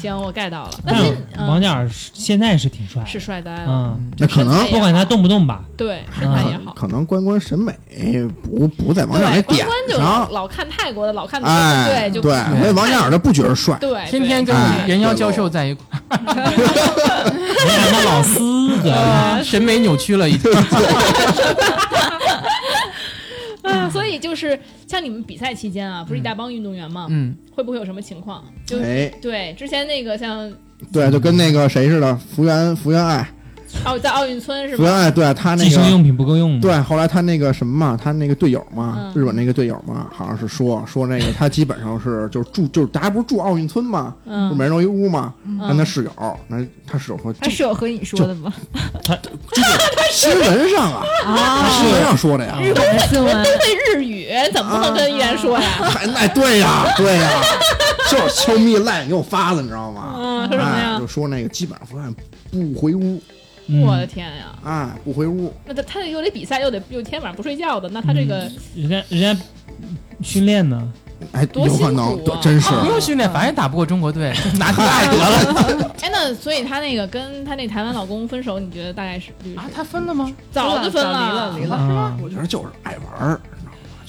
Speaker 2: 行，我 get 到了。
Speaker 4: 但
Speaker 2: 那
Speaker 4: 是
Speaker 2: 嗯
Speaker 4: 王嘉尔是现在是挺帅的，
Speaker 2: 是帅呆了，
Speaker 4: 嗯，
Speaker 8: 那可能
Speaker 2: 身材
Speaker 4: 不管他动不 动吧，
Speaker 2: 对身材也好。
Speaker 8: 可能关关审美不不在王嘉
Speaker 2: 对，
Speaker 8: 尔
Speaker 2: 关
Speaker 8: 点
Speaker 2: 关就
Speaker 8: 上，
Speaker 2: 老看泰国的，老看
Speaker 8: 哎，
Speaker 2: 对，就
Speaker 8: 对，所以王嘉尔他不觉得 帅，
Speaker 2: 对，
Speaker 7: 天天
Speaker 2: 对
Speaker 7: 跟
Speaker 8: 哎
Speaker 7: 元妖教授在一块儿，
Speaker 4: 没想到老四 个，
Speaker 7: 啊审美扭曲了已经。
Speaker 2: 啊，所以就是像你们比赛期间啊，不是一大帮运动员吗？
Speaker 7: 嗯，
Speaker 2: 会不会有什么情况？就
Speaker 8: 哎，
Speaker 2: 对，之前那个像
Speaker 8: 对，就跟那个谁似的，福原福原爱，
Speaker 2: 奥在奥运村是
Speaker 8: 福原
Speaker 2: 吧？
Speaker 8: 爱，对他那
Speaker 4: 计生
Speaker 8: 个。
Speaker 4: 用品不够用。
Speaker 8: 对，，后来他那个什么嘛，他那个队友嘛，
Speaker 2: 嗯
Speaker 8: 日本那个队友嘛，好像是说说那个他基本上是就是住就是大家不是住奥运村嘛，
Speaker 2: 嗯
Speaker 8: 就每人都一屋嘛，跟他
Speaker 2: 嗯，哎
Speaker 8: 室友，那他室友说
Speaker 5: 他
Speaker 8: 这
Speaker 5: 室友和你说的吗？
Speaker 8: 新闻上啊，
Speaker 5: 啊
Speaker 8: 他新闻上说的呀，
Speaker 2: 哎
Speaker 5: 日本的新闻
Speaker 2: 都会日语，怎么不能跟议员说呀？
Speaker 8: 哎，那对呀，对呀，就是悄咪赖给我发的，你知道吗？
Speaker 2: 嗯，说什么
Speaker 8: 哎，
Speaker 2: 呀
Speaker 8: 就？说那个基本上不按不回屋，
Speaker 2: 我的
Speaker 4: 嗯，
Speaker 2: 天呀！
Speaker 8: 哎，不回屋，
Speaker 2: 那他他又得比赛，又得又天晚上不睡觉的，那他这个
Speaker 4: 嗯人家人家训练呢，
Speaker 8: 哎，
Speaker 2: 多
Speaker 8: 有可
Speaker 2: 辛
Speaker 8: 能，
Speaker 2: 苦
Speaker 8: 对
Speaker 2: 啊，
Speaker 8: 真是
Speaker 7: 不用训练，反正打不过中国队，拿第二得 了。
Speaker 2: 哎，那所以他那个跟他那台湾老公分手，你觉得大概是率是
Speaker 7: 啊，他分了吗？
Speaker 2: 早就分
Speaker 5: 了，离了，离了。
Speaker 4: 啊，
Speaker 8: 我觉得就是爱玩儿，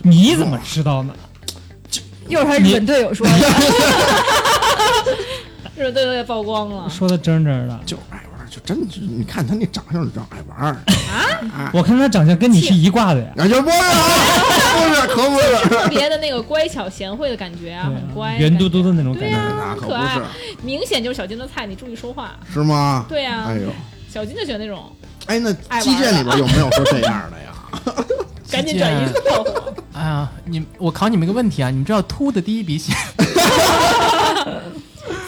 Speaker 4: 你怎么知道呢？
Speaker 5: 又是他日本队友说的，
Speaker 2: 是对对对，曝光了。
Speaker 4: 说的真真的。
Speaker 8: 就是爱玩儿，就真的是，你看他那长相就知道爱玩儿，
Speaker 4: 我看他长相跟你是一挂的呀，
Speaker 8: 感觉不是啊，不是，可不是，
Speaker 2: 特别的那个乖巧贤惠的感觉啊，
Speaker 4: 对
Speaker 2: 很乖，
Speaker 4: 圆嘟嘟的那种感
Speaker 2: 对呀
Speaker 4: 觉。
Speaker 8: 那可
Speaker 2: 可爱
Speaker 8: 不是，
Speaker 2: 明显就是小金的菜，你注意说话。
Speaker 8: 是吗？
Speaker 2: 对呀、
Speaker 8: 哎呦，
Speaker 2: 小金就喜欢那种，
Speaker 8: 哎，那
Speaker 2: 爱玩儿
Speaker 8: 击剑里边有没有说这样的呀？
Speaker 2: 赶紧转移错火。
Speaker 7: 哎呀，你我考你们一个问题啊，你们知道秃的第一笔写？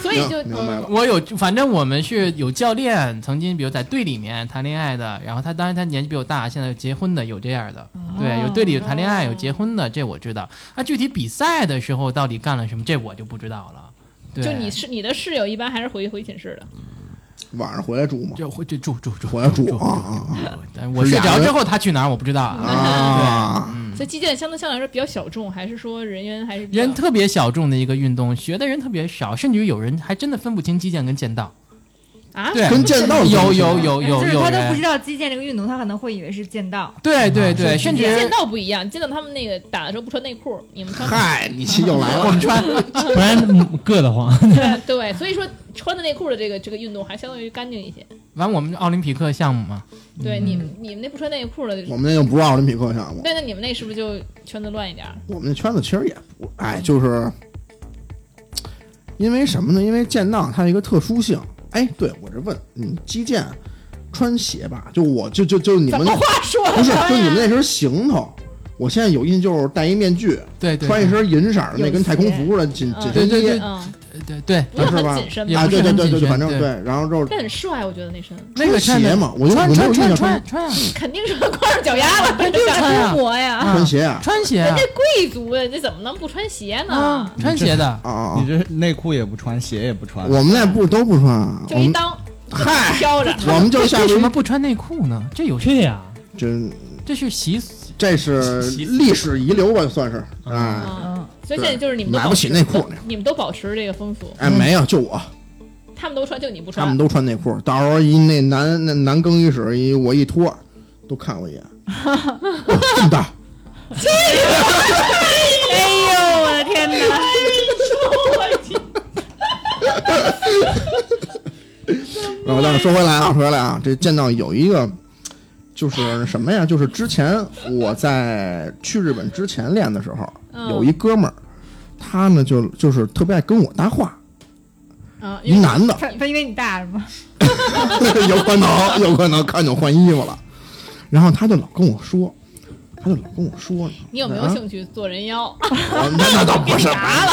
Speaker 2: 所以
Speaker 8: 明
Speaker 2: 就
Speaker 8: 明白了，
Speaker 7: 我有，反正我们是有教练曾经，比如在队里面谈恋爱的，然后他当然他年纪比我大，现在有结婚的有这样的，
Speaker 5: 哦
Speaker 7: 对，有队里有谈恋爱有结婚的，这我知道。那、具体比赛的时候到底干了什么，这我就不知道了。对，
Speaker 2: 就你是你的室友一般还是回回寝室的，
Speaker 8: 晚上回来住吗？
Speaker 7: 就会这住住住，
Speaker 8: 我要住
Speaker 7: 住
Speaker 8: 啊啊
Speaker 7: 但我睡着之后他去哪儿我不知道
Speaker 8: 啊
Speaker 7: 啊。
Speaker 8: 啊！
Speaker 2: 所以击剑相对相对来说比较小众，还是说人员还是比较
Speaker 7: 人特别小众的一个运动，学的人特别少，甚至于有人还真的分不清击剑跟剑道。
Speaker 2: 啊？
Speaker 7: 对，
Speaker 8: 跟剑道
Speaker 7: 有
Speaker 8: 有
Speaker 7: 有有 有
Speaker 5: 哎就是嗯
Speaker 7: 有
Speaker 5: 他都不知
Speaker 7: 人，
Speaker 5: 道击剑这个运动，他可能会以为是剑道。
Speaker 7: 对对对，甚至
Speaker 2: 剑道不一样，剑道他们那个打的时候不穿内裤，你们穿
Speaker 8: 嗨，你又来 了，我们穿
Speaker 4: 不然嗯硌得慌。
Speaker 2: 对对，所以说穿的内裤的这个这个运动还相对于干净一些。
Speaker 7: 完我们奥林匹克项目嘛，
Speaker 2: 对，你
Speaker 7: 嗯
Speaker 2: 们你们那不穿内裤的，
Speaker 8: 我们那又不是奥林匹克项目，
Speaker 2: 对，那你们那是不是就圈子乱一点儿？
Speaker 8: 我们那圈子其实也不，哎，就是因为什么呢？因为剑道它有一个特殊性。哎，对我这问你，击剑穿鞋吧？就我就就就你
Speaker 2: 怎
Speaker 8: 们
Speaker 2: 么话说的
Speaker 8: 不是，就你们
Speaker 2: 呀？
Speaker 8: 那身行头。我现在有印就是戴一面具，
Speaker 7: 对对，
Speaker 8: 穿一身银色的那
Speaker 5: 有
Speaker 8: 跟太空服似的紧紧身
Speaker 7: 对
Speaker 8: 衣
Speaker 7: 对
Speaker 2: 嗯，
Speaker 7: 对对，
Speaker 2: 不是
Speaker 8: 是吧
Speaker 2: 很紧身
Speaker 7: 也
Speaker 2: 吧
Speaker 8: 啊，
Speaker 7: 不？是
Speaker 8: 对对
Speaker 7: 很
Speaker 8: 对
Speaker 7: 紧
Speaker 8: 对对，
Speaker 7: 身
Speaker 8: 反正
Speaker 7: 对
Speaker 8: 对，然后之后
Speaker 2: 但很帅，我觉得那身
Speaker 7: 那个
Speaker 8: 穿
Speaker 7: 穿
Speaker 8: 鞋
Speaker 7: 的
Speaker 8: 嘛，我就我
Speaker 7: 穿
Speaker 8: 没有
Speaker 7: 穿穿
Speaker 8: 印象
Speaker 7: 穿
Speaker 8: 穿
Speaker 7: 穿啊
Speaker 2: 肯定是光着脚丫子，
Speaker 7: 穿呀
Speaker 5: 魔哎呀！
Speaker 8: 穿鞋啊
Speaker 7: 穿鞋
Speaker 2: 人
Speaker 7: 啊
Speaker 2: 家贵族，人家怎么能不穿鞋呢
Speaker 7: 啊？穿鞋的，
Speaker 8: 啊啊！
Speaker 3: 你
Speaker 8: 啊
Speaker 3: 这内裤也不穿，鞋也不穿，
Speaker 8: 我们那不都不穿啊，
Speaker 7: 嗯
Speaker 2: 就
Speaker 8: 我
Speaker 2: 一
Speaker 8: 们
Speaker 2: 裆
Speaker 8: 嗨，
Speaker 2: 飘 着，
Speaker 8: 我们就下
Speaker 7: 为
Speaker 8: 去
Speaker 7: 什么不穿内裤呢？这有
Speaker 4: 对呀，
Speaker 8: 真
Speaker 7: 这是习俗，
Speaker 8: 这是历史遗留吧，算是啊。
Speaker 2: 嗯，所以现在就是你们都嗯
Speaker 8: 买不起
Speaker 2: 保持
Speaker 8: 内裤那
Speaker 2: 你们都保持这个风俗，
Speaker 8: 哎，没有，就我，
Speaker 2: 他们都穿，就你不
Speaker 8: 他
Speaker 2: 穿。
Speaker 8: 们都穿内裤。到时候一那男那男更衣室一我一脱，都 看我一眼，哇这么大，
Speaker 5: 哎呦，我的天哪！
Speaker 8: 然后，但是说回来啊，说回来啊，这见到有一个就是什么呀？就是之前我在去日本之前练的时候，
Speaker 2: 嗯
Speaker 8: 有一哥们儿，他呢就就是特别爱跟我搭话，
Speaker 2: 啊，因
Speaker 8: 一
Speaker 2: 为
Speaker 8: 男的，
Speaker 5: 他他因为你大是吗？
Speaker 8: 有可能，有可能看见我换衣服了，然后他就老跟我说，他就老跟我说呢，
Speaker 2: 你有没有兴趣做人妖？
Speaker 8: 我啊哦那那倒 不是，
Speaker 2: 啥了？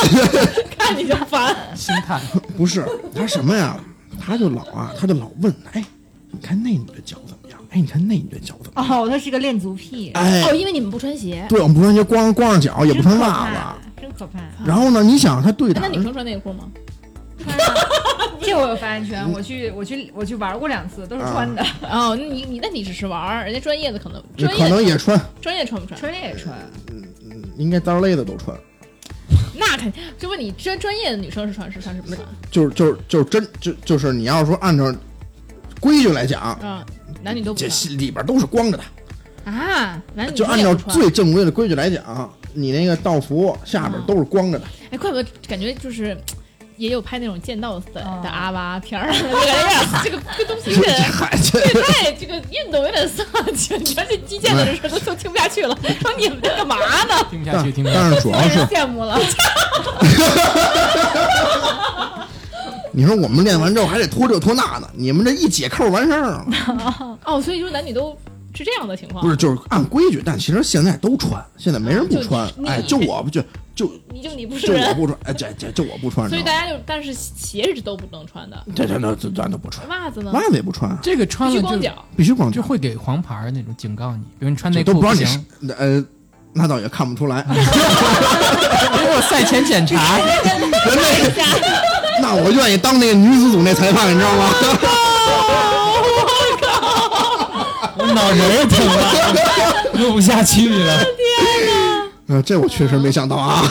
Speaker 2: 看你就烦。
Speaker 7: 心态，
Speaker 8: 不是他什么呀？他就老啊，他就老问，哎，你看那女的脚怎么样？哎，你看那女的脚怎么样？
Speaker 5: 哦，他是个恋足癖，
Speaker 8: 哎，
Speaker 2: 哦，因为你们不穿鞋，
Speaker 8: 对，我们不穿鞋，光光着脚， 也不
Speaker 5: 真
Speaker 8: 穿
Speaker 5: 可
Speaker 8: 袜
Speaker 5: 怕
Speaker 8: 子。，
Speaker 5: 真可怕。
Speaker 8: 然后呢，你想他对打
Speaker 2: 哎那女生穿内裤吗？
Speaker 5: 这我有发言权，我去我去我去玩过两次，都是穿的，
Speaker 2: 哦，那你你那你只是玩儿，人家专业的可能
Speaker 8: 你
Speaker 2: 专
Speaker 8: 可
Speaker 2: 业
Speaker 8: 能
Speaker 2: 的
Speaker 8: 也穿，
Speaker 2: 专业穿不穿？
Speaker 5: 穿也穿。
Speaker 8: 应该单勒的都穿，
Speaker 2: 那肯定就问你专专业的女生是穿是穿是不穿？
Speaker 8: 就是就是就是真就就是你要说按照规矩来讲，
Speaker 2: 嗯，男女都不
Speaker 8: 这
Speaker 2: 穿
Speaker 8: 戏里边都是光着的。
Speaker 2: 啊，男女
Speaker 8: 就
Speaker 2: 生
Speaker 8: 按
Speaker 2: 也
Speaker 8: 照
Speaker 2: 不穿。
Speaker 8: 最正规的规矩来讲，你那个道服下边都是光着的，
Speaker 2: 哎，怪不得感觉就是。也有拍那种剑道的
Speaker 5: 哦
Speaker 2: 的阿巴片儿， 就感觉有点这个这个东西有 点
Speaker 8: 嗨，这
Speaker 2: 太这个运动有点丧气，你看这击剑的人说都都听不下去了，说你们在干嘛呢？
Speaker 7: 听不 下
Speaker 8: 但
Speaker 7: 去，听不下去。
Speaker 8: 但是主要
Speaker 2: 让
Speaker 8: 哦是
Speaker 2: 人羡慕了。
Speaker 8: 你说我们练完之后还得脱这脱那的，你们这一解扣完事儿
Speaker 2: 啊
Speaker 8: 了，
Speaker 2: 哦，所以说男女都是这样的情况。
Speaker 8: 不是就是按规矩，但其实现在都穿，现在没人不穿
Speaker 2: 啊就你，
Speaker 8: 哎，就我不就就
Speaker 2: 你就你 不是
Speaker 8: 就我
Speaker 2: 人，
Speaker 8: 不穿，哎，这这就我不穿，
Speaker 2: 所
Speaker 8: 你
Speaker 2: 以
Speaker 8: 知
Speaker 2: 大
Speaker 8: 道吗
Speaker 2: 家就但是鞋是都不能穿的，
Speaker 8: 这这那这咱都不穿，
Speaker 2: 袜子呢？
Speaker 8: 袜子也不穿，啊
Speaker 7: 这个穿
Speaker 2: 必须
Speaker 7: 了
Speaker 2: 光
Speaker 7: 就
Speaker 2: 脚。
Speaker 8: 必须光
Speaker 7: 就
Speaker 8: 脚，
Speaker 7: 会给黄牌儿那种警告你，比如你穿内
Speaker 8: 这
Speaker 7: 裤
Speaker 8: 都不让你
Speaker 7: 行，
Speaker 8: 是呃，那倒也看不出来，
Speaker 7: 给我哎赛前检查。
Speaker 8: 那我愿意当那个女子组那裁判，你知道吗？
Speaker 4: 我脑仁儿疼了，录不下去了。
Speaker 8: 呃，这我确实没想到啊，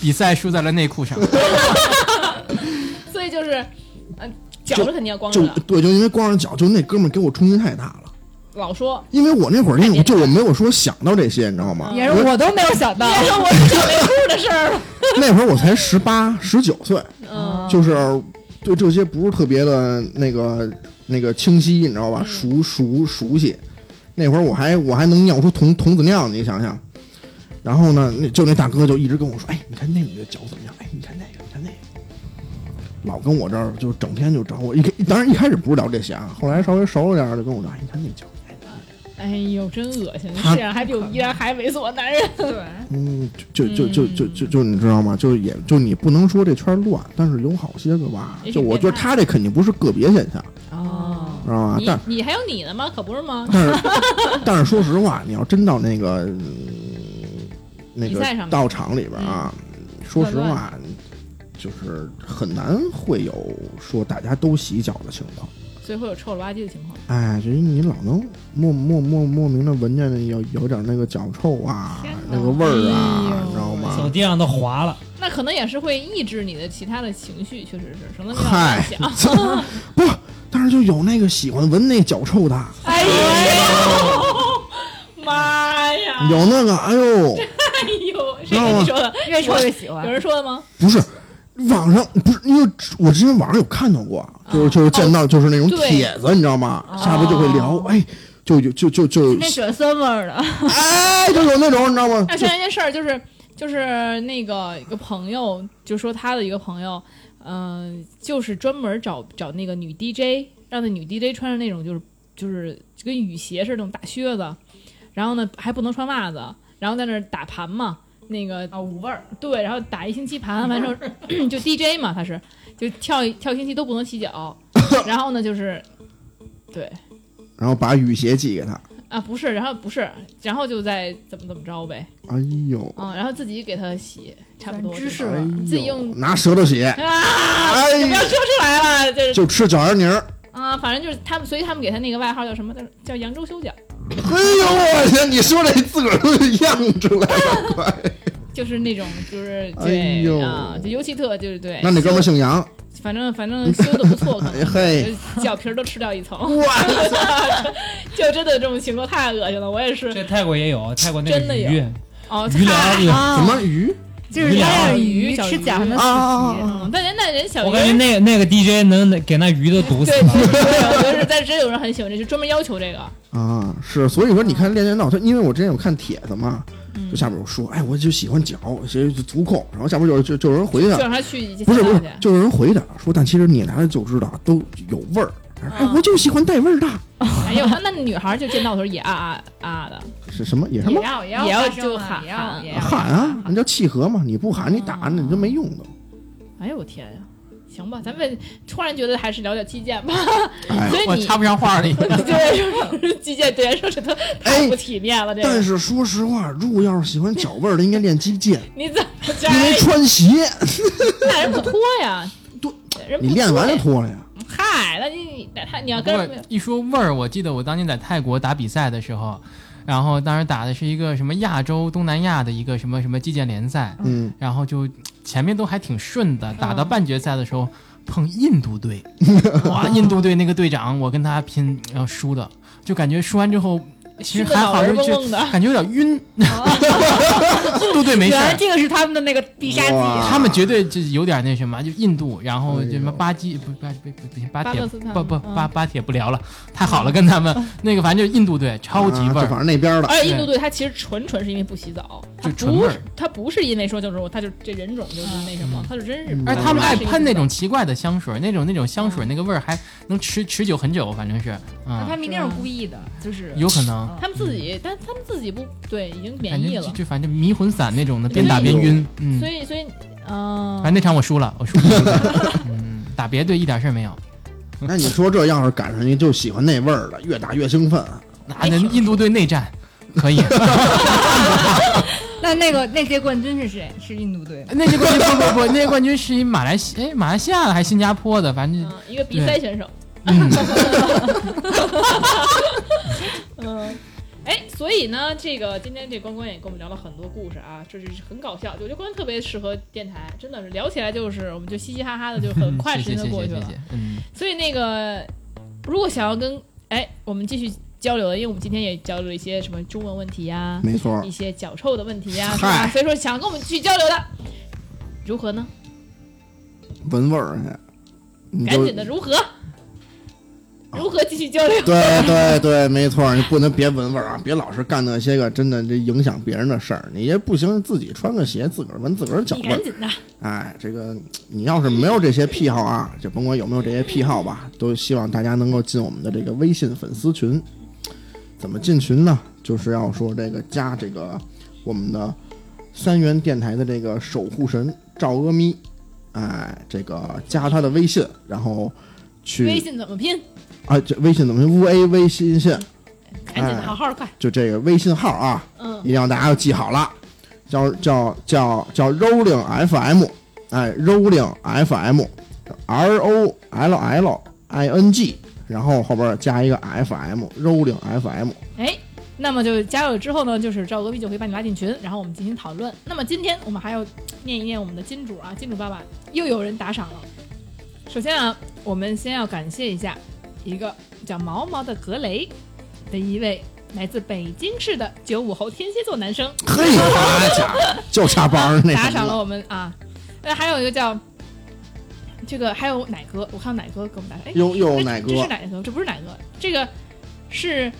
Speaker 7: 比赛输在了内裤上，
Speaker 2: 所以就是，呃，脚是肯定要光着
Speaker 8: 就
Speaker 2: 的。
Speaker 8: 对，就因为光着脚，就那哥们儿给我冲击太大了。
Speaker 2: 老说，
Speaker 8: 因为我那会儿那就我没有说想到这些，你知道吗？
Speaker 5: 也是我都没有想到，
Speaker 2: 别说我是脚内裤的事儿了。
Speaker 8: 那会儿我才十八十九岁，
Speaker 2: 嗯，
Speaker 8: 就是对这些不是特别的那个那个清晰，你知道吧？
Speaker 2: 嗯
Speaker 8: 熟熟熟悉。那会儿我还我还能尿出童童子尿，你想想。然后呢，那就那大哥就一直跟我说：“哎，你看那女的脚怎么样？哎，你看那个，你看那个。”老跟我这儿就整天就找我，一开当然一开始不是聊这些啊，后来稍微熟了点儿就跟我说：“哎，你看那脚，哎
Speaker 2: 哎呦，真恶心！
Speaker 8: 他
Speaker 2: 世界上还有依然还猥琐男人。
Speaker 5: 对，
Speaker 8: 嗯，就就就就就就你知道吗？就也就你不能说这圈儿乱，但是有好些个吧
Speaker 2: 也。挺
Speaker 8: 就我觉得
Speaker 2: 变态
Speaker 8: 他这肯定不是个别现象，
Speaker 2: 哦，
Speaker 8: 知道吗？
Speaker 2: 你
Speaker 8: 但
Speaker 2: 你还有你呢吗？可不是吗？
Speaker 8: 但是但是说实话，你要真到那个嗯那
Speaker 2: 比
Speaker 8: 个
Speaker 2: 赛上面嗯
Speaker 8: 道场里边啊，说实话，就是很难会有说大家都洗脚的情况。
Speaker 2: 所以会有臭了吧唧的情况。
Speaker 8: 哎，就是你老能莫莫莫莫名的闻见那有有点那个脚臭啊
Speaker 5: 天哪，
Speaker 8: 那个味儿啊
Speaker 2: 哎，呦
Speaker 8: 你知道吗？
Speaker 4: 走地上都滑了，
Speaker 2: 那可能也是会抑制你的其他的情绪，确实是，省得你老乱
Speaker 8: 嗨
Speaker 2: 想。，
Speaker 8: 哎不，但是就有那个喜欢闻那脚臭的，
Speaker 2: 哎呦，妈呀！
Speaker 8: 有那个，哎
Speaker 2: 哎
Speaker 8: 呦，
Speaker 2: 呦，谁跟你说的？
Speaker 5: 越说越喜欢
Speaker 2: 有。人说的吗？
Speaker 8: 不是，网上不是，因为我之前网上有看到过，就是就是见到就是那种
Speaker 2: 啊哦对哦
Speaker 8: 帖子，你知道吗？下边就会聊，哎，就有就就就，
Speaker 5: 那褶酸味儿的，
Speaker 8: 哎，就有那种，你知道 吗
Speaker 2: 那？说一件事儿，就是就是那个一个朋友，就说他的一个朋友，嗯、就是专门找找那个女 DJ，让那女 DJ 穿着那种就是就是就跟雨鞋似的那种大靴子，然后呢还不能穿袜子，然后在那儿打盘嘛，那个
Speaker 5: 啊，五味儿，
Speaker 2: 对，然后打一星期盘，完之 后就 DJ 嘛，他是就跳一跳一星期都不能洗 脚，然后呢就是对。
Speaker 8: 然后把雨鞋寄给他，
Speaker 2: 啊，不是，然后不是，然后就再怎么怎么着呗，
Speaker 8: 哎呦，
Speaker 2: 嗯，然后自己给他洗，差不多
Speaker 5: 知识
Speaker 2: 就
Speaker 8: 哎
Speaker 5: 了。
Speaker 2: 嗯自己
Speaker 8: 呦，
Speaker 2: 用
Speaker 8: 拿舌头洗，
Speaker 2: 啊，
Speaker 8: 哎
Speaker 2: 你不要说出来了，就是
Speaker 8: 就吃脚丫泥儿，
Speaker 2: 啊，反正就是他们，所以他们给他那个外号叫什么？叫叫扬州修脚，
Speaker 8: 哎呦，我天，你说这自个儿都 样出来了，快！
Speaker 2: 就是那种就是
Speaker 8: 哎
Speaker 2: 对
Speaker 8: 呦
Speaker 2: 啊，就尤其特就是对，
Speaker 8: 那那哥们儿姓杨，
Speaker 2: 反正反正修的不错，可
Speaker 8: 哎
Speaker 2: 能
Speaker 8: 嘿，
Speaker 2: 就脚皮儿都吃掉一层，
Speaker 8: 哇，
Speaker 2: 就真的这种情况太恶心了，我也是
Speaker 4: 这泰国也有，泰国那
Speaker 2: 真
Speaker 4: 个
Speaker 2: 的
Speaker 4: 鱼
Speaker 2: 有哦，
Speaker 4: 鱼疗
Speaker 2: 太
Speaker 4: 也
Speaker 8: 什么鱼？
Speaker 5: 啊就是
Speaker 4: 鱼
Speaker 5: 他
Speaker 4: 粮
Speaker 5: 让
Speaker 2: 鱼
Speaker 5: 鱼
Speaker 2: 小
Speaker 5: 吃
Speaker 2: 鱼
Speaker 5: 甲方的
Speaker 8: 啊
Speaker 5: 死
Speaker 2: 嗯，但人那人小
Speaker 4: 我
Speaker 2: 鱼
Speaker 4: 感觉
Speaker 2: 儿。
Speaker 4: 那个那个 DJ 能给那鱼都毒死
Speaker 2: 对，。对对，我就是，但真有人很喜欢这，就专门要求这个。
Speaker 8: 啊，是，所以说你看《练剑道》，他因为我之前有看帖子嘛，
Speaker 2: 嗯
Speaker 8: 就下面有说，哎，我就喜欢脚，谁就足控，然后下面就就就有人回
Speaker 2: 就
Speaker 8: 他，
Speaker 2: 让他去，
Speaker 8: 哎不是不是
Speaker 2: 去，
Speaker 8: 就有人回他说，但其实你拿着就知道都有味儿，哎，我就喜欢带味儿的，
Speaker 2: 哎呦，那女孩儿就见到的时候也啊啊啊的，
Speaker 8: 是什么也什
Speaker 5: 也
Speaker 8: 么
Speaker 5: 要
Speaker 2: 也要
Speaker 5: 发生
Speaker 2: 就
Speaker 5: 了
Speaker 2: 喊
Speaker 5: 也要
Speaker 2: 喊
Speaker 5: 也要
Speaker 8: 喊啊，那叫契合嘛，你不喊你打那你就没用的，
Speaker 2: 哎呦我天呀！行吧，咱们突然觉得还是聊点击剑吧。
Speaker 8: 哎
Speaker 2: 所以
Speaker 7: 我
Speaker 2: 你
Speaker 7: 插不上话了已经。
Speaker 2: 对就是击剑对来说这都太
Speaker 8: 哎
Speaker 2: 不体面了。这
Speaker 8: 但
Speaker 2: 个
Speaker 8: 是说实话，如果要是喜欢脚味儿的，应该练击剑，
Speaker 2: 你怎么这
Speaker 8: 因为
Speaker 2: 样？
Speaker 8: 穿鞋，
Speaker 2: 那人不脱呀？
Speaker 8: 对，
Speaker 2: 人不
Speaker 8: 你练完
Speaker 2: 脱
Speaker 8: 就
Speaker 2: 呀
Speaker 8: 脱了呀。
Speaker 2: 嗨，那你那他你要
Speaker 7: 不
Speaker 2: 啊跟
Speaker 7: 过一说味儿，我记得我当年在泰国打比赛的时候，然后当时打的是一个什么亚洲东南亚的一个什么什么击剑联赛，
Speaker 8: 嗯，
Speaker 7: 然后就前面都还挺顺的，打到半决赛的时候碰印度队，哇，印度队那个队长，我跟他拼，然后输了，就感觉输完之后。其实还好，
Speaker 2: 熏
Speaker 7: 就
Speaker 2: 得脑仁嗡
Speaker 7: 就
Speaker 2: 嗡的
Speaker 7: 感觉有点晕。 印度队没事
Speaker 5: 原
Speaker 7: 儿
Speaker 5: 来，这个是他们的那个必杀
Speaker 8: 哇
Speaker 5: 技，
Speaker 7: 他们绝对就有点那什么，就印度，然后
Speaker 8: 哎
Speaker 7: 就
Speaker 8: 呦
Speaker 7: 什么巴基不巴不不不行巴
Speaker 2: 巴
Speaker 7: 铁
Speaker 2: 勒斯坦
Speaker 7: 不不
Speaker 2: 嗯
Speaker 7: 巴巴铁不聊了，太好了，跟他 们那个反正就是印度队超级味
Speaker 8: 啊就
Speaker 7: 儿，
Speaker 8: 反正那边儿的。
Speaker 2: 而且哎印度队他其实纯纯是因为不洗澡，他
Speaker 7: 哎就纯味
Speaker 2: 不
Speaker 7: 儿
Speaker 2: 是他不是因为说就是我他就这人种就是那什么，他就真是。
Speaker 7: 而
Speaker 8: 嗯
Speaker 7: 哎他们爱
Speaker 2: 是因为
Speaker 7: 喷
Speaker 2: 不
Speaker 7: 那
Speaker 2: 洗澡
Speaker 7: 种奇怪的香水，那种那种香水那个味儿还能持持久很久，反正是
Speaker 2: 啊
Speaker 5: 那他
Speaker 7: 嗯，
Speaker 5: 们一定是故意的，就是
Speaker 7: 有可能
Speaker 5: 嗯
Speaker 2: 他们自己，但他们自己不对，已经免
Speaker 7: 感
Speaker 2: 疫
Speaker 7: 觉
Speaker 2: 了
Speaker 7: 就，就反正迷魂散那种的，
Speaker 2: 对
Speaker 7: 边打边晕，嗯
Speaker 2: 所，以所以，嗯、
Speaker 7: 反正那场我输了，我输了， 嗯，打别队一点事儿没有，
Speaker 8: 那你说这要是赶上你就喜欢那味儿的，越打越兴奋。
Speaker 7: 那那印度队内战可以，
Speaker 5: 那那个那届冠军是谁？是印度队吗？
Speaker 7: 那届冠军不不不，那届冠军是一马来西哎马来西亚的还是新加坡的，反正就
Speaker 2: 嗯一个比赛选手。 嗯，哎，所以呢，这个今天这关关也跟我们聊了很多故事啊，这是很搞笑，我觉得关关特别适合电台，真的是聊起来就是我们就嘻嘻哈哈的，就很快时
Speaker 7: 谢
Speaker 2: 间
Speaker 7: 谢
Speaker 2: 就
Speaker 7: 谢
Speaker 2: 过
Speaker 7: 谢
Speaker 2: 去
Speaker 7: 谢
Speaker 2: 了。
Speaker 7: 谢，嗯，
Speaker 2: 所以那个，如果想要跟哎我们继续交流的，因为我们今天也交流了一些什么中文问题呀、
Speaker 8: 没错
Speaker 2: 一，些脚臭的问题啊呀、是吧？所以说想跟我们继续交流的，如何呢？
Speaker 8: 闻味儿去，你
Speaker 2: 赶
Speaker 8: 就
Speaker 2: 紧的，如何？如何继续交流？
Speaker 8: 对对对，没错，你不能别闻味儿啊，别老是干那些个真的这影响别人的事儿。你也不行，自己穿个鞋，自个儿闻自个儿脚
Speaker 2: 你
Speaker 8: 味儿
Speaker 2: 赶。紧的，
Speaker 8: 哎，这个你要是没有这些癖好啊，就甭管有没有这些癖好吧，都希望大家能够进我们的这个微信粉丝群。怎么进群呢？就是要说这个加这个我们的三元电台的这个守护神赵阿咪，哎，这个加他的微信，啊然后
Speaker 2: 微
Speaker 8: 去
Speaker 2: 信怎么拼？
Speaker 8: 啊，这微信怎么拼乌 A 微信信，
Speaker 2: 赶
Speaker 8: 哎
Speaker 2: 紧的，好好的，快，
Speaker 8: 就这个微信号啊，
Speaker 2: 嗯
Speaker 8: 一，定要大家要记好了，叫叫叫叫 Rolling FM，哎，Rolling FM，R O L L I N G，然后后边加一个 FM，Rolling FM。
Speaker 2: 哎。那么就加入之后呢，就是赵阿咪就会把你拉进群，然后我们进行讨论。那么今天我们还要念一念我们的金主啊，金主爸爸又有人打赏了。首先啊，我们先要感谢一下一个叫毛毛的格雷的一位来自北京市的九五后天蝎座男生，
Speaker 8: 嘿，好家伙， 就下班儿那
Speaker 2: 打
Speaker 8: 什
Speaker 2: 赏了
Speaker 8: 么
Speaker 2: 我们啊。那还有一个叫这个，还有奶哥，我看奶哥给我们打赏，哎，
Speaker 8: 又又奶
Speaker 2: 这是
Speaker 8: 哥，
Speaker 2: 哪个？这不是哪个？这个是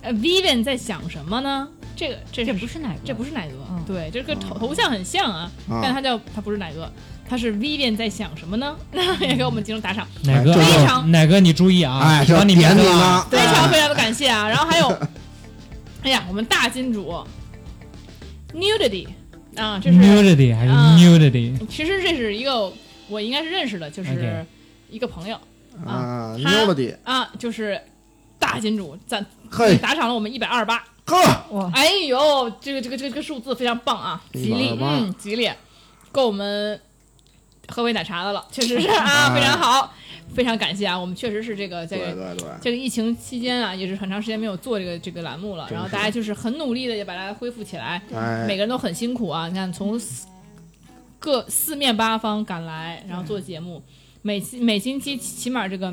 Speaker 2: 呃，Vivian 在想什么呢？这个这是
Speaker 5: 这不是哪个？
Speaker 2: 这不是奶哥，
Speaker 5: 嗯
Speaker 2: 对，这个头、
Speaker 8: 啊
Speaker 2: 头像很像啊，但
Speaker 8: 啊，
Speaker 2: 他叫他不是奶哥，他是 Vivian 在想什么呢？ 也给我们集中打赏，
Speaker 4: 奶哥
Speaker 8: 哎
Speaker 2: 非常
Speaker 4: 奶哥你注意啊，
Speaker 8: 哎，
Speaker 4: 提
Speaker 8: 这
Speaker 4: 到你名
Speaker 8: 点
Speaker 4: 字
Speaker 8: 你
Speaker 4: 了啊。
Speaker 8: 呢，
Speaker 2: 非常非常的感谢啊！然后还有， 哎呀，我们大金主 Nudity 啊，这是
Speaker 4: nudity 还是
Speaker 2: 啊
Speaker 4: nudity？
Speaker 2: 其实这是一个我应该是认识的，就是
Speaker 4: OK
Speaker 2: 一个朋友
Speaker 8: 啊
Speaker 2: 他
Speaker 8: ，Melody，
Speaker 2: 啊，就是大金主赞
Speaker 8: 嘿
Speaker 2: 打赏了我们一百二十八。
Speaker 8: 呵，
Speaker 5: 哇，
Speaker 2: 哎呦，这个这个这个这个数字非常棒啊，吉利，
Speaker 8: 128
Speaker 2: 嗯，吉利，够我们喝杯奶茶的了，确实是啊，
Speaker 8: 哎
Speaker 2: 非常好，非常感谢啊，我们确实是这个这
Speaker 8: 对
Speaker 2: 个
Speaker 8: 对对，
Speaker 2: 这个疫情期间啊，也是很长时间没有做这个这个栏目了，
Speaker 8: 真是
Speaker 2: 然后大家就是很努力的也把它恢复起来，每
Speaker 8: 哎，
Speaker 2: 个人都很辛苦啊，你看从四各四面八方赶来，然后做节目，每期每星期起起码这个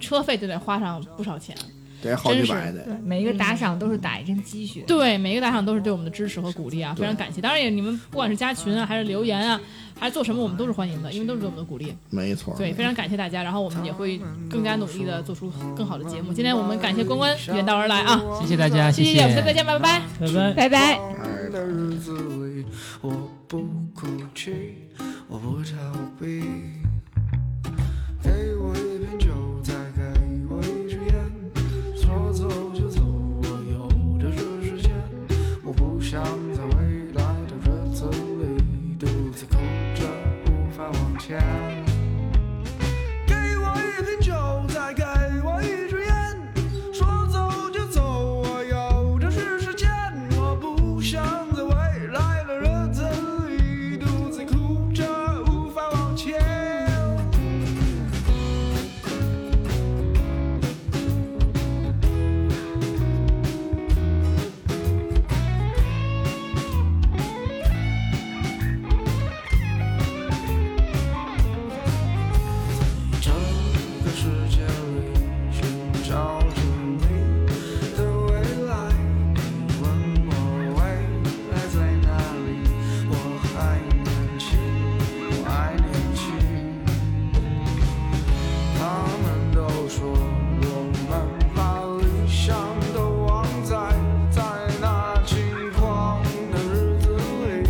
Speaker 2: 车费就得花上不少钱。
Speaker 8: 得好几
Speaker 2: 真是
Speaker 8: 百得。
Speaker 5: 对，每一个打赏都是打一针鸡血。
Speaker 2: 对每一个打赏都是对我们的支持和鼓励啊，非常感谢。当然也你们不管是加群啊，还是留言啊，还是做什么，我们都是欢迎的，因为都是对我嗯们的鼓励。
Speaker 8: 没错，
Speaker 2: 对，非常感谢大家，然后我们也会
Speaker 7: 嗯
Speaker 2: 更加努力的做出更好的节目。今天我们感谢关关远道而来啊，
Speaker 7: 谢谢大家，
Speaker 2: 谢
Speaker 7: 谢
Speaker 2: 我们下次再见，拜拜。
Speaker 4: 拜拜。
Speaker 5: 拜拜。
Speaker 1: 哎的日子里，我不哭泣，我不哎逃避。给我一瓶酒，再给我一支烟，说走就走，我有的是时间。我不想在未来的日子里独自哭着，无法往前。给我一瓶酒，再给我一支烟。说走就走，我有的是时间。我不想在未来的日子里独自哭着，无法往前。这个世界里寻找着你的未来，你问我未来在哪里？我还年轻，我还年轻。他们都说我们把理想都忘在在那轻狂的日子里，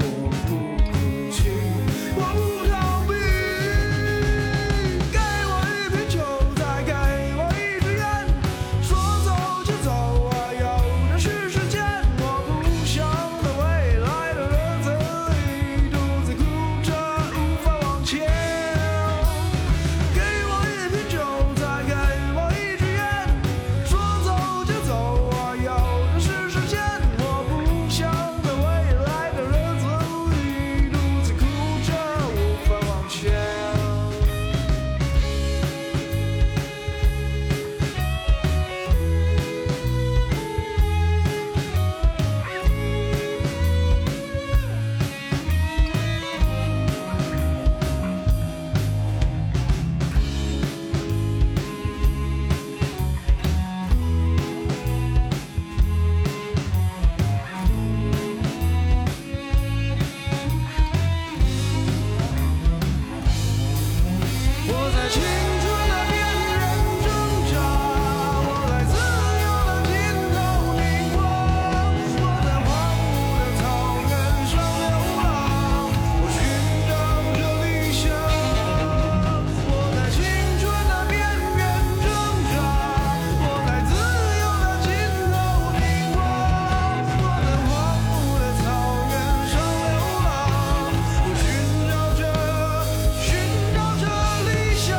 Speaker 1: 我不哭泣，我不逃避。给我一瓶酒，再给我一支烟，说走就走，我有的是时间，我不想在未来的日子里独自哭着，无法往前。给我一瓶酒，再给我一支烟，说走就走，我有的是时间。我不想在未来的日子里独自哭着，无法往前。我在青春的边缘挣扎，我在自由的尽头凝望，我在荒芜的草原上流浪，我寻找着理想。我在青春的边缘挣扎，我在自由的尽头凝望，我在荒芜的草原上流浪，我寻找着，寻找着理想。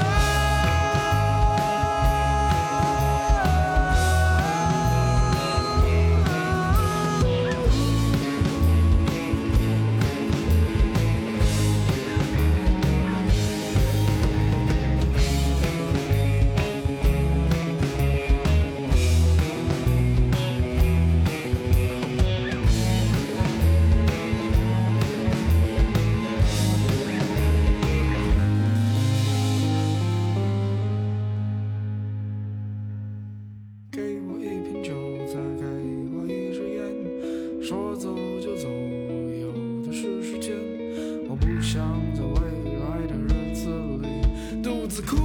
Speaker 1: 给我一瓶酒，再给我一支烟，说走就走，有的是时间。我不想在未来的日子里独自哭